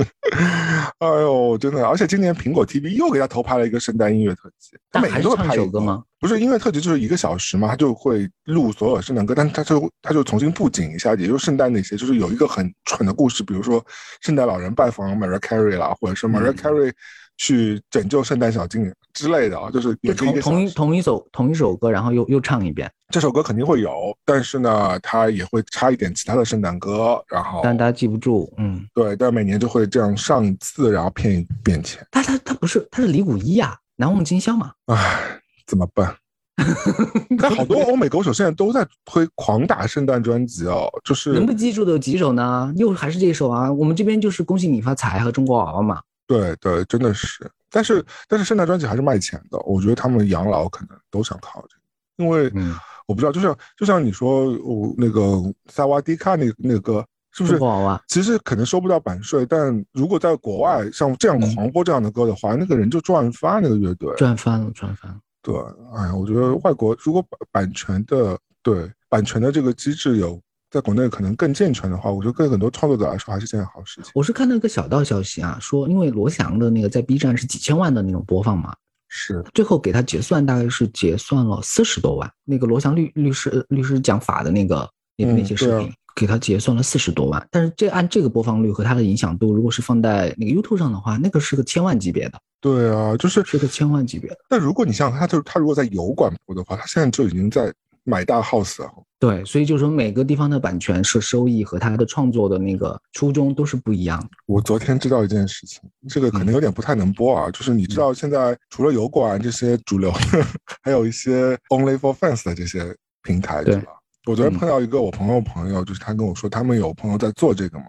S1: [LAUGHS] 哎呦，真的，而且今年苹果 TV 又给他投拍了一个圣诞音乐特辑，他
S2: 但
S1: 每
S2: 还
S1: 年都
S2: 是
S1: 会
S2: 唱一
S1: 拍
S2: 首
S1: 一
S2: 歌
S1: 个？
S2: 吗？
S1: 不是音乐特辑就是一个小时嘛，他就会录所有圣诞歌，但是他就他就重新布景一下，也就是圣诞那些，就是有一个很蠢的故事，比如说圣诞老人拜访 Mariah Carey 啦，或者是 Mariah
S2: 嗯
S1: Carey 去拯救圣诞小精灵之类的啊，就是有
S2: 就
S1: 这一个
S2: 同
S1: 小
S2: 同一
S1: 时
S2: 同一首同一首歌，然后又又唱一遍，
S1: 这首歌肯定会有，但是呢，他也会插一点其他的圣诞歌，然后
S2: 但大家记不住。嗯，
S1: 对，但每年就会这样上一次，然后骗一遍钱，
S2: 他他他不是，他是李谷一呀、难忘今宵嘛。
S1: 唉，怎么
S2: [LAUGHS]
S1: 办？但好多欧美歌手现在都在推狂打圣诞专辑哦，就是
S2: 能被记住的有几首呢？又还是这首啊？我们这边就是恭喜你发财和中国娃娃嘛。
S1: 对对，真的是。但是但是圣诞专辑还是卖钱的，我觉得他们养老可能都想靠这个，因为
S2: 嗯
S1: 我不知道，就像就像你说我那个萨瓦迪卡那个那个歌，是不是
S2: 中国娃娃
S1: 其实可能收不到版税，但如果在国外像这样
S2: 嗯
S1: 狂播这样的歌的话，那个人就赚翻那个乐队。
S2: 赚翻了，赚翻了。
S1: 对，哎呀，我觉得外国如果版版权的对版权的这个机制有在国内可能更健全的话，我觉得对很多创作者来说还是件好事情。
S2: 我是看到一个小道消息啊，说因为罗翔的那个在 B 站是几千万的那种播放嘛，
S1: 是，
S2: 最后给他结算大概是结算了四十多万。那个罗翔律律师律师讲法的那个那
S1: 嗯
S2: 那些视
S1: 对啊
S2: 频，给他结算了四十多万。但是这按这个播放率和它的影响度，如果是放在那个 YouTube 上的话，那个是个千万级别的，
S1: 对啊，就是
S2: 是个千万级别的。
S1: 但如果你想想，他就是他如果在油管播的话，他现在就已经在买大 house 了。
S2: 对，所以就是说每个地方的版权是收益和它的创作的那个初衷都是不一样的。
S1: 我昨天知道一件事情，这个可能有点不太能播啊，就是你知道现在除了油管这些主流的，还有一些 Only for Fans 的这些平台，
S2: 对
S1: 对吧？我昨天
S2: 嗯
S1: 碰到一个我朋友朋友，就是他跟我说，他们有朋友在做这个嘛，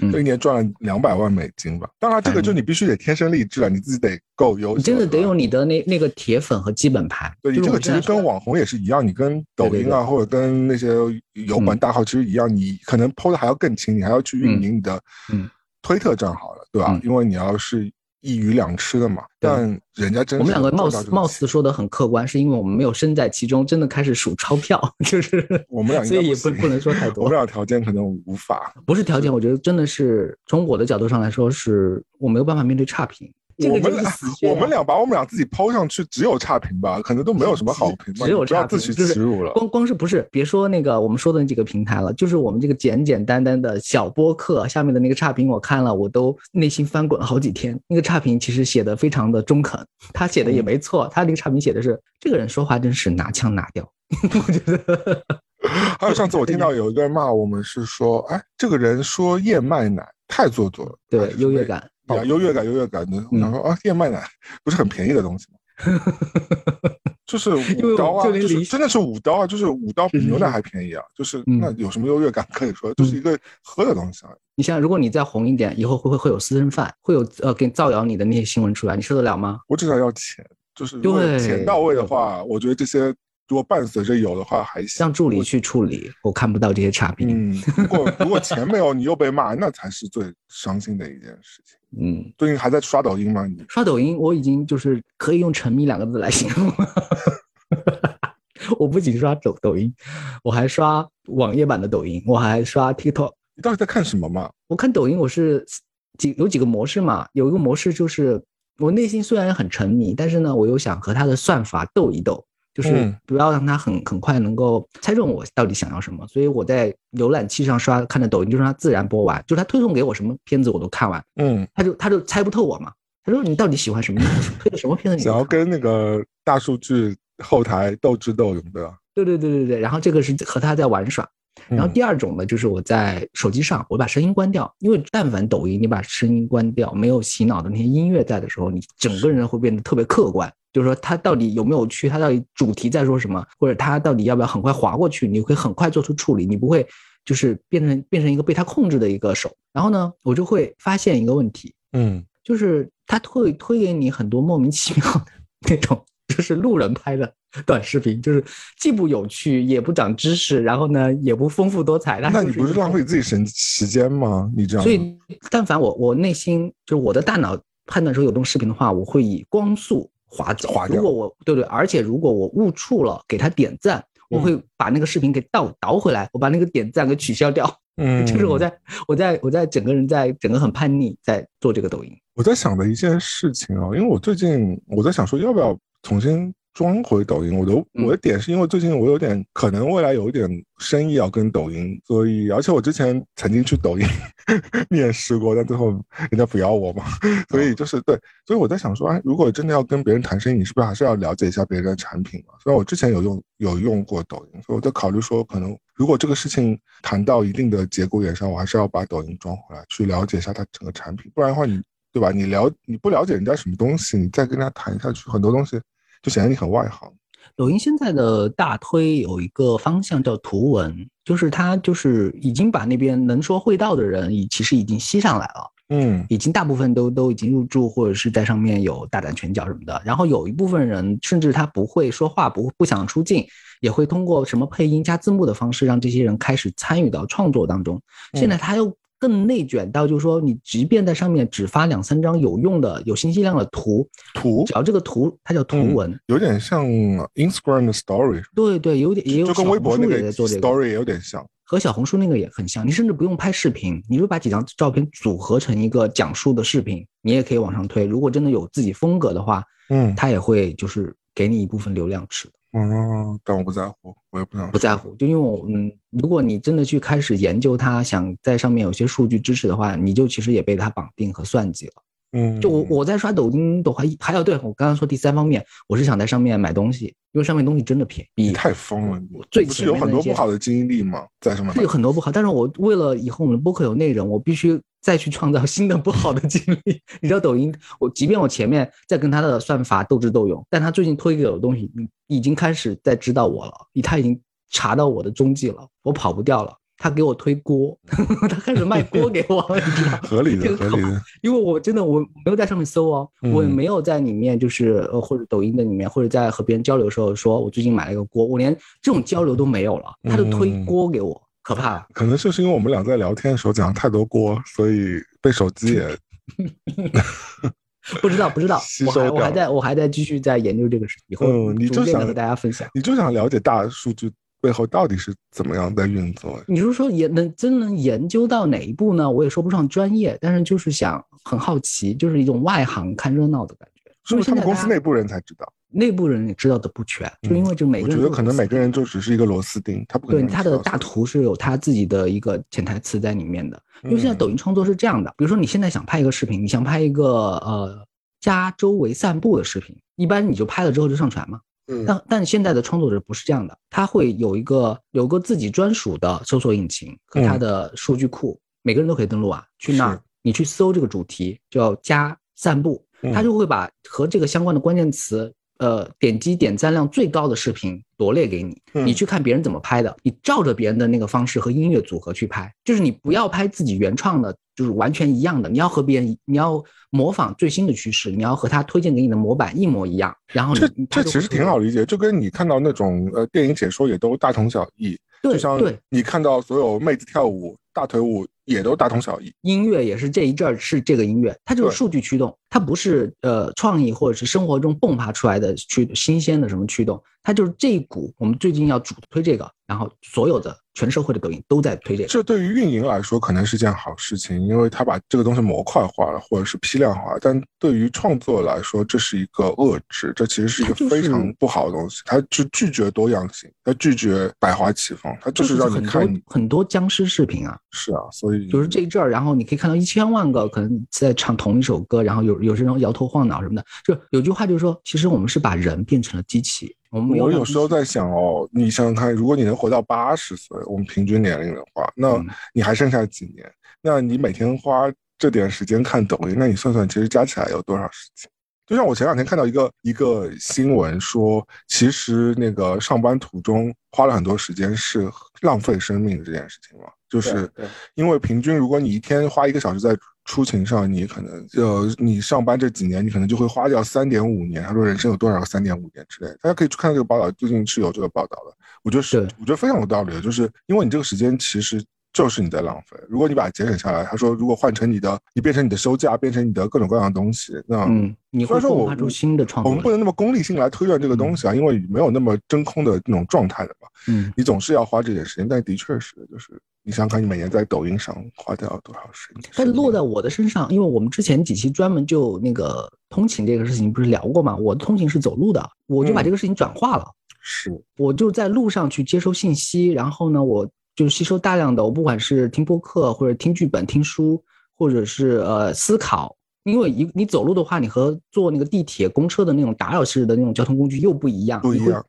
S2: 嗯哎
S1: 这一年赚了两百万美金吧。当然，这个就你必须得天生丽质了，你自己得够优秀，
S2: 你真的得
S1: 对吧
S2: 有你的那那个铁粉和基本盘。
S1: 对你
S2: 就
S1: 这
S2: 是
S1: 个
S2: 我们
S1: 其
S2: 现在
S1: 实跟
S2: 说
S1: 网红也是一样，你跟抖
S2: 对对
S1: 音啊或者跟那些油管
S2: 嗯
S1: 大号其实一样，你可能 PO 的还要更勤，你还要去运
S2: 嗯
S1: 营你的
S2: 嗯
S1: 推特账号了，对吧
S2: 嗯？
S1: 因为你要是一鱼两吃的嘛。
S2: 对
S1: 但人家真
S2: 我们
S1: 是
S2: 两个貌
S1: 赚到
S2: 似
S1: 这
S2: 貌
S1: 个
S2: 似
S1: 钱，
S2: 说的很客观，是因为我们没有身在其中，真的开始数钞票， [LAUGHS] 就是
S1: 我们俩应
S2: 所
S1: 该
S2: 以也
S1: 不
S2: 不
S1: 行
S2: 不能说太
S1: 我们
S2: 多，
S1: 俩条件可能无法。
S2: 不是条件，我觉得真的是从我的角度上来说，是我没有办法面对差评。 [LAUGHS] 这
S1: 我们
S2: 个就是
S1: 俩
S2: 死穴
S1: 我们
S2: 啊
S1: 俩把我们俩自己抛上去，只有差评吧，可能都没有什么好评吧。
S2: [LAUGHS] 只有
S1: 你不要
S2: 差评，
S1: 自取
S2: 就是
S1: 其辱了。
S2: 光光是不是？别说那个我们说的那几个平台了，就是我们这个简简单单的小播客下面的那个差评，我看了我都内心翻滚了好几天。那个差评其实写的非常的中肯，他写
S1: 嗯
S2: 的也没错，他那个差评写的是这个人说话真是拿腔拿调，我觉得
S1: 还有上
S2: [LAUGHS]
S1: 次我听到有一个人骂我们是说，哎，这个人说燕麦奶太做作了，
S2: 对优越
S1: 感。
S2: 感。
S1: 啊，优越感，优越感的。
S2: 嗯
S1: 我想说啊，燕麦奶不是很便宜的东西吗？
S2: [LAUGHS]
S1: 就是
S2: 为
S1: 五
S2: 我
S1: 刀啊，
S2: 就连
S1: 就
S2: 理
S1: 是真的是五刀啊，就是五刀比
S2: 是是
S1: 牛奶
S2: 是
S1: 还便宜啊，就是
S2: 嗯
S1: 那有什么优越感可以说，就是一个喝的东西啊。
S2: 你想，如果你再红一点，以后会会会有私生饭，会有呃给造谣你的那些新闻出来，你受得了吗？
S1: 我至少要钱，就是如果
S2: 对
S1: 钱到位的
S2: 对
S1: 话，我觉得这些如果伴随着有的话还行。
S2: 让助理去处理，我看不到这些差评。
S1: 嗯，如果如果钱没有，你又被骂，那才是最伤心的一件事情。
S2: 嗯
S1: 最近还在刷抖音吗？你
S2: 刷抖音，我已经就是可以用“沉迷”两个字来形容了。 [LAUGHS] 我不仅刷抖抖音，我还刷网页版的抖音，我还刷 TikTok。
S1: 你到底在看什么嘛？
S2: 我看抖音，我是几有几个模式嘛，有一个模式就是我内心虽然很沉迷，但是呢，我又想和它的算法斗一斗，就是
S1: 嗯
S2: 不要让它很很快能够猜中我到底想要什么。所以我在浏览器上刷看着抖音，就让它自然播完，就是它推送给我什么片子我都看完，
S1: 嗯，
S2: 它就它就猜不透我嘛。他说：“你到底喜欢什么？推的什么片子你都
S1: 想要
S2: 看
S1: 跟那个大数据后台斗智斗勇的，
S2: 对对对对对，然后这个是和他在玩耍。然后
S1: 嗯
S2: 第二种呢，就是我在手机上，我把声音关掉，因为但凡抖音你把声音关掉，没有洗脑的那些音乐在的时候，你整个人会变得特别客观。就是说，他到底有没有去，他到底主题在说什么，或者他到底要不要很快划过去，你会很快做出处理，你不会就是变成变成一个被他控制的一个手。然后呢，我就会发现一个问题，
S1: 嗯
S2: 就是他会推给你很多莫名其妙的那种，就是路人拍的短视频，就是既不有趣，也不长知识，然后呢也不丰富多彩。它
S1: 嗯，那
S2: 就
S1: 你不
S2: 一
S1: 是
S2: 个
S1: 浪费自己时时间吗？你这样，
S2: 所以，但凡我我内心就是我的大脑判断说有这种视频的话，我会以光速划走。
S1: 划掉
S2: 如果我对对，而且如果我误触了给他点赞，我会
S1: 嗯
S2: 把那个视频给倒倒回来，我把那个点赞给取消掉。 [LAUGHS]
S1: 嗯，
S2: 就是我在我在我在整个人在整个很叛逆，在做这个抖音。
S1: 我在想的一件事情啊，因为我最近我在想说要不要重新装回抖音。我的
S2: 嗯
S1: 我的点是因为最近我有点可能未来有一点生意要跟抖音，所以而且我之前曾经去抖音 [LAUGHS] 面试过，但最后人家不要我嘛，所以就是对，所以我在想说，哎，如果真的要跟别人谈生意，你是不是还是要了解一下别人的产品嘛？虽然我之前有用有用过抖音，所以我在考虑说，可能如果这个事情谈到一定的节骨眼上，我还是要把抖音装回来，去了解一下它整个产品，不然的话你对吧？你了你不了解人家什么东西，你再跟人家谈下去，很多东西就显得你很外行。
S2: 抖音现在的大推有一个方向叫图文，就是它就是已经把那边能说会道的人，已其实已经吸上来了，
S1: 嗯
S2: 已经大部分都都已经入驻或者是在上面有大展拳脚什么的。然后有一部分人甚至他不会说话，不不想出镜，也会通过什么配音加字幕的方式，让这些人开始参与到创作当中。现在他又更内卷到，就是说你即便在上面只发两三张有用的、有信息量的图，
S1: 图
S2: 只要这个图它叫图
S1: 嗯
S2: 文。
S1: 有点像 Instagram 的 Story，
S2: 对对，有点也有
S1: 就跟
S2: 小
S1: 微
S2: 红
S1: 博
S2: 书
S1: 那个
S2: 也在做这个
S1: Story 也有点像。
S2: 和小红书那个也很像。你甚至不用拍视频，你就把几张照片组合成一个讲述的视频，你也可以往上推。如果真的有自己风格的话，
S1: 嗯，
S2: 它也会就是给你一部分流量吃的。
S1: 哦，但我不在乎，我也不想
S2: 不在乎，就因为我嗯，如果你真的去开始研究它，想在上面有些数据支持的话，你就其实也被它绑定和算计了。
S1: 嗯，
S2: 就我我在刷抖音的话，还有对我刚刚说第三方面，我是想在上面买东西，因为上面东西真的便宜，
S1: 你嗯太疯了，你
S2: 我最
S1: 不是
S2: 前
S1: 有
S2: 面的
S1: 很多
S2: 一些
S1: 不好的经历吗？在上面
S2: 是有很多不好，但是我为了以后我们的播客有内容，我必须再去创造新的不好的经历。 [LAUGHS] 你知道抖音，我即便我前面在跟他的算法斗智斗勇，但他最近推给我的东西已经开始在知道我了，他已经查到我的踪迹了，我跑不掉了。他给我推锅， [LAUGHS] 他开始卖锅给我了，你知道吗？
S1: [LAUGHS] 合理的，
S2: 这个
S1: 合理
S2: [LAUGHS]
S1: 的，
S2: 因为我真的我没有在上面搜哦，
S1: 嗯
S2: 我也没有在里面就是呃或者抖音的里面或者在和别人交流的时候说我最近买了一个锅，我连这种交流都没有了，他就推
S1: 嗯
S2: 锅给我，可怕。
S1: 可能就是因为我们俩在聊天的时候讲太多锅，所以被手机也
S2: 不知道，不知道
S1: [LAUGHS] 吸，
S2: 我还
S1: 收
S2: 我
S1: 掉
S2: 还在我还在继续在研究这个事，以后
S1: 嗯，你
S2: 逐
S1: 就
S2: 渐的
S1: 想
S2: 和大家分享。
S1: 你就想了解大数据背后到底是怎么样在运作。
S2: 你就说也能真能研究到哪一步呢？我也说不上专业，但是就是想很好奇，就是一种外行看热闹的感觉。
S1: 是不是他们公司
S2: 因为现在大家
S1: 内部人才知道？
S2: 内部人也知道的不全，就因为就每
S1: 嗯我
S2: 个
S1: 觉
S2: 人都
S1: 得
S2: 有
S1: 可能每
S2: 自己
S1: 个人就只是一个螺丝钉，他不可
S2: 对
S1: 能
S2: 他
S1: 知
S2: 的
S1: 道
S2: 大
S1: 什么
S2: 图是有他自己的一个潜台词在里面的。因为现在
S1: 嗯
S2: 抖音创作是这样的，比如说你现在想拍一个视频，你想拍一个呃家周围散步的视频，一般你就拍了之后就上传嘛。
S1: 嗯
S2: 但但现在的创作者不是这样的，他会有一个有个自己专属的搜索引擎和他
S1: 嗯
S2: 的数据库，每个人都可以登录啊。去那
S1: 是
S2: 儿你去搜这个主题叫家散步，他
S1: 嗯
S2: 就会把和这个相关的关键词，呃，点击点赞量最高的视频罗列给你，你
S1: 嗯
S2: 去看别人怎么拍的，你照着别人的那个方式和音乐组合去拍，就是你不要拍自己原创的，就是完全一样的，你要和别人，你要模仿最新的趋势，你要和他推荐给你的模板一模一样，然后
S1: 嗯
S2: 你
S1: 这
S2: 你他
S1: 这
S2: 就
S1: 其
S2: 会
S1: 实
S2: 推
S1: 挺
S2: 荐
S1: 好理解，就跟你看到那种呃电影解说也都大同小异，
S2: 对
S1: 就像
S2: 对，
S1: 你看到所有妹子跳舞、大腿舞也都大同小异。
S2: 音乐也是这一阵儿是这个音乐，它就是
S1: 对
S2: 数据驱动。它不是呃创意或者是生活中迸发出来的驱新鲜的什么驱动，它就是这一股我们最近要主推这个，然后所有的全社会的抖音都在推这个。
S1: 这对于运营来说可能是件好事情，因为他把这个东西模块化了，或者是批量化。但对于创作来说，这是一个遏制，这其实是一
S2: 它就
S1: 个非常
S2: 是
S1: 不好的东西。它就拒绝多样性，它拒绝百花齐放，它就是让
S2: 很
S1: 你看
S2: 多
S1: 你
S2: 很多僵尸视频啊，
S1: 是啊，所以
S2: 就是这一阵儿，然后你可以看到一千万个可能在唱同一首歌，然后有有些人摇头晃脑什么的。就有句话就是说，其实我们是把人变成了机器，我们没
S1: 我
S2: 让
S1: 有时候
S2: 机器
S1: 在想哦，你想想看，如果你能活到八十岁，我们平均年龄的话，那
S2: 嗯
S1: 你还剩下几年？那你每天花这点时间看抖音，那你算算，其实加起来有多少时间？就像我前两天看到一个一个新闻说，其实那个上班途中花了很多时间是浪费生命这件事情嘛，就是
S4: 对对
S1: 因为平均如果你一天花一个小时在出勤上，你可能就你上班这几年，你可能就会花掉三点五年。他说人生有多少个三点五年之类的，大家可以去看这个报道，最近是有这个报道的。我觉得是
S2: 对，
S1: 我觉得非常有道理的，就是因为你这个时间其实就是你在浪费。如果你把它节省下来，他说如果换成你的，你变成你的休假，变成你的各种各样的东西，那
S2: 嗯，你
S1: 虽
S2: 会
S1: 然说
S2: 迸
S1: 我
S2: 发出新的创
S1: 我
S2: 作
S1: 们不
S2: 力。
S1: 能那么功利性来推断这个东西啊，因为没有那么真空的那种状态的嘛。
S2: 嗯，
S1: 你总是要花这点时间，但的确是，就是你想想看，你每年在抖音上花掉多少时间？
S2: 但落在
S1: 到
S2: 我的身上，因为我们之前几期专门就那个通勤这个事情不是聊过嘛，我通勤是走路的，我就把
S1: 嗯
S2: 这个事情转化了。
S1: 是
S2: 我就在路上去接收信息，然后呢，我就吸收大量的，我不管是听播客或者听剧本、听书，或者是呃思考，因为一你走路的话，你和坐那个地铁、公车的那种打扰式的那种交通工具又不一样，
S1: 不一样
S2: 你会，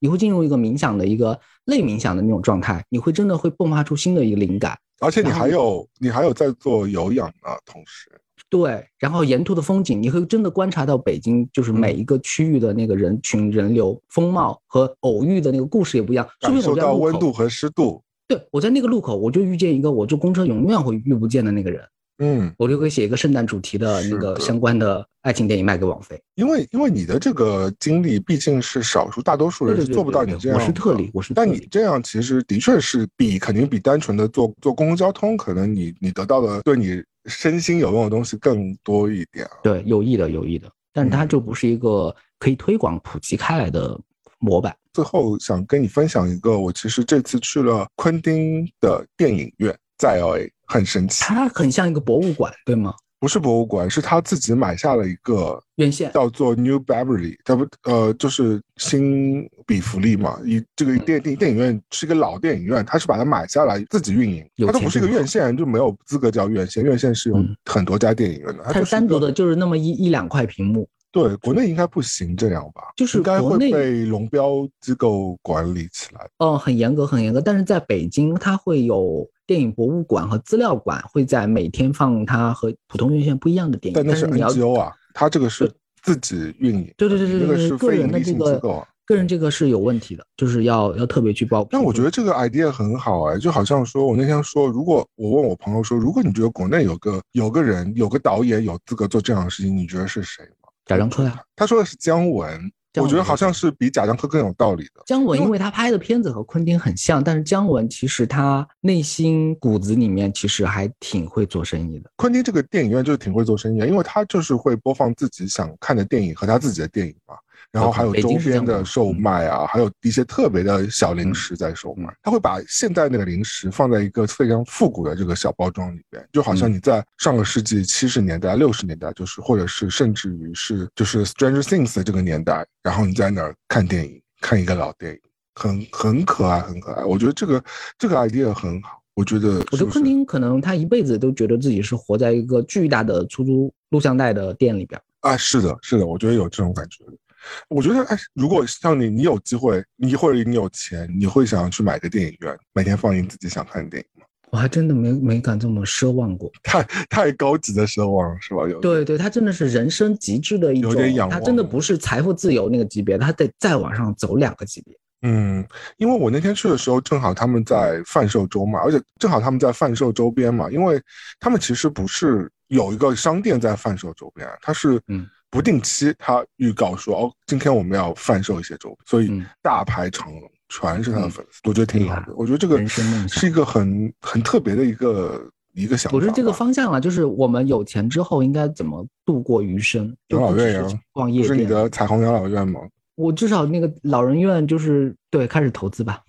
S2: 你会进入一个冥想的一个类冥想的那种状态，你会真的会迸发出新的一个灵感。
S1: 而且你
S2: 然后
S1: 还有你还有在做有氧呢，同时
S2: 对，然后沿途的风景，你会真的观察到北京就是每
S1: 嗯
S2: 一个区域的那个人群、人流、风貌和偶遇的那个故事也不一样。说
S1: 感
S2: 不定
S1: 受
S2: 我在
S1: 到
S2: 路
S1: 温
S2: 口
S1: 度和湿度。
S2: 对，我在那个路口，我就遇见一个我坐公车永远会遇不见的那个人，
S1: 嗯，
S2: 我就可以写一个圣诞主题的
S1: 是
S2: 那个
S1: 的
S2: 相关的爱情电影卖给王菲。
S1: 因为因为你的这个经历毕竟是少数，大多数
S2: 对
S1: 人
S2: 对
S1: 是
S2: 对，
S1: 做不到
S2: 对
S1: 你
S2: 对
S1: 这样
S2: 我
S1: 的。
S2: 是特例，我是特
S1: 但你
S2: 例。
S1: 这样其实的确是比肯定比单纯的坐坐公共交通，可能你你得到的对你身心有用的东西更多一点啊。
S2: 对有益的有益的，但是它
S1: 嗯
S2: 就不是一个可以推广普及开来的模板。
S1: 最后想跟你分享一个，我其实这次去了昆汀的电影院，在 LA，很神奇，
S2: 它很像一个博物馆，对吗？
S1: 不是博物馆，是他自己买下了一个
S2: 院线
S1: 叫做 New Beverly，它不呃就是新比弗利嘛，一这个电
S2: 嗯
S1: 电电影院是一个老电影院，它是把它买下来自己运营，
S2: 有
S1: 它都
S2: 钱
S1: 不是一个
S2: 真好
S1: 院线，就没有资格叫院线，院线是有
S2: 嗯
S1: 很多家电影院的，它
S2: 它
S1: 就是
S2: 单
S1: 一个
S2: 独的，就是那么一一两块屏幕。
S1: 对，国内应该不行这样吧，
S2: 就是
S1: 应该
S2: 国
S1: 会
S2: 内
S1: 被龙标机构管理起来。
S2: 哦，很严格，很严格。但是在北京，它会有电影博物馆和资料馆，会在每天放它和普通院线不一样的电影。
S1: 但那是
S2: 你要
S1: NGO 啊，它这个是自己运营，
S2: 对对对对
S1: 那呃
S2: 对
S1: 个
S2: 对，
S1: 是
S2: 个
S1: 非
S2: 人
S1: 盈
S2: 的
S1: 利
S2: 这
S1: 性机构
S2: 个
S1: 啊。
S2: 个人这个是有问题的，就是要要特别去报。
S1: 但我觉得这个 idea 很好哎，就好像说我那天说，如果我问我朋友说，如果你觉得国内有个有个人有个导演有资格做这样的事情，你觉得是谁吗？
S2: 贾樟柯呀，
S1: 他说的是姜文，
S2: 姜文
S1: 我觉得好像是比贾樟柯更有道理的。
S2: 姜文，
S1: 因为
S2: 因为他拍的片子和昆汀很像，但是姜文其实他内心骨子里面其实还挺会做生意的。
S1: 昆汀这个电影院就是挺会做生意的，因为他就是会播放自己想看的电影和他自己的电影嘛，然后还有
S2: 北
S1: 周
S2: 京是这
S1: 边
S2: 样的嗯
S1: 的售卖啊，还有一些特别的小零食在售卖。他会把现代那个零食放在一个非常复古的这个小包装里边，就好
S2: 嗯
S1: 像你在上个世纪七十年代、六十年代，就是或者是甚至于是就是 Stranger Things 的这个年代，然后你在那儿看电影，看一个老电影，很很可爱，很可爱。我觉得这个这个 idea 很好，我觉得是不
S2: 我觉得
S1: 是
S2: 昆汀可能他一辈子都觉得自己是活在一个巨大的出租录像带的店里边。
S1: 啊，是的，是的，我觉得有这种感觉。我觉得，哎，如果像你，你有机会，你或者你有钱，你会想要去买个电影院，每天放映自己想看的电影吗，
S2: 我还真的没没敢这么奢望过。
S1: 太太高级的奢望是吧？有
S2: 对对，他真的是人生极致的一
S1: 有
S2: 种
S1: 点仰，
S2: 他真的
S1: 望
S2: 不是财富自由那个级别，他得再往上走两个级别。
S1: 嗯，因为我那天去的时候，正好他们在贩售周嘛，而且正好他们在贩售周边嘛，因为他们其实不是有一个商店在贩售周边，它是
S2: 嗯
S1: 不定期他预告说哦，今天我们要贩售一些周边，所以
S2: 嗯
S1: 大排长龙，全是他的
S2: 嗯
S1: 粉丝，我觉得挺好
S2: 厉
S1: 的。我觉得这个
S2: 人生梦想
S1: 是一个很很特别的一个一个想法吧。
S2: 不是这个方向了，啊就是我们有钱之后应该怎么度过余生？就
S1: 养老
S2: 不只
S1: 院
S2: 是
S1: 呀
S2: 去逛
S1: 啊不
S2: 夜
S1: 是你
S2: 店。
S1: 的彩虹养老院吗？
S2: 我至少那个老人院就是对开始投资吧，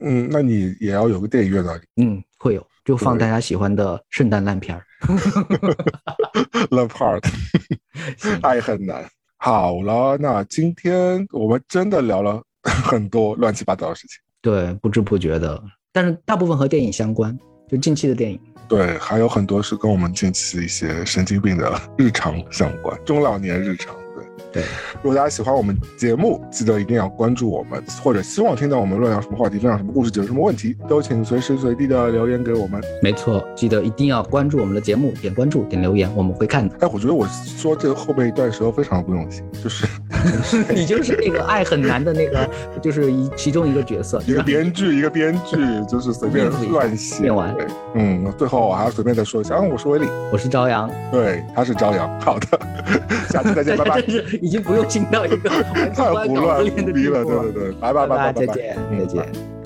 S1: 嗯，那你也要有个电影院的，
S2: 嗯，会有就放
S1: 对
S2: 大家喜欢的圣诞烂
S1: [LAUGHS]
S2: 片儿。
S1: Love Heart，
S2: [LAUGHS] 行
S1: 爱很难。好了，那今天我们真的聊了很多乱七八糟的事情，
S2: 对，不知不觉的，但是大部分和电影相关，就近期的电影。
S1: 对，还有很多是跟我们近期一些神经病的日常相关，中老年日常。对，
S2: 对，
S1: 如果大家喜欢我们节目，记得一定要关注我们，或者希望听到我们乱聊什么话题、分享什么故事、解决什么问题，都请随时随地的留言给我们。
S2: 没错，记得一定要关注我们的节目，点关注，点留言，我们会
S1: [LAUGHS]
S2: 看的。
S1: 哎，我觉得我说这后面一段时候非常不用心，就是
S2: 你就是那个爱很难的那个，就是一其中一个角色，
S1: 一
S2: [LAUGHS]
S1: 个
S2: 让
S1: 编剧，一个编剧，就是随便乱写
S2: 念。完。
S1: 对嗯，最后我还要随便再说一下，嗯，我是威力，
S2: 我是朝阳，
S1: 对，他是朝阳。好的，下期再见，拜
S2: [LAUGHS]
S1: 拜。
S2: 真是已经不用进到一个
S1: [LAUGHS] 太胡乱
S2: 无 [LAUGHS]
S1: 无逼了，对对
S2: 对，
S1: 对，拜拜
S2: 拜
S1: 拜拜
S2: 拜，再
S1: 拜，
S2: 见，
S1: 嗯
S2: 再见。